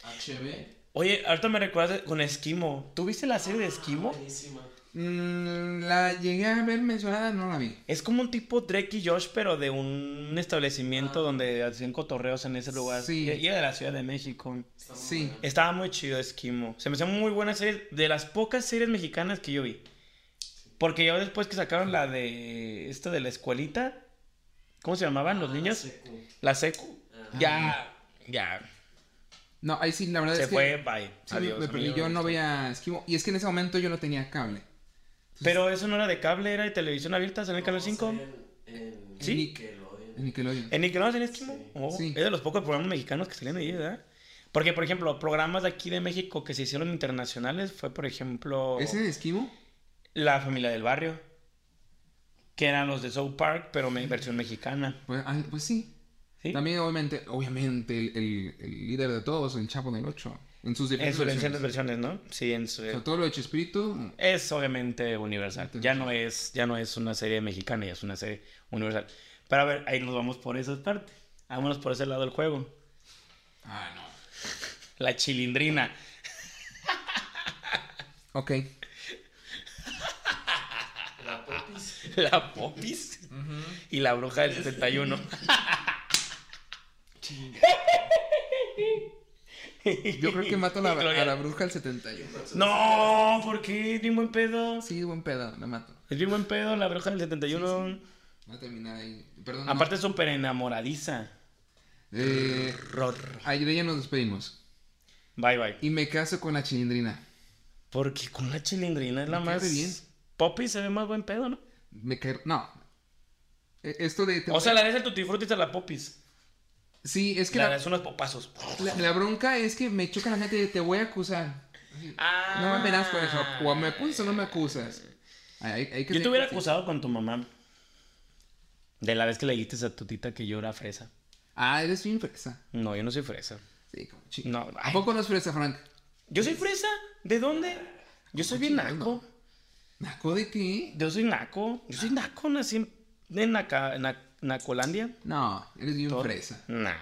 [SPEAKER 4] HB.
[SPEAKER 2] Oye, ahorita me recuerdas de- con Esquimo. ¿Tú viste la serie de Esquimo?
[SPEAKER 4] Buenísima.
[SPEAKER 1] Mm, la llegué a ver mencionada, no la vi.
[SPEAKER 2] Es como un tipo Drake y Josh, pero de un establecimiento donde hacían cotorreos en ese lugar.
[SPEAKER 1] Sí.
[SPEAKER 2] Y y era de la Ciudad de México.
[SPEAKER 4] Está muy
[SPEAKER 1] Sí.
[SPEAKER 4] buena.
[SPEAKER 2] Estaba muy chido Esquimo. Se me hizo muy buena serie. De las pocas series mexicanas que yo vi. Porque ya después que sacaron la de. Esta de la escuelita. ¿Cómo se llamaban los
[SPEAKER 4] Ah,
[SPEAKER 2] niños?
[SPEAKER 4] secu.
[SPEAKER 2] La secu.
[SPEAKER 4] Ah.
[SPEAKER 2] Ya. Ya.
[SPEAKER 1] No, ahí sí, la verdad
[SPEAKER 2] Se
[SPEAKER 1] es que.
[SPEAKER 2] fue, bye.
[SPEAKER 1] Sí,
[SPEAKER 2] Adiós,
[SPEAKER 1] me perdí.
[SPEAKER 2] amigo. este.
[SPEAKER 1] Yo no veía Esquivo. Y es que en ese momento yo no tenía cable.
[SPEAKER 2] Pero eso no era de cable, era de televisión abierta, en el canal
[SPEAKER 4] No,
[SPEAKER 2] 5.
[SPEAKER 4] sería En, en
[SPEAKER 2] Sí.
[SPEAKER 4] Nickelodeon.
[SPEAKER 1] En Nickelodeon.
[SPEAKER 2] En Nickelodeon en Esquimo.
[SPEAKER 4] Sí.
[SPEAKER 2] Oh,
[SPEAKER 1] Sí.
[SPEAKER 2] Es de los pocos programas mexicanos que salían ahí, ¿verdad? Porque, por ejemplo, programas de aquí de México que se hicieron internacionales fue, por ejemplo.
[SPEAKER 1] ¿Ese de Esquivo?
[SPEAKER 2] La familia del barrio. Que eran los de South Park, pero me- versión mexicana.
[SPEAKER 1] Pues, ah, pues sí.
[SPEAKER 2] ¿sí?
[SPEAKER 1] También, obviamente, obviamente el, el- el líder de todos, el Chapo del 8. En sus
[SPEAKER 2] en
[SPEAKER 1] diferentes.
[SPEAKER 2] sus diferentes
[SPEAKER 1] versiones.
[SPEAKER 2] versiones, ¿no? Sí, en su-
[SPEAKER 1] O sea, todo lo de Chespirito.
[SPEAKER 2] Es obviamente universal.
[SPEAKER 1] Entonces-
[SPEAKER 2] Ya no es, ya no es una serie mexicana, ya es una serie universal. Pero a ver, ahí nos vamos por esa parte. Vámonos por ese lado del juego.
[SPEAKER 1] Ah, no.
[SPEAKER 2] La chilindrina.
[SPEAKER 1] Ok.
[SPEAKER 4] La Popis.
[SPEAKER 2] La popis. Y la bruja del 71.
[SPEAKER 1] Yo creo que mato a la,
[SPEAKER 2] Y Gloria.
[SPEAKER 1] a la bruja al 71.
[SPEAKER 2] No, ¿por qué? Es bien buen pedo.
[SPEAKER 1] Sí, buen pedo, la mato.
[SPEAKER 2] Es bien buen pedo la bruja del 71.
[SPEAKER 1] Va a terminar ahí. Perdón. no.
[SPEAKER 2] Aparte es súper enamoradiza.
[SPEAKER 1] Eh, ayer ya nos despedimos.
[SPEAKER 2] Bye bye.
[SPEAKER 1] Y me caso con la chilindrina.
[SPEAKER 2] Porque con la chilindrina es la
[SPEAKER 1] Me cae
[SPEAKER 2] más.
[SPEAKER 1] bien.
[SPEAKER 2] Poppy se ve más buen pedo, ¿no?
[SPEAKER 1] Me cae... No. Eh, Esto de...
[SPEAKER 2] O sea, la de el tutti frutti a la popis.
[SPEAKER 1] Sí, es que
[SPEAKER 2] la
[SPEAKER 1] la-
[SPEAKER 2] es unos popazos.
[SPEAKER 1] La, la bronca es que me choca la gente de te voy a acusar. No me amenazas con eso. O me acusas o no me acusas. Hay- hay- hay que
[SPEAKER 2] Ah. Yo te
[SPEAKER 1] ser-
[SPEAKER 2] hubiera acusado con tu mamá. De la vez que le dijiste a tu tita que yo era fresa.
[SPEAKER 1] Ah, eres bien fresa.
[SPEAKER 2] No, yo no soy fresa.
[SPEAKER 1] Sí, como chi-
[SPEAKER 2] No,
[SPEAKER 1] ¿A
[SPEAKER 2] ay.
[SPEAKER 1] poco no es fresa, Frank?
[SPEAKER 2] ¿Yo soy fresa? ¿De dónde? Yo soy bien naco.
[SPEAKER 1] ¿Naco de qué?
[SPEAKER 2] Yo soy naco. Yo soy naco, nací en, en Naca- Na- Nacolandia.
[SPEAKER 1] No, eres bien
[SPEAKER 2] Todo.
[SPEAKER 1] fresa.
[SPEAKER 2] Nah.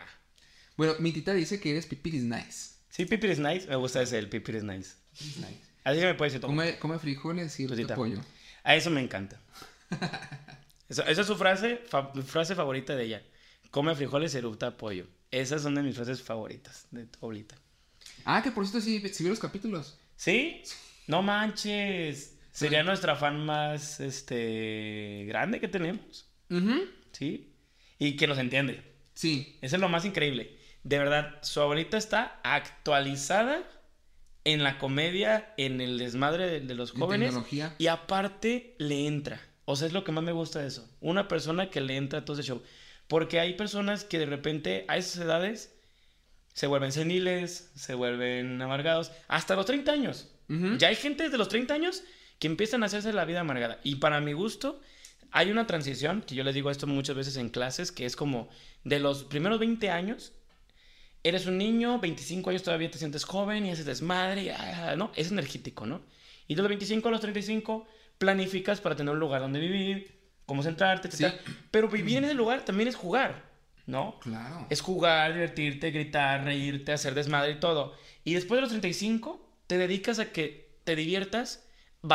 [SPEAKER 1] Bueno, mi tita dice que eres pipiris nice.
[SPEAKER 2] Sí, Piper is nice. Me gusta ese, el Piper is nice.
[SPEAKER 1] Pipiris nice.
[SPEAKER 2] Así se me puede decir todo.
[SPEAKER 1] Come, come frijoles y
[SPEAKER 2] Tu
[SPEAKER 1] rote
[SPEAKER 2] tita.
[SPEAKER 1] pollo.
[SPEAKER 2] A eso me encanta. Eso- esa es su frase, fa- frase favorita de ella. Come frijoles, erupta pollo. Esas son de mis frases favoritas de tu abuelita.
[SPEAKER 1] Ah, que por cierto sí, sí vi los capítulos.
[SPEAKER 2] ¿Sí? No manches. Sería nuestra fan más este grande que tenemos.
[SPEAKER 1] Ujú.
[SPEAKER 2] ¿Sí? Y que nos entiende.
[SPEAKER 1] Sí.
[SPEAKER 2] Eso es lo más increíble. De verdad, su abuelita está actualizada en la comedia, en el desmadre de, de los
[SPEAKER 1] De
[SPEAKER 2] jóvenes.
[SPEAKER 1] tecnología.
[SPEAKER 2] Y aparte, le entra. O sea, es lo que más me gusta de eso. Una persona que le entra a todo ese show. Porque hay personas que de repente, a esas edades, se vuelven seniles, se vuelven amargados. Hasta los 30 años.
[SPEAKER 1] Ujú.
[SPEAKER 2] Ya hay gente desde los 30 años que empiezan a hacerse la vida amargada. Y para mi gusto, hay una transición, que yo les digo esto muchas veces en clases, que es como de los primeros 20 años, eres un niño, 25 años todavía te sientes joven y haces desmadre, y, ah, ¿no? Es energético, ¿no? Y de los 25 a los 35 planificas para tener un lugar donde vivir, cómo centrarte, etc. Pero vivir en ese lugar también es jugar, ¿no?
[SPEAKER 1] Claro.
[SPEAKER 2] Es jugar, divertirte, gritar, reírte, hacer desmadre y todo. Y después de los 35, te dedicas a que te diviertas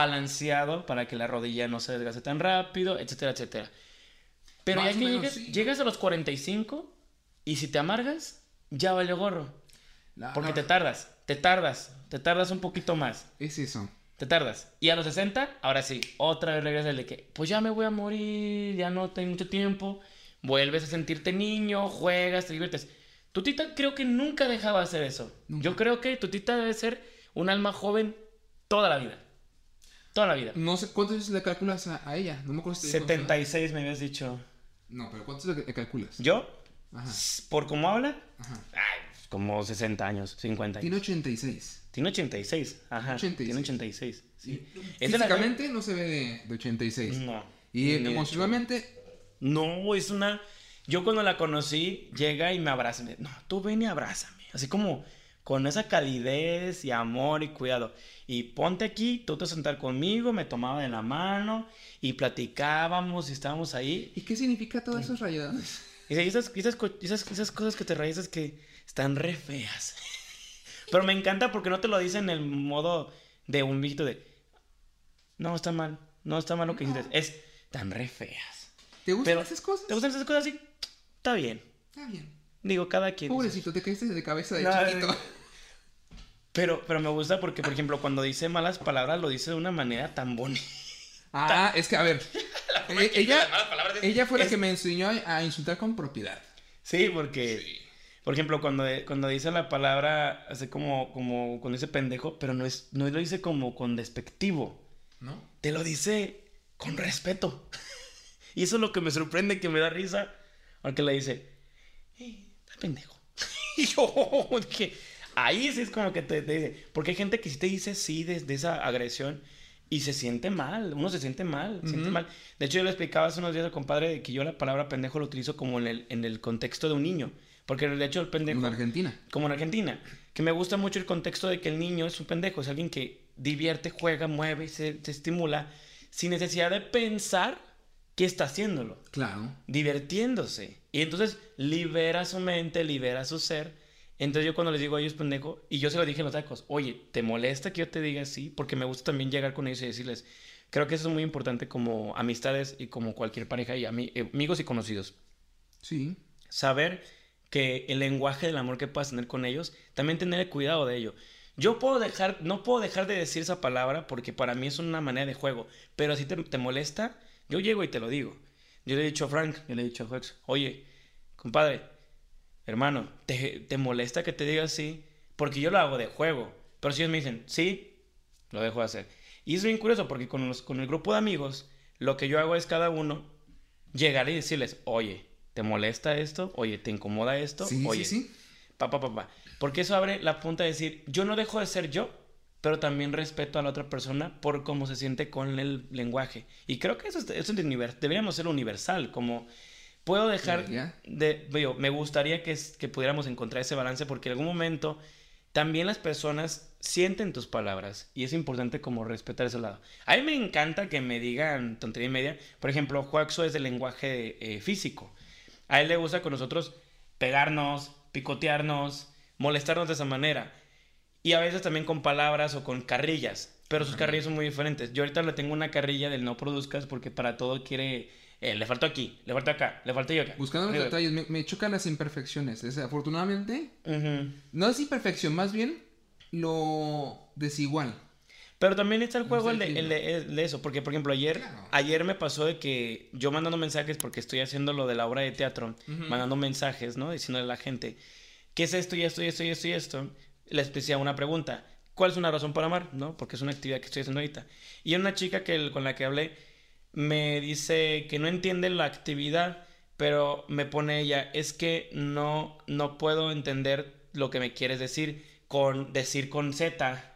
[SPEAKER 2] balanceado para que la rodilla no se desgaste tan rápido, etcétera, etcétera. Pero
[SPEAKER 1] Más
[SPEAKER 2] ya
[SPEAKER 1] o
[SPEAKER 2] que
[SPEAKER 1] menos,
[SPEAKER 2] llegas,
[SPEAKER 1] sí.
[SPEAKER 2] llegas a los 45 y si te amargas, ya vale gorro.
[SPEAKER 1] La-
[SPEAKER 2] Porque
[SPEAKER 1] la-
[SPEAKER 2] te tardas, te tardas, te tardas un poquito más,
[SPEAKER 1] Es eso.
[SPEAKER 2] te tardas. Y a los 60, ahora sí, otra vez regresas el de que, pues ya me voy a morir, ya no tengo mucho tiempo. Vuelves a sentirte niño, juegas, te diviertes. Tu tita creo que nunca dejaba de hacer eso.
[SPEAKER 1] Nunca.
[SPEAKER 2] Yo creo que tu tita debe ser un alma joven toda la vida. Toda la vida.
[SPEAKER 1] No sé cuántos años le calculas a, a ella. No me acuerdo si te dijo, ¿verdad?
[SPEAKER 2] 76 me habías dicho.
[SPEAKER 1] No, pero ¿cuántos le, le calculas?
[SPEAKER 2] ¿Yo?
[SPEAKER 1] Ajá.
[SPEAKER 2] ¿Por cómo habla?
[SPEAKER 1] Ajá.
[SPEAKER 2] Ay, como 60 años, 50
[SPEAKER 1] Tiene
[SPEAKER 2] años.
[SPEAKER 1] 86.
[SPEAKER 2] Tiene 86. Ajá.
[SPEAKER 1] 86.
[SPEAKER 2] Tiene 86. Sí. Es de la-
[SPEAKER 1] Físicamente no se ve de, de 86.
[SPEAKER 2] No.
[SPEAKER 1] Y
[SPEAKER 2] Ni de
[SPEAKER 1] emocionalmente,
[SPEAKER 2] No, es una. Yo cuando la conocí, llega y me abraza. y me dice, No, tú ven y abrázame. Así como con esa calidez y amor y cuidado. Y ponte aquí, tú te sentar conmigo, me tomaba de la mano y platicábamos y estábamos ahí.
[SPEAKER 1] ¿y qué significa todos esos rayados?
[SPEAKER 2] Y dice, "Y esas, y esas, co- y esas, y esas cosas que te raíces que están re feas. Pero me encanta porque no te lo dicen en el modo de un viejito de. No, está mal. No está mal lo que hiciste. Es tan re feas.
[SPEAKER 1] ¿Te gustan
[SPEAKER 2] Pero,
[SPEAKER 1] esas cosas?
[SPEAKER 2] ¿Te gustan esas cosas así? Está bien.
[SPEAKER 1] Está bien.
[SPEAKER 2] Digo, cada quien.
[SPEAKER 1] Pobrecito, te caíste de cabeza de
[SPEAKER 2] No,
[SPEAKER 1] chiquito.
[SPEAKER 2] no. Pero, pero me gusta porque, por ejemplo, cuando dice malas palabras, lo dice de una manera tan bonita.
[SPEAKER 1] Ah, es que a ver. eh, ella,
[SPEAKER 2] Ah, palabras es-
[SPEAKER 1] ella fue la
[SPEAKER 2] es-
[SPEAKER 1] que me enseñó a, a insultar con propiedad.
[SPEAKER 2] Sí, porque. Por ejemplo, cuando, eh, cuando dice la palabra, hace como, como cuando dice pendejo, pero no, es, no lo dice como con despectivo.
[SPEAKER 1] ¿No?
[SPEAKER 2] Te lo dice con respeto. y eso es lo que me sorprende, que me da risa. Porque le dice, "Eh, está pendejo. y yo dije, ahí sí es como que te, te dice. Porque hay gente que sí te dice sí desde esa agresión y se siente mal. Uno se siente mal, se siente
[SPEAKER 1] Ujú.
[SPEAKER 2] mal. De hecho, yo le explicaba hace unos días al compadre de que yo la palabra pendejo lo utilizo como en el, en el contexto de un niño. Porque de hecho el pendejo
[SPEAKER 1] En Argentina.
[SPEAKER 2] como en Argentina, que me gusta mucho el contexto de que el niño es un pendejo, es alguien que divierte, juega, mueve, se, se estimula, sin necesidad de pensar que está haciéndolo,
[SPEAKER 1] Claro.
[SPEAKER 2] divirtiéndose. Y entonces libera su mente, libera su ser. Entonces yo cuando les digo a ellos pendejo, y yo se lo dije en los tacos, oye, ¿te molesta que yo te diga así? Porque me gusta también llegar con ellos y decirles, creo que eso es muy importante como amistades y como cualquier pareja y ami- eh, amigos y conocidos
[SPEAKER 1] Sí.
[SPEAKER 2] saber que el lenguaje del amor que puedas tener con ellos, también tener el cuidado de ello. Yo puedo dejar, no puedo dejar de decir esa palabra porque para mí es una manera de juego, pero si te, te molesta, yo llego y te lo digo. Yo le he dicho a Frank, yo le he dicho a Juex, oye, compadre, hermano, ¿te, te molesta que te diga así? Porque yo lo hago de juego, pero si ellos me dicen, sí, lo dejo de hacer. Y es bien curioso porque con, los- con el grupo de amigos, lo que yo hago es cada uno llegar y decirles, oye, ¿te molesta esto? Oye, ¿te incomoda esto?
[SPEAKER 1] Sí,
[SPEAKER 2] oye,
[SPEAKER 1] sí, sí.
[SPEAKER 2] Pa, pa, pa, pa. Porque eso abre la punta de decir, yo no dejo de ser yo, pero también respeto a la otra persona por cómo se siente con el lenguaje. Y creo que eso, es- eso es de univer- deberíamos ser universal, como puedo dejar
[SPEAKER 1] Debería.
[SPEAKER 2] de... digo, me gustaría que, es- que pudiéramos encontrar ese balance porque en algún momento también las personas sienten tus palabras y es importante como respetar ese lado. A mí me encanta que me digan tontería y media. Por ejemplo, Juaxo es del lenguaje eh, físico. A él le gusta con nosotros pegarnos, picotearnos, molestarnos de esa manera. Y a veces también con palabras o con carrillas. Pero sus carrillas son muy diferentes. Yo ahorita le tengo una carrilla del no produzcas porque para todo quiere... eh, le faltó aquí, le faltó acá, le faltó yo acá.
[SPEAKER 1] Buscando los
[SPEAKER 2] Digo,
[SPEAKER 1] detalles, me, me chocan las imperfecciones. Desafortunadamente,
[SPEAKER 2] ujú.
[SPEAKER 1] no es imperfección, más bien lo desigual.
[SPEAKER 2] Pero también está el juego el
[SPEAKER 1] Está
[SPEAKER 2] de,
[SPEAKER 1] el
[SPEAKER 2] el de- el de eso, porque por ejemplo ayer,
[SPEAKER 1] Claro.
[SPEAKER 2] ayer me pasó de que yo mandando mensajes, porque estoy haciendo lo de la obra de teatro,
[SPEAKER 1] Ujú.
[SPEAKER 2] mandando mensajes, ¿no? Diciéndole a la gente, ¿qué es esto y esto y esto y esto y esto? Les decía una pregunta, ¿cuál es una razón para amar? ¿No? Porque es una actividad que estoy haciendo ahorita. Y era una chica que, con la que hablé me dice que no entiende la actividad, pero me pone ella, es que no, no puedo entender lo que me quieres decir con decir con Z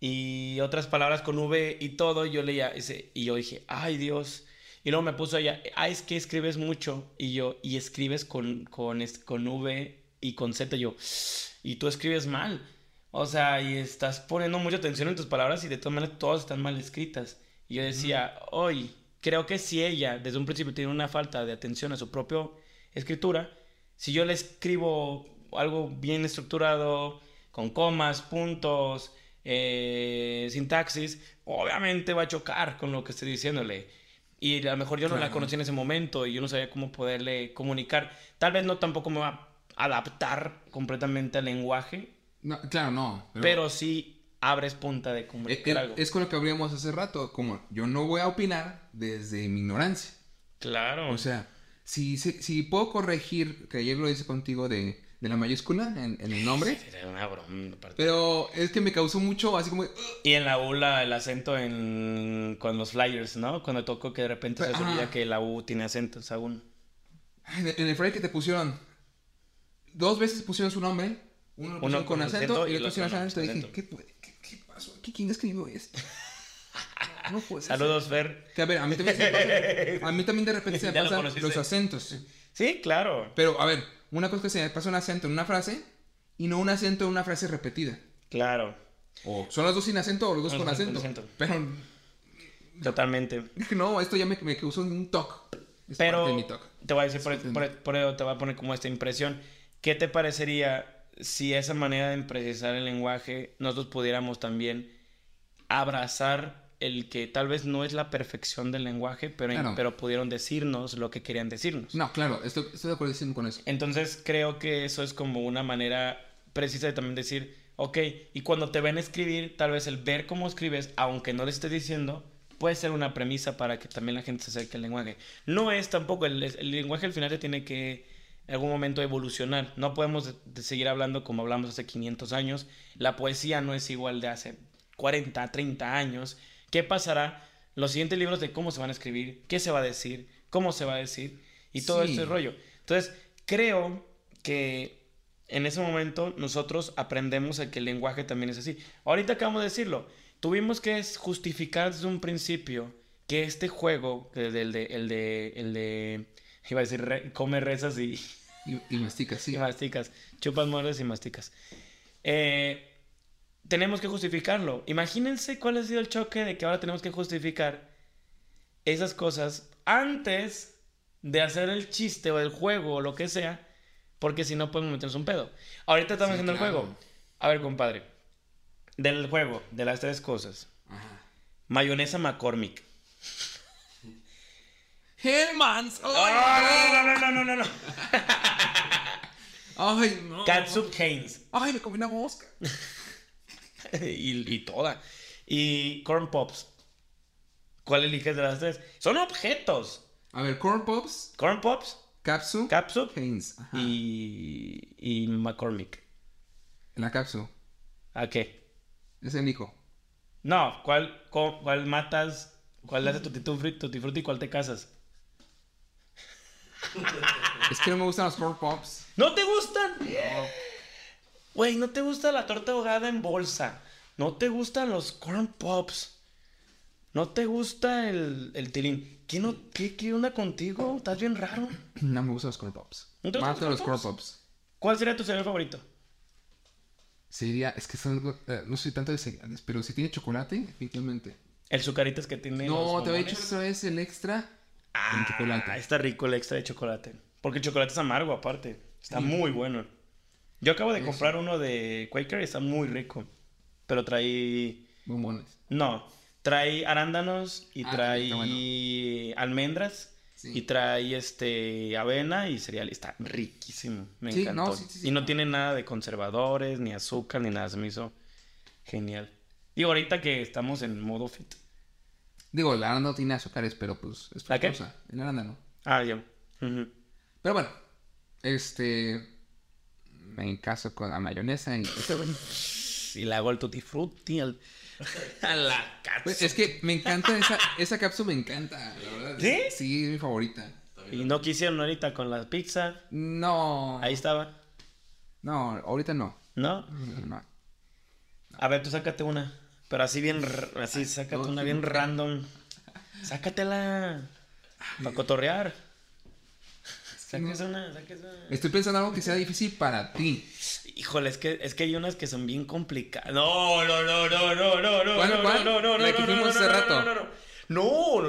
[SPEAKER 2] y otras palabras con V y todo, y yo leía ese, y yo dije, ay Dios. Y luego me puso ella, ah, es que escribes mucho, y yo, y escribes con, con, es- con V y con Z, y yo, y tú escribes mal. O sea, y estás poniendo mucha atención en tus palabras y de todas maneras todas están mal escritas. Y yo decía, hoy, creo que si ella desde un principio tiene una falta de atención a su propia escritura, si yo le escribo algo bien estructurado, con comas, puntos, eh, sintaxis, obviamente va a chocar con lo que estoy diciéndole. Y a lo mejor yo no la
[SPEAKER 1] Claro.
[SPEAKER 2] conocí en ese momento y yo no sabía cómo poderle comunicar. Tal vez no tampoco me va a adaptar completamente al lenguaje,
[SPEAKER 1] No, claro, no.
[SPEAKER 2] pero sí abres punta de
[SPEAKER 1] es,
[SPEAKER 2] comunicar algo.
[SPEAKER 1] es con lo que habríamos hace rato. Como yo no voy a opinar desde mi ignorancia.
[SPEAKER 2] claro.
[SPEAKER 1] O sea, si, si, si puedo corregir, que ayer lo hice contigo de, de la mayúscula en, en el nombre.
[SPEAKER 2] Era una broma, aparte.
[SPEAKER 1] Pero es que me causó mucho, así como. "Ugh".
[SPEAKER 2] Y en la U la- el acento en con los flyers, ¿no? Cuando tocó que de repente se
[SPEAKER 1] Ajá.
[SPEAKER 2] olvida que la U tiene acentos aún.
[SPEAKER 1] En el, en el flyer que te pusieron, dos veces pusieron su nombre. Uno, lo
[SPEAKER 2] Uno
[SPEAKER 1] pusieron con
[SPEAKER 2] con
[SPEAKER 1] acento,
[SPEAKER 2] acento
[SPEAKER 1] y el otro sin
[SPEAKER 2] no,
[SPEAKER 1] acento. Y dije,
[SPEAKER 2] acento.
[SPEAKER 1] ¿qué, puede- qué, qué pasó aquí? ¿Quién escribió esto? No puede ser.
[SPEAKER 2] Saludos, Fer.
[SPEAKER 1] Que a ver, a mí también se me pasa- a mí también de repente se me
[SPEAKER 2] Ya lo
[SPEAKER 1] pasan
[SPEAKER 2] conociste.
[SPEAKER 1] los acentos.
[SPEAKER 2] Sí, claro.
[SPEAKER 1] Pero, a ver, una cosa es que se me pasa un acento en una frase y no un acento en una frase repetida.
[SPEAKER 2] Claro.
[SPEAKER 1] O son los dos sin acento o los dos
[SPEAKER 2] Oh. Los
[SPEAKER 1] con
[SPEAKER 2] dos con
[SPEAKER 1] acento.
[SPEAKER 2] acento.
[SPEAKER 1] Pero,
[SPEAKER 2] Totalmente.
[SPEAKER 1] dije, no, esto ya me, me causó un toque. Es
[SPEAKER 2] Pero
[SPEAKER 1] parte de mi toque.
[SPEAKER 2] te voy a decir, por, por, por ello te voy a poner como esta impresión. ¿Qué te parecería si esa manera de precisar el lenguaje nosotros pudiéramos también abrazar el que tal vez no es la perfección del lenguaje, pero,
[SPEAKER 1] Claro.
[SPEAKER 2] pero pudieron decirnos lo que querían decirnos?
[SPEAKER 1] No, claro, estoy, estoy de acuerdo con eso.
[SPEAKER 2] pues. Entonces creo que eso es como una manera precisa de también decir, ok, y cuando te ven escribir, tal vez el ver cómo escribes, aunque no le estés diciendo, puede ser una premisa para que también la gente se acerque al lenguaje. No es tampoco, el, el lenguaje al final te tiene que en algún momento evolucionar. No podemos de- de seguir hablando como hablamos hace 500 años. La poesía no es igual de hace 40, 30 años. ¿Qué pasará? Los siguientes libros de cómo se van a escribir, qué se va a decir, cómo se va a decir y todo
[SPEAKER 1] Sí.
[SPEAKER 2] este rollo. Entonces, creo que en ese momento nosotros aprendemos a que el lenguaje también es así. Ahorita acabamos de decirlo. Tuvimos que es- justificar desde un principio que este juego, que del de, el de, el de, iba a decir, re- come rezas y,
[SPEAKER 1] Y, y mastica, sí.
[SPEAKER 2] y masticas, chupas, muerdes y masticas. Eh, tenemos que justificarlo. Imagínense cuál ha sido el choque de que ahora tenemos que justificar esas cosas antes de hacer el chiste o el juego o lo que sea, porque si no podemos meternos un pedo. Ahorita estamos
[SPEAKER 1] Sí,
[SPEAKER 2] haciendo el
[SPEAKER 1] claro.
[SPEAKER 2] juego. A ver, compadre. Del juego, de las tres cosas.
[SPEAKER 1] Ajá.
[SPEAKER 2] Mayonesa McCormick.
[SPEAKER 1] Hellmans.
[SPEAKER 2] ¡Ah,
[SPEAKER 1] ¡Ay,
[SPEAKER 2] no, no, no, no, no, no!
[SPEAKER 1] no! ¡Ay, no!
[SPEAKER 2] Catsup Haynes.
[SPEAKER 1] ¡Ay, me comí una mosca!
[SPEAKER 2] y, y toda. Y Corn Pops. ¿Cuál eliges de las tres? Son objetos.
[SPEAKER 1] A ver, Corn Pops,
[SPEAKER 2] Corn Pops,
[SPEAKER 1] Capsu,
[SPEAKER 2] Capsup
[SPEAKER 1] Haynes. Ajá.
[SPEAKER 2] y, y McCormick.
[SPEAKER 1] La Capsu.
[SPEAKER 2] ¿A qué?
[SPEAKER 1] Es el Nico.
[SPEAKER 2] No, ¿cuál, co- cuál matas? ¿Cuál haces tu tutifruti y cuál te casas?
[SPEAKER 1] Es que no me gustan los Corn Pops.
[SPEAKER 2] ¿No te gustan? Güey, ¿no te gusta la torta ahogada en bolsa? ¿No te gustan los corn pops? ¿No te gusta el, el tilín? ¿Qué, no, qué, ¿Qué onda contigo? ¿Estás bien raro?
[SPEAKER 1] No me gustan los Corn Pops.
[SPEAKER 2] ¿No te gustan
[SPEAKER 1] Mato
[SPEAKER 2] los
[SPEAKER 1] los
[SPEAKER 2] Corn
[SPEAKER 1] Corn Pops.
[SPEAKER 2] ¿Cuál sería tu cereal favorito?
[SPEAKER 1] Sería, es que son, eh, no soy tanto de cereales, pero si tiene chocolate, definitivamente.
[SPEAKER 2] El sucaritas que tiene.
[SPEAKER 1] No,
[SPEAKER 2] los
[SPEAKER 1] te había
[SPEAKER 2] bombones.
[SPEAKER 1] dicho otra vez el extra
[SPEAKER 2] Ah,
[SPEAKER 1] con chocolate.
[SPEAKER 2] está rico el extra de chocolate. Porque el chocolate es amargo, aparte. Está muy bueno. Yo acabo de comprar uno de Quaker y está muy rico. Pero trae.
[SPEAKER 1] Bombones.
[SPEAKER 2] No, trae arándanos y
[SPEAKER 1] Ah,
[SPEAKER 2] trae
[SPEAKER 1] está
[SPEAKER 2] almendras.
[SPEAKER 1] Sí.
[SPEAKER 2] Y trae este avena y cereal. Está riquísimo. Me
[SPEAKER 1] Sí,
[SPEAKER 2] encantó.
[SPEAKER 1] no, sí, sí, sí.
[SPEAKER 2] y no tiene nada de conservadores, ni azúcar, ni nada. Se me hizo Genial. Digo, ahorita que estamos en modo fit.
[SPEAKER 1] Digo, el arándano tiene azúcares, pero pues es
[SPEAKER 2] ¿La qué?
[SPEAKER 1] fructosa. El arándano.
[SPEAKER 2] Ah, ya. Ujú.
[SPEAKER 1] Pero bueno, este. Me caso con la mayonesa y.
[SPEAKER 2] Y le hago el tutti frutti al... a la
[SPEAKER 1] Pues,
[SPEAKER 2] cárcel.
[SPEAKER 1] Es que me encanta esa, esa cápsula, me encanta, la verdad.
[SPEAKER 2] ¿Sí?
[SPEAKER 1] Sí, es mi favorita.
[SPEAKER 2] Y no quisieron ahorita con la pizza.
[SPEAKER 1] No.
[SPEAKER 2] Ahí estaba.
[SPEAKER 1] No, ahorita no.
[SPEAKER 2] ¿No?
[SPEAKER 1] No.
[SPEAKER 2] A ver, tú sácate una. Pero así bien, r- así, sácate
[SPEAKER 1] no,
[SPEAKER 2] una
[SPEAKER 1] sí,
[SPEAKER 2] bien
[SPEAKER 1] no.
[SPEAKER 2] random. Sácatela. Para cotorrear. Sáquese una, sáquese una.
[SPEAKER 1] Estoy pensando en algo que sea difícil para ti.
[SPEAKER 2] Híjole, es que, es que hay unas que son bien complicadas. No, no, no, no, no, no, no,
[SPEAKER 1] ¿Cuál,
[SPEAKER 2] no,
[SPEAKER 1] cuál?
[SPEAKER 2] no, no, no,
[SPEAKER 1] La que
[SPEAKER 2] no,
[SPEAKER 1] fuimos
[SPEAKER 2] no,
[SPEAKER 1] hace
[SPEAKER 2] no, no,
[SPEAKER 1] rato.
[SPEAKER 2] no, no,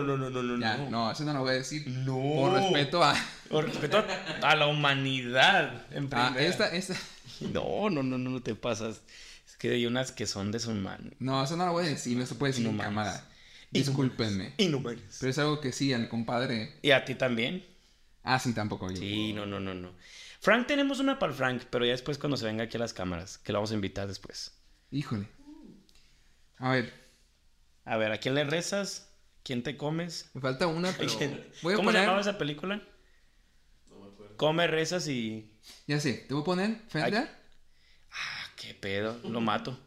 [SPEAKER 2] no, no, no, no, no, no,
[SPEAKER 1] Ya,
[SPEAKER 2] no.
[SPEAKER 1] no, eso no lo voy a decir.
[SPEAKER 2] No.
[SPEAKER 1] Por respeto a.
[SPEAKER 2] Por respeto a, a la humanidad. En
[SPEAKER 1] a
[SPEAKER 2] primera.
[SPEAKER 1] esta, esta.
[SPEAKER 2] No, no, no, no, no te pasas. Es que hay unas que son deshumanas.
[SPEAKER 1] No, eso no lo voy a decir, no se puede decir en
[SPEAKER 2] Inhumanos.
[SPEAKER 1] cámara. Discúlpenme.
[SPEAKER 2] Inhumanas.
[SPEAKER 1] Pero es algo que sí, al compadre.
[SPEAKER 2] ¿Y a ti también?
[SPEAKER 1] Ah, sí, tampoco. yo.
[SPEAKER 2] Sí, no, no, no, no. Frank, tenemos una para el Frank, pero ya después cuando se venga aquí a las cámaras, que lo vamos a invitar después.
[SPEAKER 1] Híjole. A ver,
[SPEAKER 2] A ver, ¿a quién le rezas? ¿Quién te comes?
[SPEAKER 1] me falta una, pero.
[SPEAKER 2] ¿Quién-
[SPEAKER 1] Voy a
[SPEAKER 2] ¿Cómo se
[SPEAKER 1] poner.
[SPEAKER 2] llamaba esa película? Come, rezas y...
[SPEAKER 1] Ya sé, te voy a poner Fender,
[SPEAKER 2] Ah, qué pedo, lo mato.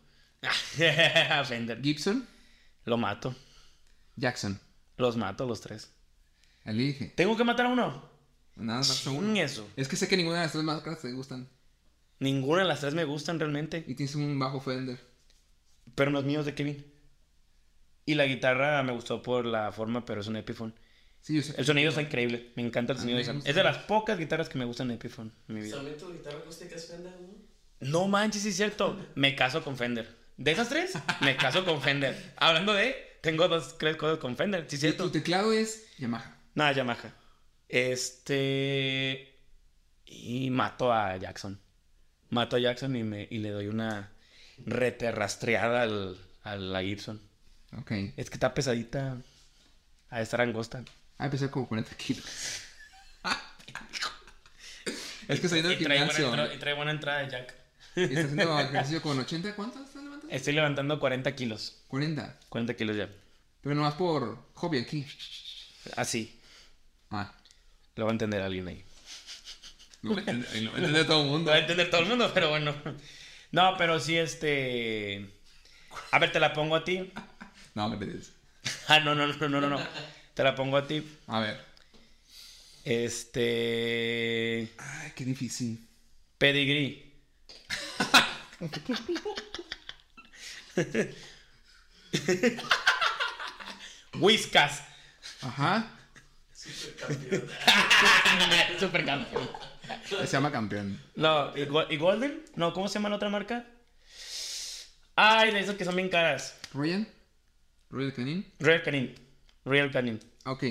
[SPEAKER 2] Fender.
[SPEAKER 1] Gibson,
[SPEAKER 2] Lo mato.
[SPEAKER 1] Jackson.
[SPEAKER 2] Los mato los tres.
[SPEAKER 1] Elige.
[SPEAKER 2] ¿Tengo que matar a uno?
[SPEAKER 1] Nada más son
[SPEAKER 2] Ching
[SPEAKER 1] uno.
[SPEAKER 2] eso.
[SPEAKER 1] Es que sé que ninguna de las tres máscaras te gustan.
[SPEAKER 2] Ninguna de las tres me gustan realmente.
[SPEAKER 1] Y tienes un bajo Fender.
[SPEAKER 2] Pero los míos de Kevin. Y la guitarra me gustó por la forma, pero es un Epiphone.
[SPEAKER 1] Sí, yo sé.
[SPEAKER 2] El sonido está increíble. Me encanta el
[SPEAKER 1] A
[SPEAKER 2] sonido
[SPEAKER 1] mí
[SPEAKER 2] de esa.
[SPEAKER 1] me gusta.
[SPEAKER 2] Es de las pocas guitarras que me gustan en Epiphone en mi vida.
[SPEAKER 4] También tu guitarra acústica es Fender, ¿no?
[SPEAKER 2] No manches, sí es cierto. Me caso con Fender. De esas tres, me caso con Fender. Hablando de, tengo dos, tres cosas con Fender. Sí
[SPEAKER 1] Y
[SPEAKER 2] es cierto.
[SPEAKER 1] tu teclado es Yamaha.
[SPEAKER 2] Nada, Yamaha. Este. Y mato a Jackson. Mato a Jackson y, me, y le doy una reterrastreada al, a la Gibson.
[SPEAKER 1] Ok.
[SPEAKER 2] Es que está pesadita. A estar angosta.
[SPEAKER 1] Ah, empecé como 40 kilos. es que saliendo del
[SPEAKER 2] Y trae buena
[SPEAKER 1] gimnasio.
[SPEAKER 2] entra- y trae buena entrada de Jack.
[SPEAKER 1] Estás haciendo ejercicio con 80. ¿Cuánto estás levantando?
[SPEAKER 2] Estoy levantando 40 kilos.
[SPEAKER 1] 40.
[SPEAKER 2] 40 kilos ya.
[SPEAKER 1] Pero nomás por hobby aquí.
[SPEAKER 2] Así.
[SPEAKER 1] Ah.
[SPEAKER 2] Lo va a entender alguien ahí.
[SPEAKER 1] Lo voy a entender, lo voy a entender todo el
[SPEAKER 2] Lo
[SPEAKER 1] mundo.
[SPEAKER 2] va a entender todo el mundo, pero bueno. No, pero sí, este. A ver, te la pongo a ti.
[SPEAKER 1] No, me dices.
[SPEAKER 2] Ah, no, no, no, no, no, no. Te la pongo a ti.
[SPEAKER 1] A ver.
[SPEAKER 2] Este.
[SPEAKER 1] Ay, qué difícil.
[SPEAKER 2] Pedigrí. Whiskas.
[SPEAKER 1] Ajá.
[SPEAKER 2] Supercampeón.
[SPEAKER 1] Se llama campeón.
[SPEAKER 2] No, ¿y, Go- y Golden? No, ¿cómo se llama la otra marca? Ay, de esas que son bien caras.
[SPEAKER 1] Ryan. Royal Canin.
[SPEAKER 2] Real Canin. Real Canin.
[SPEAKER 1] Ok.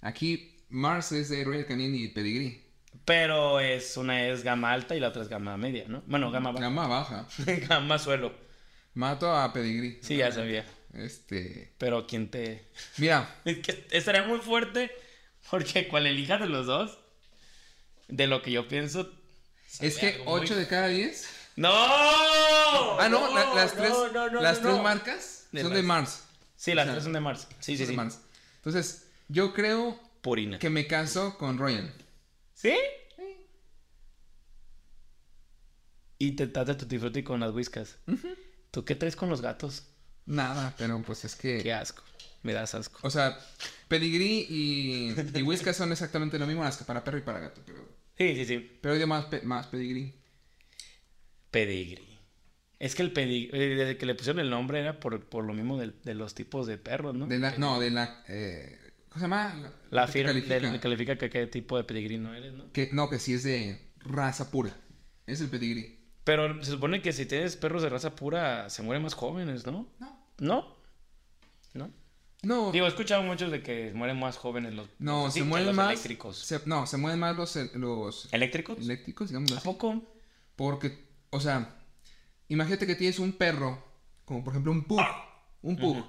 [SPEAKER 1] Aquí Mars es de Royal Canin y Pedigree.
[SPEAKER 2] Pero es una es gama alta y la otra es gama media, ¿no? Bueno, gama baja.
[SPEAKER 1] Gama baja.
[SPEAKER 2] gama suelo.
[SPEAKER 1] Mato a Pedigree.
[SPEAKER 2] Sí, ya sabía.
[SPEAKER 1] Este.
[SPEAKER 2] Pero ¿quién te...?
[SPEAKER 1] Mira,
[SPEAKER 2] Es que estaría muy fuerte porque cual elijas de los dos, de lo que yo pienso... sale
[SPEAKER 1] es que
[SPEAKER 2] algo muy-
[SPEAKER 1] 8 de cada 10.
[SPEAKER 2] ¡No!
[SPEAKER 1] Ah, no, la- las
[SPEAKER 2] no,
[SPEAKER 1] tres,
[SPEAKER 2] no, no,
[SPEAKER 1] las
[SPEAKER 2] no,
[SPEAKER 1] tres
[SPEAKER 2] no.
[SPEAKER 1] marcas
[SPEAKER 2] De
[SPEAKER 1] son de Mars.
[SPEAKER 2] Sí, las
[SPEAKER 1] o sea,
[SPEAKER 2] tres son de Mars. Sí, sí,
[SPEAKER 1] Son de
[SPEAKER 2] sí.
[SPEAKER 1] Mars. Entonces, yo creo
[SPEAKER 2] Purina.
[SPEAKER 1] que me caso con Royal.
[SPEAKER 2] ¿Sí? Y te tatas tu disfrute con las whiskas. ¿Tú qué traes con los gatos?
[SPEAKER 1] Nada, pero pues es que.
[SPEAKER 2] Qué asco. Me das asco.
[SPEAKER 1] O sea, Pedigree y, y Whiskas son exactamente lo mismo, las que para perro y para gato. Pero,
[SPEAKER 2] Sí, sí, sí.
[SPEAKER 1] pero yo más, pe- más Pedigree.
[SPEAKER 2] Pedigree. Es que el pedigree, desde que le pusieron el nombre era por, por lo mismo del- de, los tipos de perros, ¿no?
[SPEAKER 1] De la, no, de la. eh, ¿Cómo se llama?
[SPEAKER 2] la
[SPEAKER 1] que
[SPEAKER 2] firma
[SPEAKER 1] califica.
[SPEAKER 2] del- califica que qué tipo de pedigree no eres, ¿no?
[SPEAKER 1] Que, no, que sí es de raza pura. Es el Pedigree.
[SPEAKER 2] Pero se supone que si tienes perros de raza pura, se mueren más jóvenes, ¿no?
[SPEAKER 1] No.
[SPEAKER 2] ¿No? ¿No?
[SPEAKER 1] No.
[SPEAKER 2] Digo, he escuchado muchos de que mueren más jóvenes los,
[SPEAKER 1] No,
[SPEAKER 2] los-
[SPEAKER 1] se
[SPEAKER 2] sí,
[SPEAKER 1] mueven
[SPEAKER 2] los
[SPEAKER 1] más.
[SPEAKER 2] eléctricos.
[SPEAKER 1] se- no, se mueven más los, los
[SPEAKER 2] ¿Eléctricos?
[SPEAKER 1] eléctricos, digamos
[SPEAKER 2] ¿A
[SPEAKER 1] así.
[SPEAKER 2] poco?
[SPEAKER 1] Porque, o sea, imagínate que tienes un perro, como por ejemplo un pug, un pug,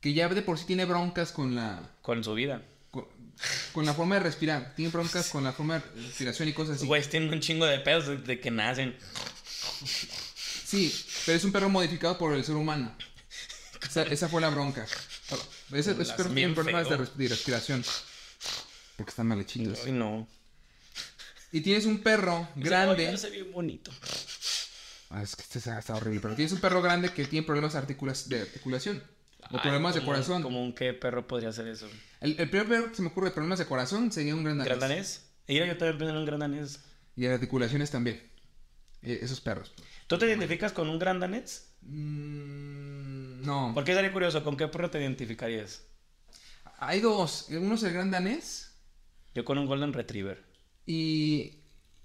[SPEAKER 1] que ya de por sí tiene broncas con la.
[SPEAKER 2] Con su vida.
[SPEAKER 1] Con, con la forma de respirar, tiene broncas con la forma de respiración y cosas así.
[SPEAKER 2] Güey, tienen un chingo de pedos de- de que nacen.
[SPEAKER 1] Sí, pero es un perro modificado por el ser humano. Esa, esa fue la bronca. Ese, ese perro tiene
[SPEAKER 2] bien
[SPEAKER 1] problemas de,
[SPEAKER 2] feo.
[SPEAKER 1] res- de respiración. Porque están mal hechitos.
[SPEAKER 2] Ay, no.
[SPEAKER 1] Y tienes un perro grande.
[SPEAKER 2] Se bien bonito.
[SPEAKER 1] Ah, es que este está, está horrible. Pero tienes un perro grande que tiene problemas de, articulas- de articulación. O
[SPEAKER 2] Ay,
[SPEAKER 1] problemas de
[SPEAKER 2] como-
[SPEAKER 1] corazón.
[SPEAKER 2] Como un qué perro podría hacer eso.
[SPEAKER 1] El, el primer perro que se me ocurre de problemas de corazón sería un gran danés.
[SPEAKER 2] ¿Gran danés? Mira, yo también pensé en un gran danés.
[SPEAKER 1] Y de articulaciones también. Eh, esos perros.
[SPEAKER 2] ¿Tú te identificas con un gran danés?
[SPEAKER 1] Mm, no.
[SPEAKER 2] Porque estaría curioso, ¿con qué perro te identificarías?
[SPEAKER 1] Hay dos. Uno es el gran danés
[SPEAKER 2] Yo con un golden retriever.
[SPEAKER 1] y,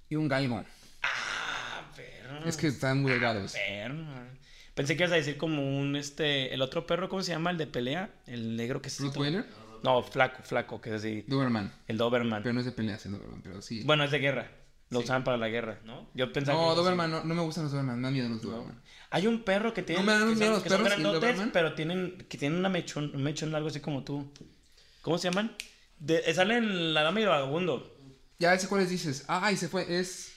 [SPEAKER 1] y un galgo.
[SPEAKER 2] Ah, perro.
[SPEAKER 1] Es que están muy delgados.
[SPEAKER 2] Perro. Pensé que ibas a decir como un este. El otro perro, ¿cómo se llama? El de pelea. El negro que es.
[SPEAKER 1] Rottweiler,
[SPEAKER 2] No, flaco, flaco, que es así.
[SPEAKER 1] Doberman.
[SPEAKER 2] El Doberman.
[SPEAKER 1] Pero no es de peleas el Doberman, pero sí.
[SPEAKER 2] Bueno, es de guerra. Lo usaban para la guerra, ¿no? Yo pensaba
[SPEAKER 1] no,
[SPEAKER 2] que-
[SPEAKER 1] Doberman, no, no me gustan los Doberman, me dan miedo los Doberman.
[SPEAKER 2] Hay un perro que tiene.
[SPEAKER 1] No me dan
[SPEAKER 2] que
[SPEAKER 1] miedo los
[SPEAKER 2] que son
[SPEAKER 1] perros y el
[SPEAKER 2] grandotes,
[SPEAKER 1] Doberman.
[SPEAKER 2] pero tienen, que tienen una mechón, un mechón largo así como tú. ¿Cómo se llaman? De, eh, salen la dama y el vagabundo.
[SPEAKER 1] Ya sé cuáles dices. Ay, se fue. Es.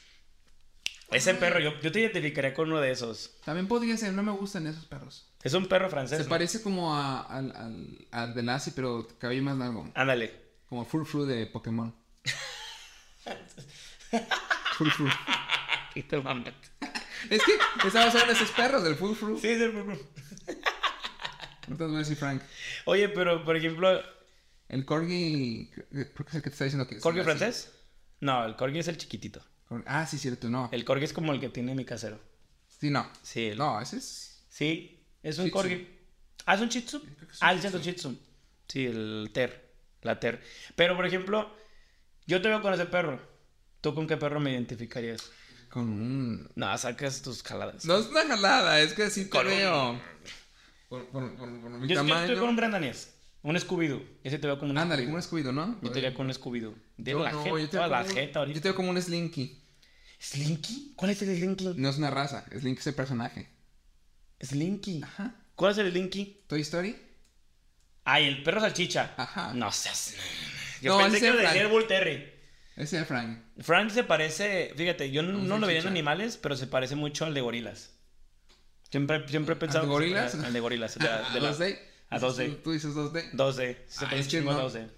[SPEAKER 1] Ah.
[SPEAKER 2] Ese perro, yo, yo te identificaría con uno de esos.
[SPEAKER 1] También podría ser, no me gustan esos perros.
[SPEAKER 2] Es un perro francés.
[SPEAKER 1] Se
[SPEAKER 2] Pues ¿no?
[SPEAKER 1] parece como a, al, al, al de Lassie, pero cabello más largo.
[SPEAKER 2] Ándale.
[SPEAKER 1] Como Fru Fru de Pokémon. Fru Fru.
[SPEAKER 2] Y te mamas.
[SPEAKER 1] Es que estaba hablando de esos perros del Fru Fru.
[SPEAKER 2] Sí, es el perro.
[SPEAKER 1] No te voy a decir Frank.
[SPEAKER 2] Oye, pero por ejemplo,
[SPEAKER 1] El Corgi. eh, Creo que es el que te está diciendo que es.
[SPEAKER 2] ¿corgi
[SPEAKER 1] Lassie.
[SPEAKER 2] francés? No, el corgi es el chiquitito.
[SPEAKER 1] Cor- Ah, sí, cierto, no.
[SPEAKER 2] El corgi es como el que tiene mi casero.
[SPEAKER 1] Sí, no.
[SPEAKER 2] Sí, el-
[SPEAKER 1] No, ese es.
[SPEAKER 2] Sí, es un
[SPEAKER 1] Shih Tzu.
[SPEAKER 2] corgi. Ah, es un shih tzu.
[SPEAKER 1] que es un
[SPEAKER 2] Ah, es un shih tzu. Sí, el ter, la ter. Pero por ejemplo, yo te veo con ese perro. ¿Tú con qué perro me identificarías?
[SPEAKER 1] Con un.
[SPEAKER 2] No, sacas tus jaladas.
[SPEAKER 1] No es una jalada, es que así te
[SPEAKER 2] Con un-
[SPEAKER 1] veo. Por, por, por, por mi
[SPEAKER 2] yo es que estoy
[SPEAKER 1] tamaño.
[SPEAKER 2] con un gran danés, un Scooby-Doo. Ese te veo como un
[SPEAKER 1] Ándale, como
[SPEAKER 2] Scooby-Doo.
[SPEAKER 1] un escudo, ¿no?
[SPEAKER 2] Yo te veo con un Scooby-Doo. De
[SPEAKER 1] Yo
[SPEAKER 2] la
[SPEAKER 1] no,
[SPEAKER 2] jeta,
[SPEAKER 1] yo te
[SPEAKER 2] toda
[SPEAKER 1] veo
[SPEAKER 2] la
[SPEAKER 1] como un-
[SPEAKER 2] jeta ahorita.
[SPEAKER 1] Yo te veo como un Slinky.
[SPEAKER 2] ¿Slinky? ¿Cuál es el Slinky?
[SPEAKER 1] No es una raza, Slinky es el personaje.
[SPEAKER 2] Slinky.
[SPEAKER 1] Ajá.
[SPEAKER 2] ¿Cuál es el Slinky?
[SPEAKER 1] ¿Toy Story?
[SPEAKER 2] Ay, el perro salchicha.
[SPEAKER 1] Ajá.
[SPEAKER 2] No seas.
[SPEAKER 1] No,
[SPEAKER 2] Yo
[SPEAKER 1] ese
[SPEAKER 2] pensé que
[SPEAKER 1] es
[SPEAKER 2] lo decía
[SPEAKER 1] Frank.
[SPEAKER 2] el Bull Terry.
[SPEAKER 1] Ese es el Frank.
[SPEAKER 2] Frank se parece, fíjate, yo no,
[SPEAKER 1] Un
[SPEAKER 2] no lo veía en
[SPEAKER 1] salchicha.
[SPEAKER 2] animales, pero se parece mucho al de gorilas. Siempre, siempre he pensado.
[SPEAKER 1] de
[SPEAKER 2] que se
[SPEAKER 1] gorilas?
[SPEAKER 2] parece Al de gorilas. De la, de la-
[SPEAKER 1] ¿A 2D?
[SPEAKER 2] A 12.
[SPEAKER 1] Tú dices 2D.
[SPEAKER 2] 12. Se
[SPEAKER 1] Ah,
[SPEAKER 2] parece
[SPEAKER 1] es que
[SPEAKER 2] chingo a
[SPEAKER 1] no.
[SPEAKER 2] 12.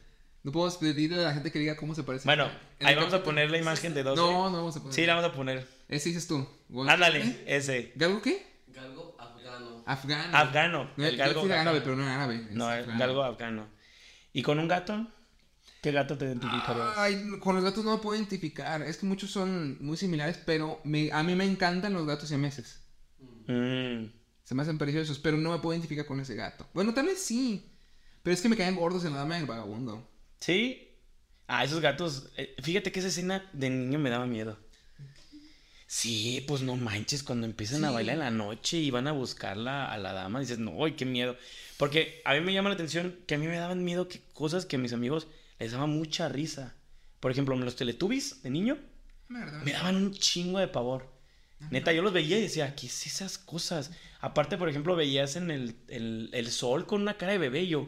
[SPEAKER 1] No podemos pedirle a la gente que diga cómo se parece.
[SPEAKER 2] Bueno,
[SPEAKER 1] En
[SPEAKER 2] ahí
[SPEAKER 1] el
[SPEAKER 2] vamos
[SPEAKER 1] capítulo-
[SPEAKER 2] a poner la imagen de 12.
[SPEAKER 1] No, no vamos a poner.
[SPEAKER 2] Sí, la vamos a poner.
[SPEAKER 1] Ese dices tú. Gol-
[SPEAKER 2] Ándale,
[SPEAKER 1] ¿Eh?
[SPEAKER 2] ese.
[SPEAKER 1] ¿Galgo qué?
[SPEAKER 4] Galgo afgano.
[SPEAKER 1] Afgano.
[SPEAKER 2] Afgano.
[SPEAKER 1] No,
[SPEAKER 2] El
[SPEAKER 1] Ah. yo
[SPEAKER 2] galgo
[SPEAKER 1] decía árabe,
[SPEAKER 2] afgano.
[SPEAKER 1] pero no era árabe. es
[SPEAKER 2] No,
[SPEAKER 1] afgano.
[SPEAKER 2] galgo afgano. ¿Y con un gato? ¿Qué gato te identificarías?
[SPEAKER 1] Ay, con los gatos no me puedo identificar. Es que muchos son muy similares, pero me- a mí me encantan los gatos siameses.
[SPEAKER 2] Mm.
[SPEAKER 1] Se me hacen preciosos, pero no me puedo identificar con ese gato. Bueno, tal vez sí. Pero es que me caen gordos en la dama del vagabundo.
[SPEAKER 2] ¿Sí? Ah, esos gatos. eh, fíjate que esa escena de niño me daba miedo. Sí, pues no manches, cuando empiezan a
[SPEAKER 1] Sí.
[SPEAKER 2] bailar en la noche y van a buscarla a la dama, dices, no, ay, qué miedo. Porque a mí me llama la atención que a mí me daban miedo que cosas que a mis amigos les daba mucha risa. Por ejemplo, los teletubbies de niño
[SPEAKER 1] Mierda.
[SPEAKER 2] me daban un chingo de pavor. Neta, yo los veía y decía, ¿qué es esas cosas? Aparte, por ejemplo, veías en el, el- el sol con una cara de bebé y yo,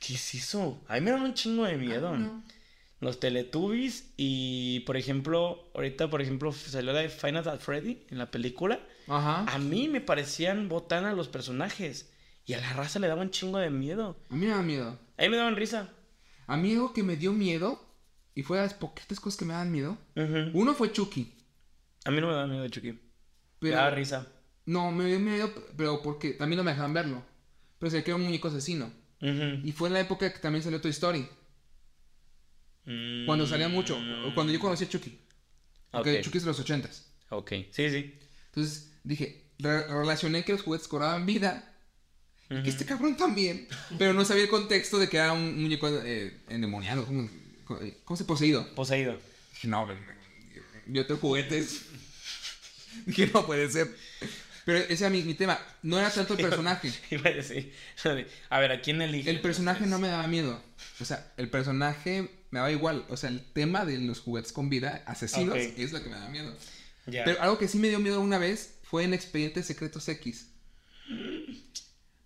[SPEAKER 2] ¿qué es eso? A mí me daban un chingo de miedo.
[SPEAKER 1] Ah, no.
[SPEAKER 2] Los Teletubbies y, por ejemplo, ahorita, por ejemplo, salió la de Final at Freddy en la película.
[SPEAKER 1] Ajá.
[SPEAKER 2] A mí me parecían botanas los personajes y a la raza le daban chingo de miedo.
[SPEAKER 1] A mí me da miedo.
[SPEAKER 2] A mí me daban risa.
[SPEAKER 1] A mí algo que me dio miedo, y fue de las poquitas cosas que me dan miedo.
[SPEAKER 2] Ujú.
[SPEAKER 1] Uno fue Chucky.
[SPEAKER 2] A mí no me daba miedo Chucky. Me
[SPEAKER 1] Pero,
[SPEAKER 2] daba risa.
[SPEAKER 1] No, me dio miedo, pero porque también no me dejaban verlo. Pero se que era un muñeco asesino.
[SPEAKER 2] Ujú.
[SPEAKER 1] Y fue en la época que también salió Toy Story.
[SPEAKER 2] Mm.
[SPEAKER 1] Cuando salía mucho. o Cuando yo conocí a Chucky. Porque
[SPEAKER 2] Ok.
[SPEAKER 1] Chucky es de los ochentas.
[SPEAKER 2] Ok, sí, sí.
[SPEAKER 1] Entonces dije, re- relacioné que los juguetes cobraban vida. Y que este cabrón también. Pero no sabía el contexto de que era un muñeco eh, endemoniado. ¿Cómo, cómo se poseído?
[SPEAKER 2] Poseído.
[SPEAKER 1] Dije, no, ven, ven, yo tengo juguetes. Dije, no puede ser. Pero ese era mi, mi tema. No era tanto el personaje.
[SPEAKER 2] Iba a decir. A ver, ¿a quién elige?
[SPEAKER 1] El personaje no me daba miedo. O sea, el personaje me daba igual. O sea, el tema de los juguetes con vida, asesinos,
[SPEAKER 2] Ok.
[SPEAKER 1] es lo que me daba miedo.
[SPEAKER 2] Ya.
[SPEAKER 1] Pero algo que sí me dio miedo una vez fue en Expedientes Secretos X.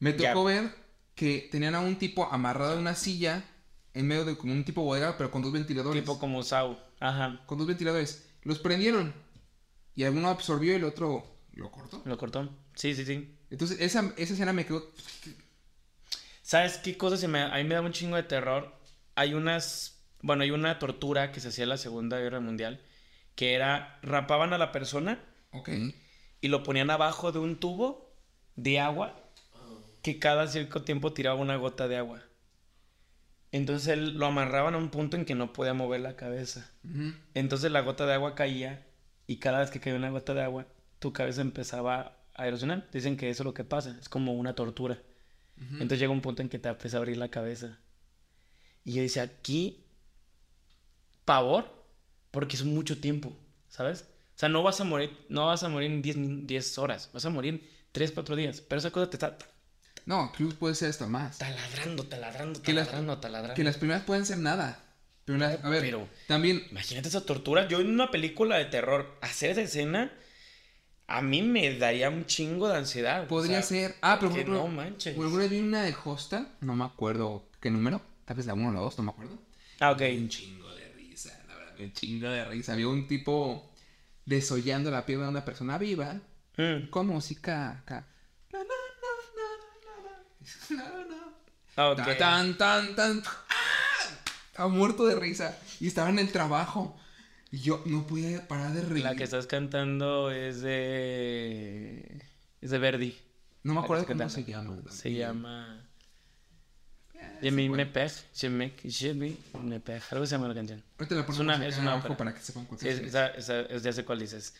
[SPEAKER 1] Me
[SPEAKER 2] Ya.
[SPEAKER 1] tocó ver que tenían a un tipo amarrado a una silla en medio de como un tipo bodega, pero con dos ventiladores.
[SPEAKER 2] tipo como Sau. Ajá.
[SPEAKER 1] Con dos ventiladores. Los prendieron. Y alguno absorbió y el otro ¿Lo corto?
[SPEAKER 2] Lo cortó. Sí, sí, sí.
[SPEAKER 1] Entonces, esa, esa escena me quedó.
[SPEAKER 2] ¿Sabes qué cosa se me, a mí me da un chingo de terror? Hay unas, bueno, hay una tortura que se hacía en la Segunda Guerra Mundial, que era, rapaban a la persona
[SPEAKER 1] Ok.
[SPEAKER 2] y lo ponían abajo de un tubo de agua que cada cierto tiempo tiraba una gota de agua. Entonces él lo amarraban a un punto en que no podía mover la cabeza.
[SPEAKER 1] Ujú.
[SPEAKER 2] Entonces la gota de agua caía y cada vez que caía una gota de agua, tu cabeza empezaba a erosionar. Dicen que eso es lo que pasa, es como una tortura. Entonces llega un punto en que te empieza a abrir la cabeza. Y yo dice, aquí, pavor, porque es mucho tiempo, ¿sabes? O sea, no vas a morir, no vas a morir en 10 min- 10 horas, vas a morir en 3, 4 días. Pero esa cosa te está
[SPEAKER 1] No, Clues puede ser hasta más.
[SPEAKER 2] taladrando, taladrando,
[SPEAKER 1] Que las-
[SPEAKER 2] taladrando, taladrando.
[SPEAKER 1] Que las primeras pueden ser nada. Pero una- a ver,
[SPEAKER 2] Pero-
[SPEAKER 1] también
[SPEAKER 2] Imagínate esa tortura. Yo en una película de terror, hacer esa escena, a mí me daría un chingo de ansiedad.
[SPEAKER 1] podría
[SPEAKER 2] o sea,
[SPEAKER 1] ser. Ah, pero por
[SPEAKER 2] que
[SPEAKER 1] ejemplo,
[SPEAKER 2] no manches.
[SPEAKER 1] por ejemplo, vi una de Hosta, no me acuerdo qué número, tal vez la 1 o la 2, no me acuerdo.
[SPEAKER 2] Ah, ok.
[SPEAKER 1] Un chingo de risa, la verdad, un chingo de risa. Había un tipo desollando la pierna de una persona viva
[SPEAKER 2] Mm.
[SPEAKER 1] con música acá. Na, na, na, na, na, na, na, na.
[SPEAKER 2] Ah, ok.
[SPEAKER 1] Tan, tan, tan. ¡Ah! Estaba muerto de risa. Y estaba en el trabajo. Y yo no podía parar de reír.
[SPEAKER 2] La que estás cantando es de. Es de Verdi.
[SPEAKER 1] No me
[SPEAKER 2] La
[SPEAKER 1] acuerdo
[SPEAKER 2] que está
[SPEAKER 1] cómo se
[SPEAKER 2] cantando.
[SPEAKER 1] llama.
[SPEAKER 2] Se llama.
[SPEAKER 1] Eh, sí,
[SPEAKER 2] Je me
[SPEAKER 1] bueno.
[SPEAKER 2] me pej, je me je me me pej. Algo se llama la canción.
[SPEAKER 1] Ahorita la ponemos
[SPEAKER 2] una-
[SPEAKER 1] acá
[SPEAKER 2] es una
[SPEAKER 1] abajo
[SPEAKER 2] ópera.
[SPEAKER 1] Ah, para que sepan cuál
[SPEAKER 2] Sí, es-
[SPEAKER 1] es.
[SPEAKER 2] esa, esa- es- ya sé cuál dices.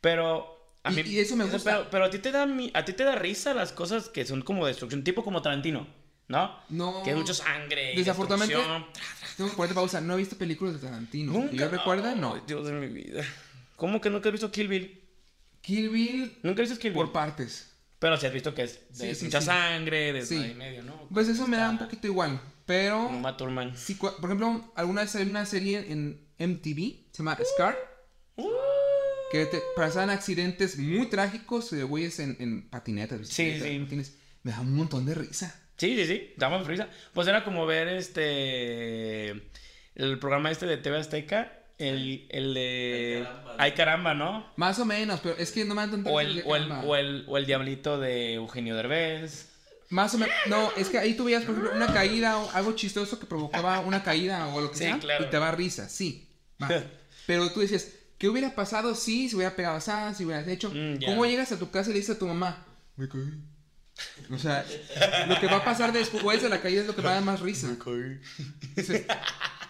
[SPEAKER 2] Pero. A
[SPEAKER 1] Y-
[SPEAKER 2] mí,
[SPEAKER 1] y eso me
[SPEAKER 2] esa-
[SPEAKER 1] gusta.
[SPEAKER 2] Pero, pero a, ti te da, mi- a ti te da risa las cosas que son como destrucción, tipo como Tarantino, ¿no?
[SPEAKER 1] No.
[SPEAKER 2] Que es mucho sangre. y
[SPEAKER 1] Desafortunadamente-
[SPEAKER 2] destrucción.
[SPEAKER 1] Tengo que ponerte pausa. No he visto películas de Tarantino.
[SPEAKER 2] Nunca.
[SPEAKER 1] Que Yo recuerda,
[SPEAKER 2] Ay,
[SPEAKER 1] no.
[SPEAKER 2] Dios de mi vida. ¿Cómo que nunca has visto Kill Bill?
[SPEAKER 1] Kill Bill
[SPEAKER 2] Nunca has visto Kill Bill.
[SPEAKER 1] por partes.
[SPEAKER 2] Pero si has visto que es de
[SPEAKER 1] Sí, sí,
[SPEAKER 2] mucha
[SPEAKER 1] sí.
[SPEAKER 2] sangre, de
[SPEAKER 1] Sí.
[SPEAKER 2] ahí medio, ¿no?
[SPEAKER 1] Pues eso me da un
[SPEAKER 2] Está
[SPEAKER 1] poquito igual. Pero,
[SPEAKER 2] Como Uma Thurman.
[SPEAKER 1] sí, cua- por ejemplo, alguna vez hay una serie en MTV. Se llama Scar.
[SPEAKER 2] Uh,
[SPEAKER 1] Que te pasan accidentes muy trágicos de güeyes en, en patinetas. bicicletas,
[SPEAKER 2] sí.
[SPEAKER 1] patines. Me da un montón de risa.
[SPEAKER 2] Sí, sí, sí, damos risa. Pues era como ver este. El programa este de TV Azteca. El, el de.
[SPEAKER 4] Ay, caramba, ¿no?
[SPEAKER 2] Ay, caramba, ¿no?
[SPEAKER 1] Más o menos, pero es que no me dan tanta
[SPEAKER 2] O
[SPEAKER 1] risa
[SPEAKER 2] el,
[SPEAKER 1] de
[SPEAKER 2] o, el,
[SPEAKER 1] Karma.
[SPEAKER 2] o, el, o el diablito de Eugenio Derbez.
[SPEAKER 1] Más o menos. No, es que ahí tú veías, por ejemplo, una caída o algo chistoso que provocaba una caída o lo que
[SPEAKER 2] Sí,
[SPEAKER 1] sea.
[SPEAKER 2] claro.
[SPEAKER 1] Y te va risa, sí. va. Pero tú dices, ¿qué hubiera pasado si se hubiera pegado así, si hubieras hecho?
[SPEAKER 2] Mm, ya.
[SPEAKER 1] ¿Cómo llegas a tu casa y le dices a tu mamá? Me caí. O sea, lo que va a pasar después de la caída es lo que va a dar más risa. Dices,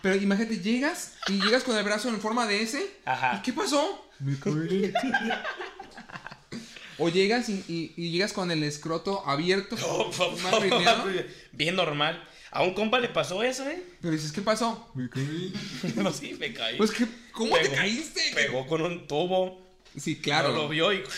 [SPEAKER 1] Pero imagínate, llegas y llegas con el brazo en forma de S.
[SPEAKER 2] Ajá.
[SPEAKER 1] ¿Y qué pasó? Me caí. O llegas y, y- y llegas con el escroto abierto, más rineado,
[SPEAKER 2] Bien normal. A un compa le pasó eso, ¿eh?
[SPEAKER 1] pero dices, ¿qué pasó? Me caí.
[SPEAKER 2] No, sí, me caí.
[SPEAKER 1] Pues, ¿qué- ¿cómo te
[SPEAKER 2] Pegó-
[SPEAKER 1] caíste?
[SPEAKER 2] Pegó con un tubo.
[SPEAKER 1] Sí, claro.
[SPEAKER 2] No lo vio y.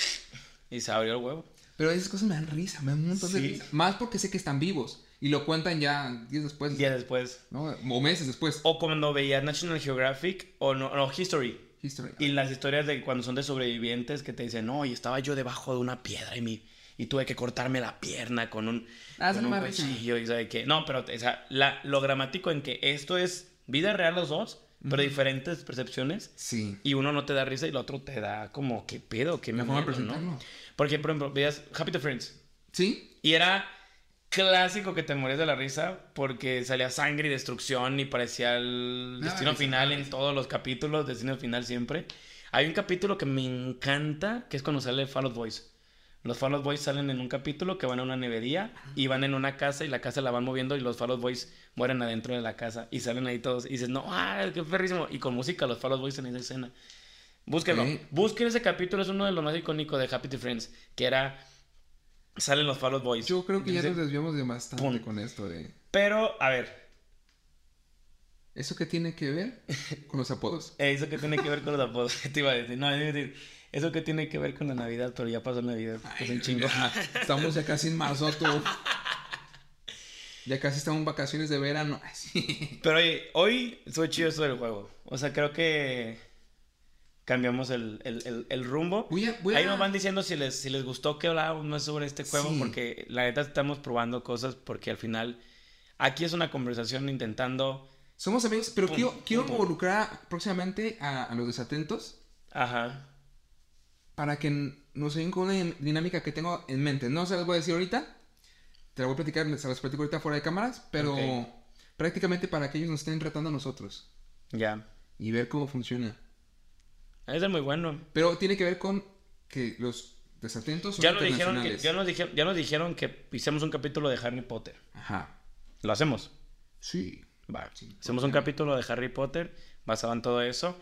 [SPEAKER 2] Y se abrió el huevo.
[SPEAKER 1] Pero esas cosas me dan risa, me dan un montón de
[SPEAKER 2] Sí.
[SPEAKER 1] risa. Más porque sé que están vivos y lo cuentan ya días después,
[SPEAKER 2] Días después.
[SPEAKER 1] ¿no? O meses después.
[SPEAKER 2] O cuando veía National Geographic o no, no, History.
[SPEAKER 1] History.
[SPEAKER 2] Y las historias de cuando son de sobrevivientes que te dicen, no, y estaba yo debajo de una piedra y mi y tuve que cortarme la pierna con un,
[SPEAKER 1] Ah, eso
[SPEAKER 2] con
[SPEAKER 1] no
[SPEAKER 2] un
[SPEAKER 1] me avisa.
[SPEAKER 2] cuchillo", y sabe qué. No, pero o sea, la- lo gramático en que esto es vida real los dos, pero diferentes percepciones.
[SPEAKER 1] Sí.
[SPEAKER 2] Y uno no te da risa y el otro te da como, ¿qué pedo? ¿Qué
[SPEAKER 1] La forma de
[SPEAKER 2] miedo", ¿no?
[SPEAKER 1] presentarlo.
[SPEAKER 2] Porque, por ejemplo, veías Happy to Friends.
[SPEAKER 1] ¿Sí?
[SPEAKER 2] Y era clásico que te morías de la risa porque salía sangre y destrucción y parecía el
[SPEAKER 1] Nada
[SPEAKER 2] destino
[SPEAKER 1] de risa,
[SPEAKER 2] final en todos los capítulos, destino final siempre. Hay un capítulo que me encanta, que es cuando sale Fall Out Boys. Los Fall Out Boys salen en un capítulo que van a una nevería y van en una casa y la casa la van moviendo y los Fall Out Boys mueren adentro de la casa y salen ahí todos y dices, no, ah, qué perrísimo. Y con música los Fall Out Boys en esa escena. Búsquenlo.
[SPEAKER 1] Ok.
[SPEAKER 2] Busquen ese capítulo, es uno de los más icónicos de Happy Tree Friends, que era... Salen los Fall Out Boys.
[SPEAKER 1] Yo creo que ya
[SPEAKER 2] Dice-
[SPEAKER 1] nos desviamos de bastante
[SPEAKER 2] Pum.
[SPEAKER 1] con esto de...
[SPEAKER 2] Pero, a ver,
[SPEAKER 1] ¿Eso qué tiene que ver con los apodos?
[SPEAKER 2] eh, eso que tiene que ver con los apodos, te iba a decir, no, iba a decir, eso que tiene que ver con la Navidad, pero ya pasó Navidad, es un chingo.
[SPEAKER 1] Estamos ya casi en marzo, tú. Ya casi estamos en vacaciones de verano. Ay, sí.
[SPEAKER 2] Pero oye, hoy estuvo chido esto del juego, o sea, creo que cambiamos el, el- el- el rumbo.
[SPEAKER 1] Voy a- voy a-
[SPEAKER 2] Ahí nos van diciendo si les, si les gustó que hablábamos más sobre este juego,
[SPEAKER 1] Sí.
[SPEAKER 2] porque la neta estamos probando cosas, porque al final aquí es una conversación intentando,
[SPEAKER 1] Somos amigos, pero
[SPEAKER 2] Pum,
[SPEAKER 1] quiero,
[SPEAKER 2] pum,
[SPEAKER 1] quiero
[SPEAKER 2] pum.
[SPEAKER 1] involucrar próximamente a, a los desatentos
[SPEAKER 2] ajá,
[SPEAKER 1] para que nos ayuden con una din- dinámica que tengo en mente. No se las voy a decir ahorita, te la voy a platicar, se las platico ahorita fuera de cámaras, pero
[SPEAKER 2] Ok.
[SPEAKER 1] prácticamente para que ellos nos estén retando a nosotros
[SPEAKER 2] Ya.
[SPEAKER 1] y ver cómo funciona.
[SPEAKER 2] Eso es muy bueno.
[SPEAKER 1] Pero tiene que ver con que los desatentos son
[SPEAKER 2] Ya nos, dijeron que,
[SPEAKER 1] internacionales.
[SPEAKER 2] ya, nos dijeron, ya nos dijeron que hicimos un capítulo de Harry Potter.
[SPEAKER 1] Ajá.
[SPEAKER 2] Lo hacemos.
[SPEAKER 1] Sí.
[SPEAKER 2] Va.
[SPEAKER 1] Sí.
[SPEAKER 2] Hacemos un capítulo de Harry Potter basado en todo eso.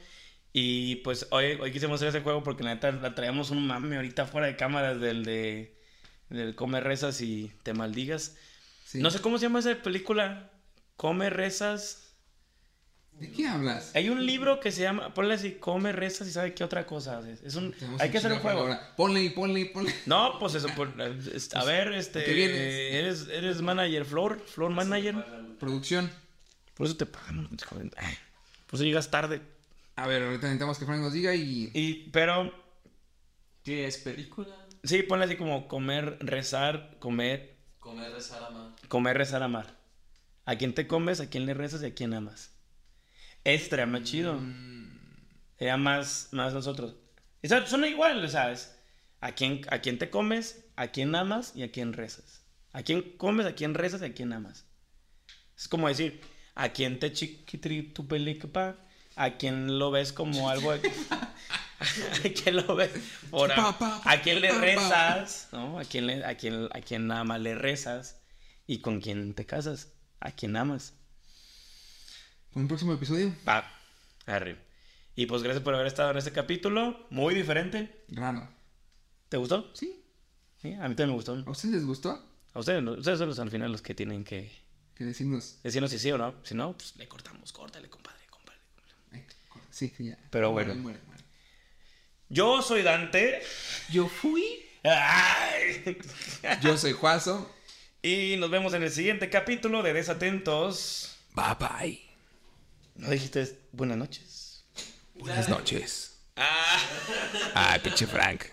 [SPEAKER 2] Y pues hoy, hoy quisimos hacer ese juego porque la neta la traíamos un mame ahorita fuera de cámaras del de del Come Rezas y Te Maldigas.
[SPEAKER 1] sí.
[SPEAKER 2] No sé cómo se llama esa película. Come Rezas.
[SPEAKER 1] ¿De qué hablas?
[SPEAKER 2] Hay un libro que se llama, ponle así, Come Rezas y sabe qué otra cosa. Es es un,
[SPEAKER 1] Tenemos
[SPEAKER 2] hay que hacer un
[SPEAKER 1] chingo para
[SPEAKER 2] juego.
[SPEAKER 1] ahora. Ponle, ponle, ponle.
[SPEAKER 2] No, pues eso, por- es- a ver, este,
[SPEAKER 1] ¿qué vienes?
[SPEAKER 2] eres, eres manager, floor, floor manager.
[SPEAKER 1] Producción.
[SPEAKER 2] Por eso te pagamos. joder. Por eso llegas tarde.
[SPEAKER 1] A ver, ahorita necesitamos que Frank nos diga y...
[SPEAKER 2] Y, pero,
[SPEAKER 4] ¿Qué es película?
[SPEAKER 2] sí, ponle así como comer, rezar, comer,
[SPEAKER 4] Comer, rezar, amar.
[SPEAKER 2] comer, rezar, amar. A quién te comes, a quién le rezas y a quién amas. Extra, más chido. Era más, más nosotros. O sea, son iguales, ¿sabes? A quién, a quién te comes, a quién amas y a quién rezas. A quién comes, a quién rezas y a quién amas. Es como decir, a quién te chiquitri tu pelicupa, a quién lo ves como algo de... a quién lo ves por
[SPEAKER 1] Pa, pa, pa,
[SPEAKER 2] a quién le
[SPEAKER 1] pa, pa.
[SPEAKER 2] rezas, ¿no? A quién le, a quién, a quién nada más le rezas y con quién te casas, a quién amas.
[SPEAKER 1] Con un próximo episodio.
[SPEAKER 2] Va, arre. Y pues gracias por haber estado en este capítulo, muy diferente.
[SPEAKER 1] Raro.
[SPEAKER 2] ¿Te gustó?
[SPEAKER 1] ¿Sí?
[SPEAKER 2] Sí, a mí también me gustó.
[SPEAKER 1] ¿A ustedes les gustó?
[SPEAKER 2] A ustedes, ¿no? ustedes son los al final los que tienen que
[SPEAKER 1] Que decirnos...
[SPEAKER 2] decirnos si sí o no. Si no, pues le cortamos, córtale, compadre, compadre.
[SPEAKER 1] Ay, corta. Sí, sí, ya.
[SPEAKER 2] Pero
[SPEAKER 1] Muere,
[SPEAKER 2] bueno.
[SPEAKER 1] muere, muere.
[SPEAKER 2] Yo soy Dante.
[SPEAKER 1] Yo fui.
[SPEAKER 2] Ay.
[SPEAKER 1] Yo soy Juazo.
[SPEAKER 2] Y nos vemos en el siguiente capítulo de Desatentos.
[SPEAKER 1] Bye bye.
[SPEAKER 2] No dijiste buenas noches.
[SPEAKER 1] Buenas noches. Ah, pinche Frank.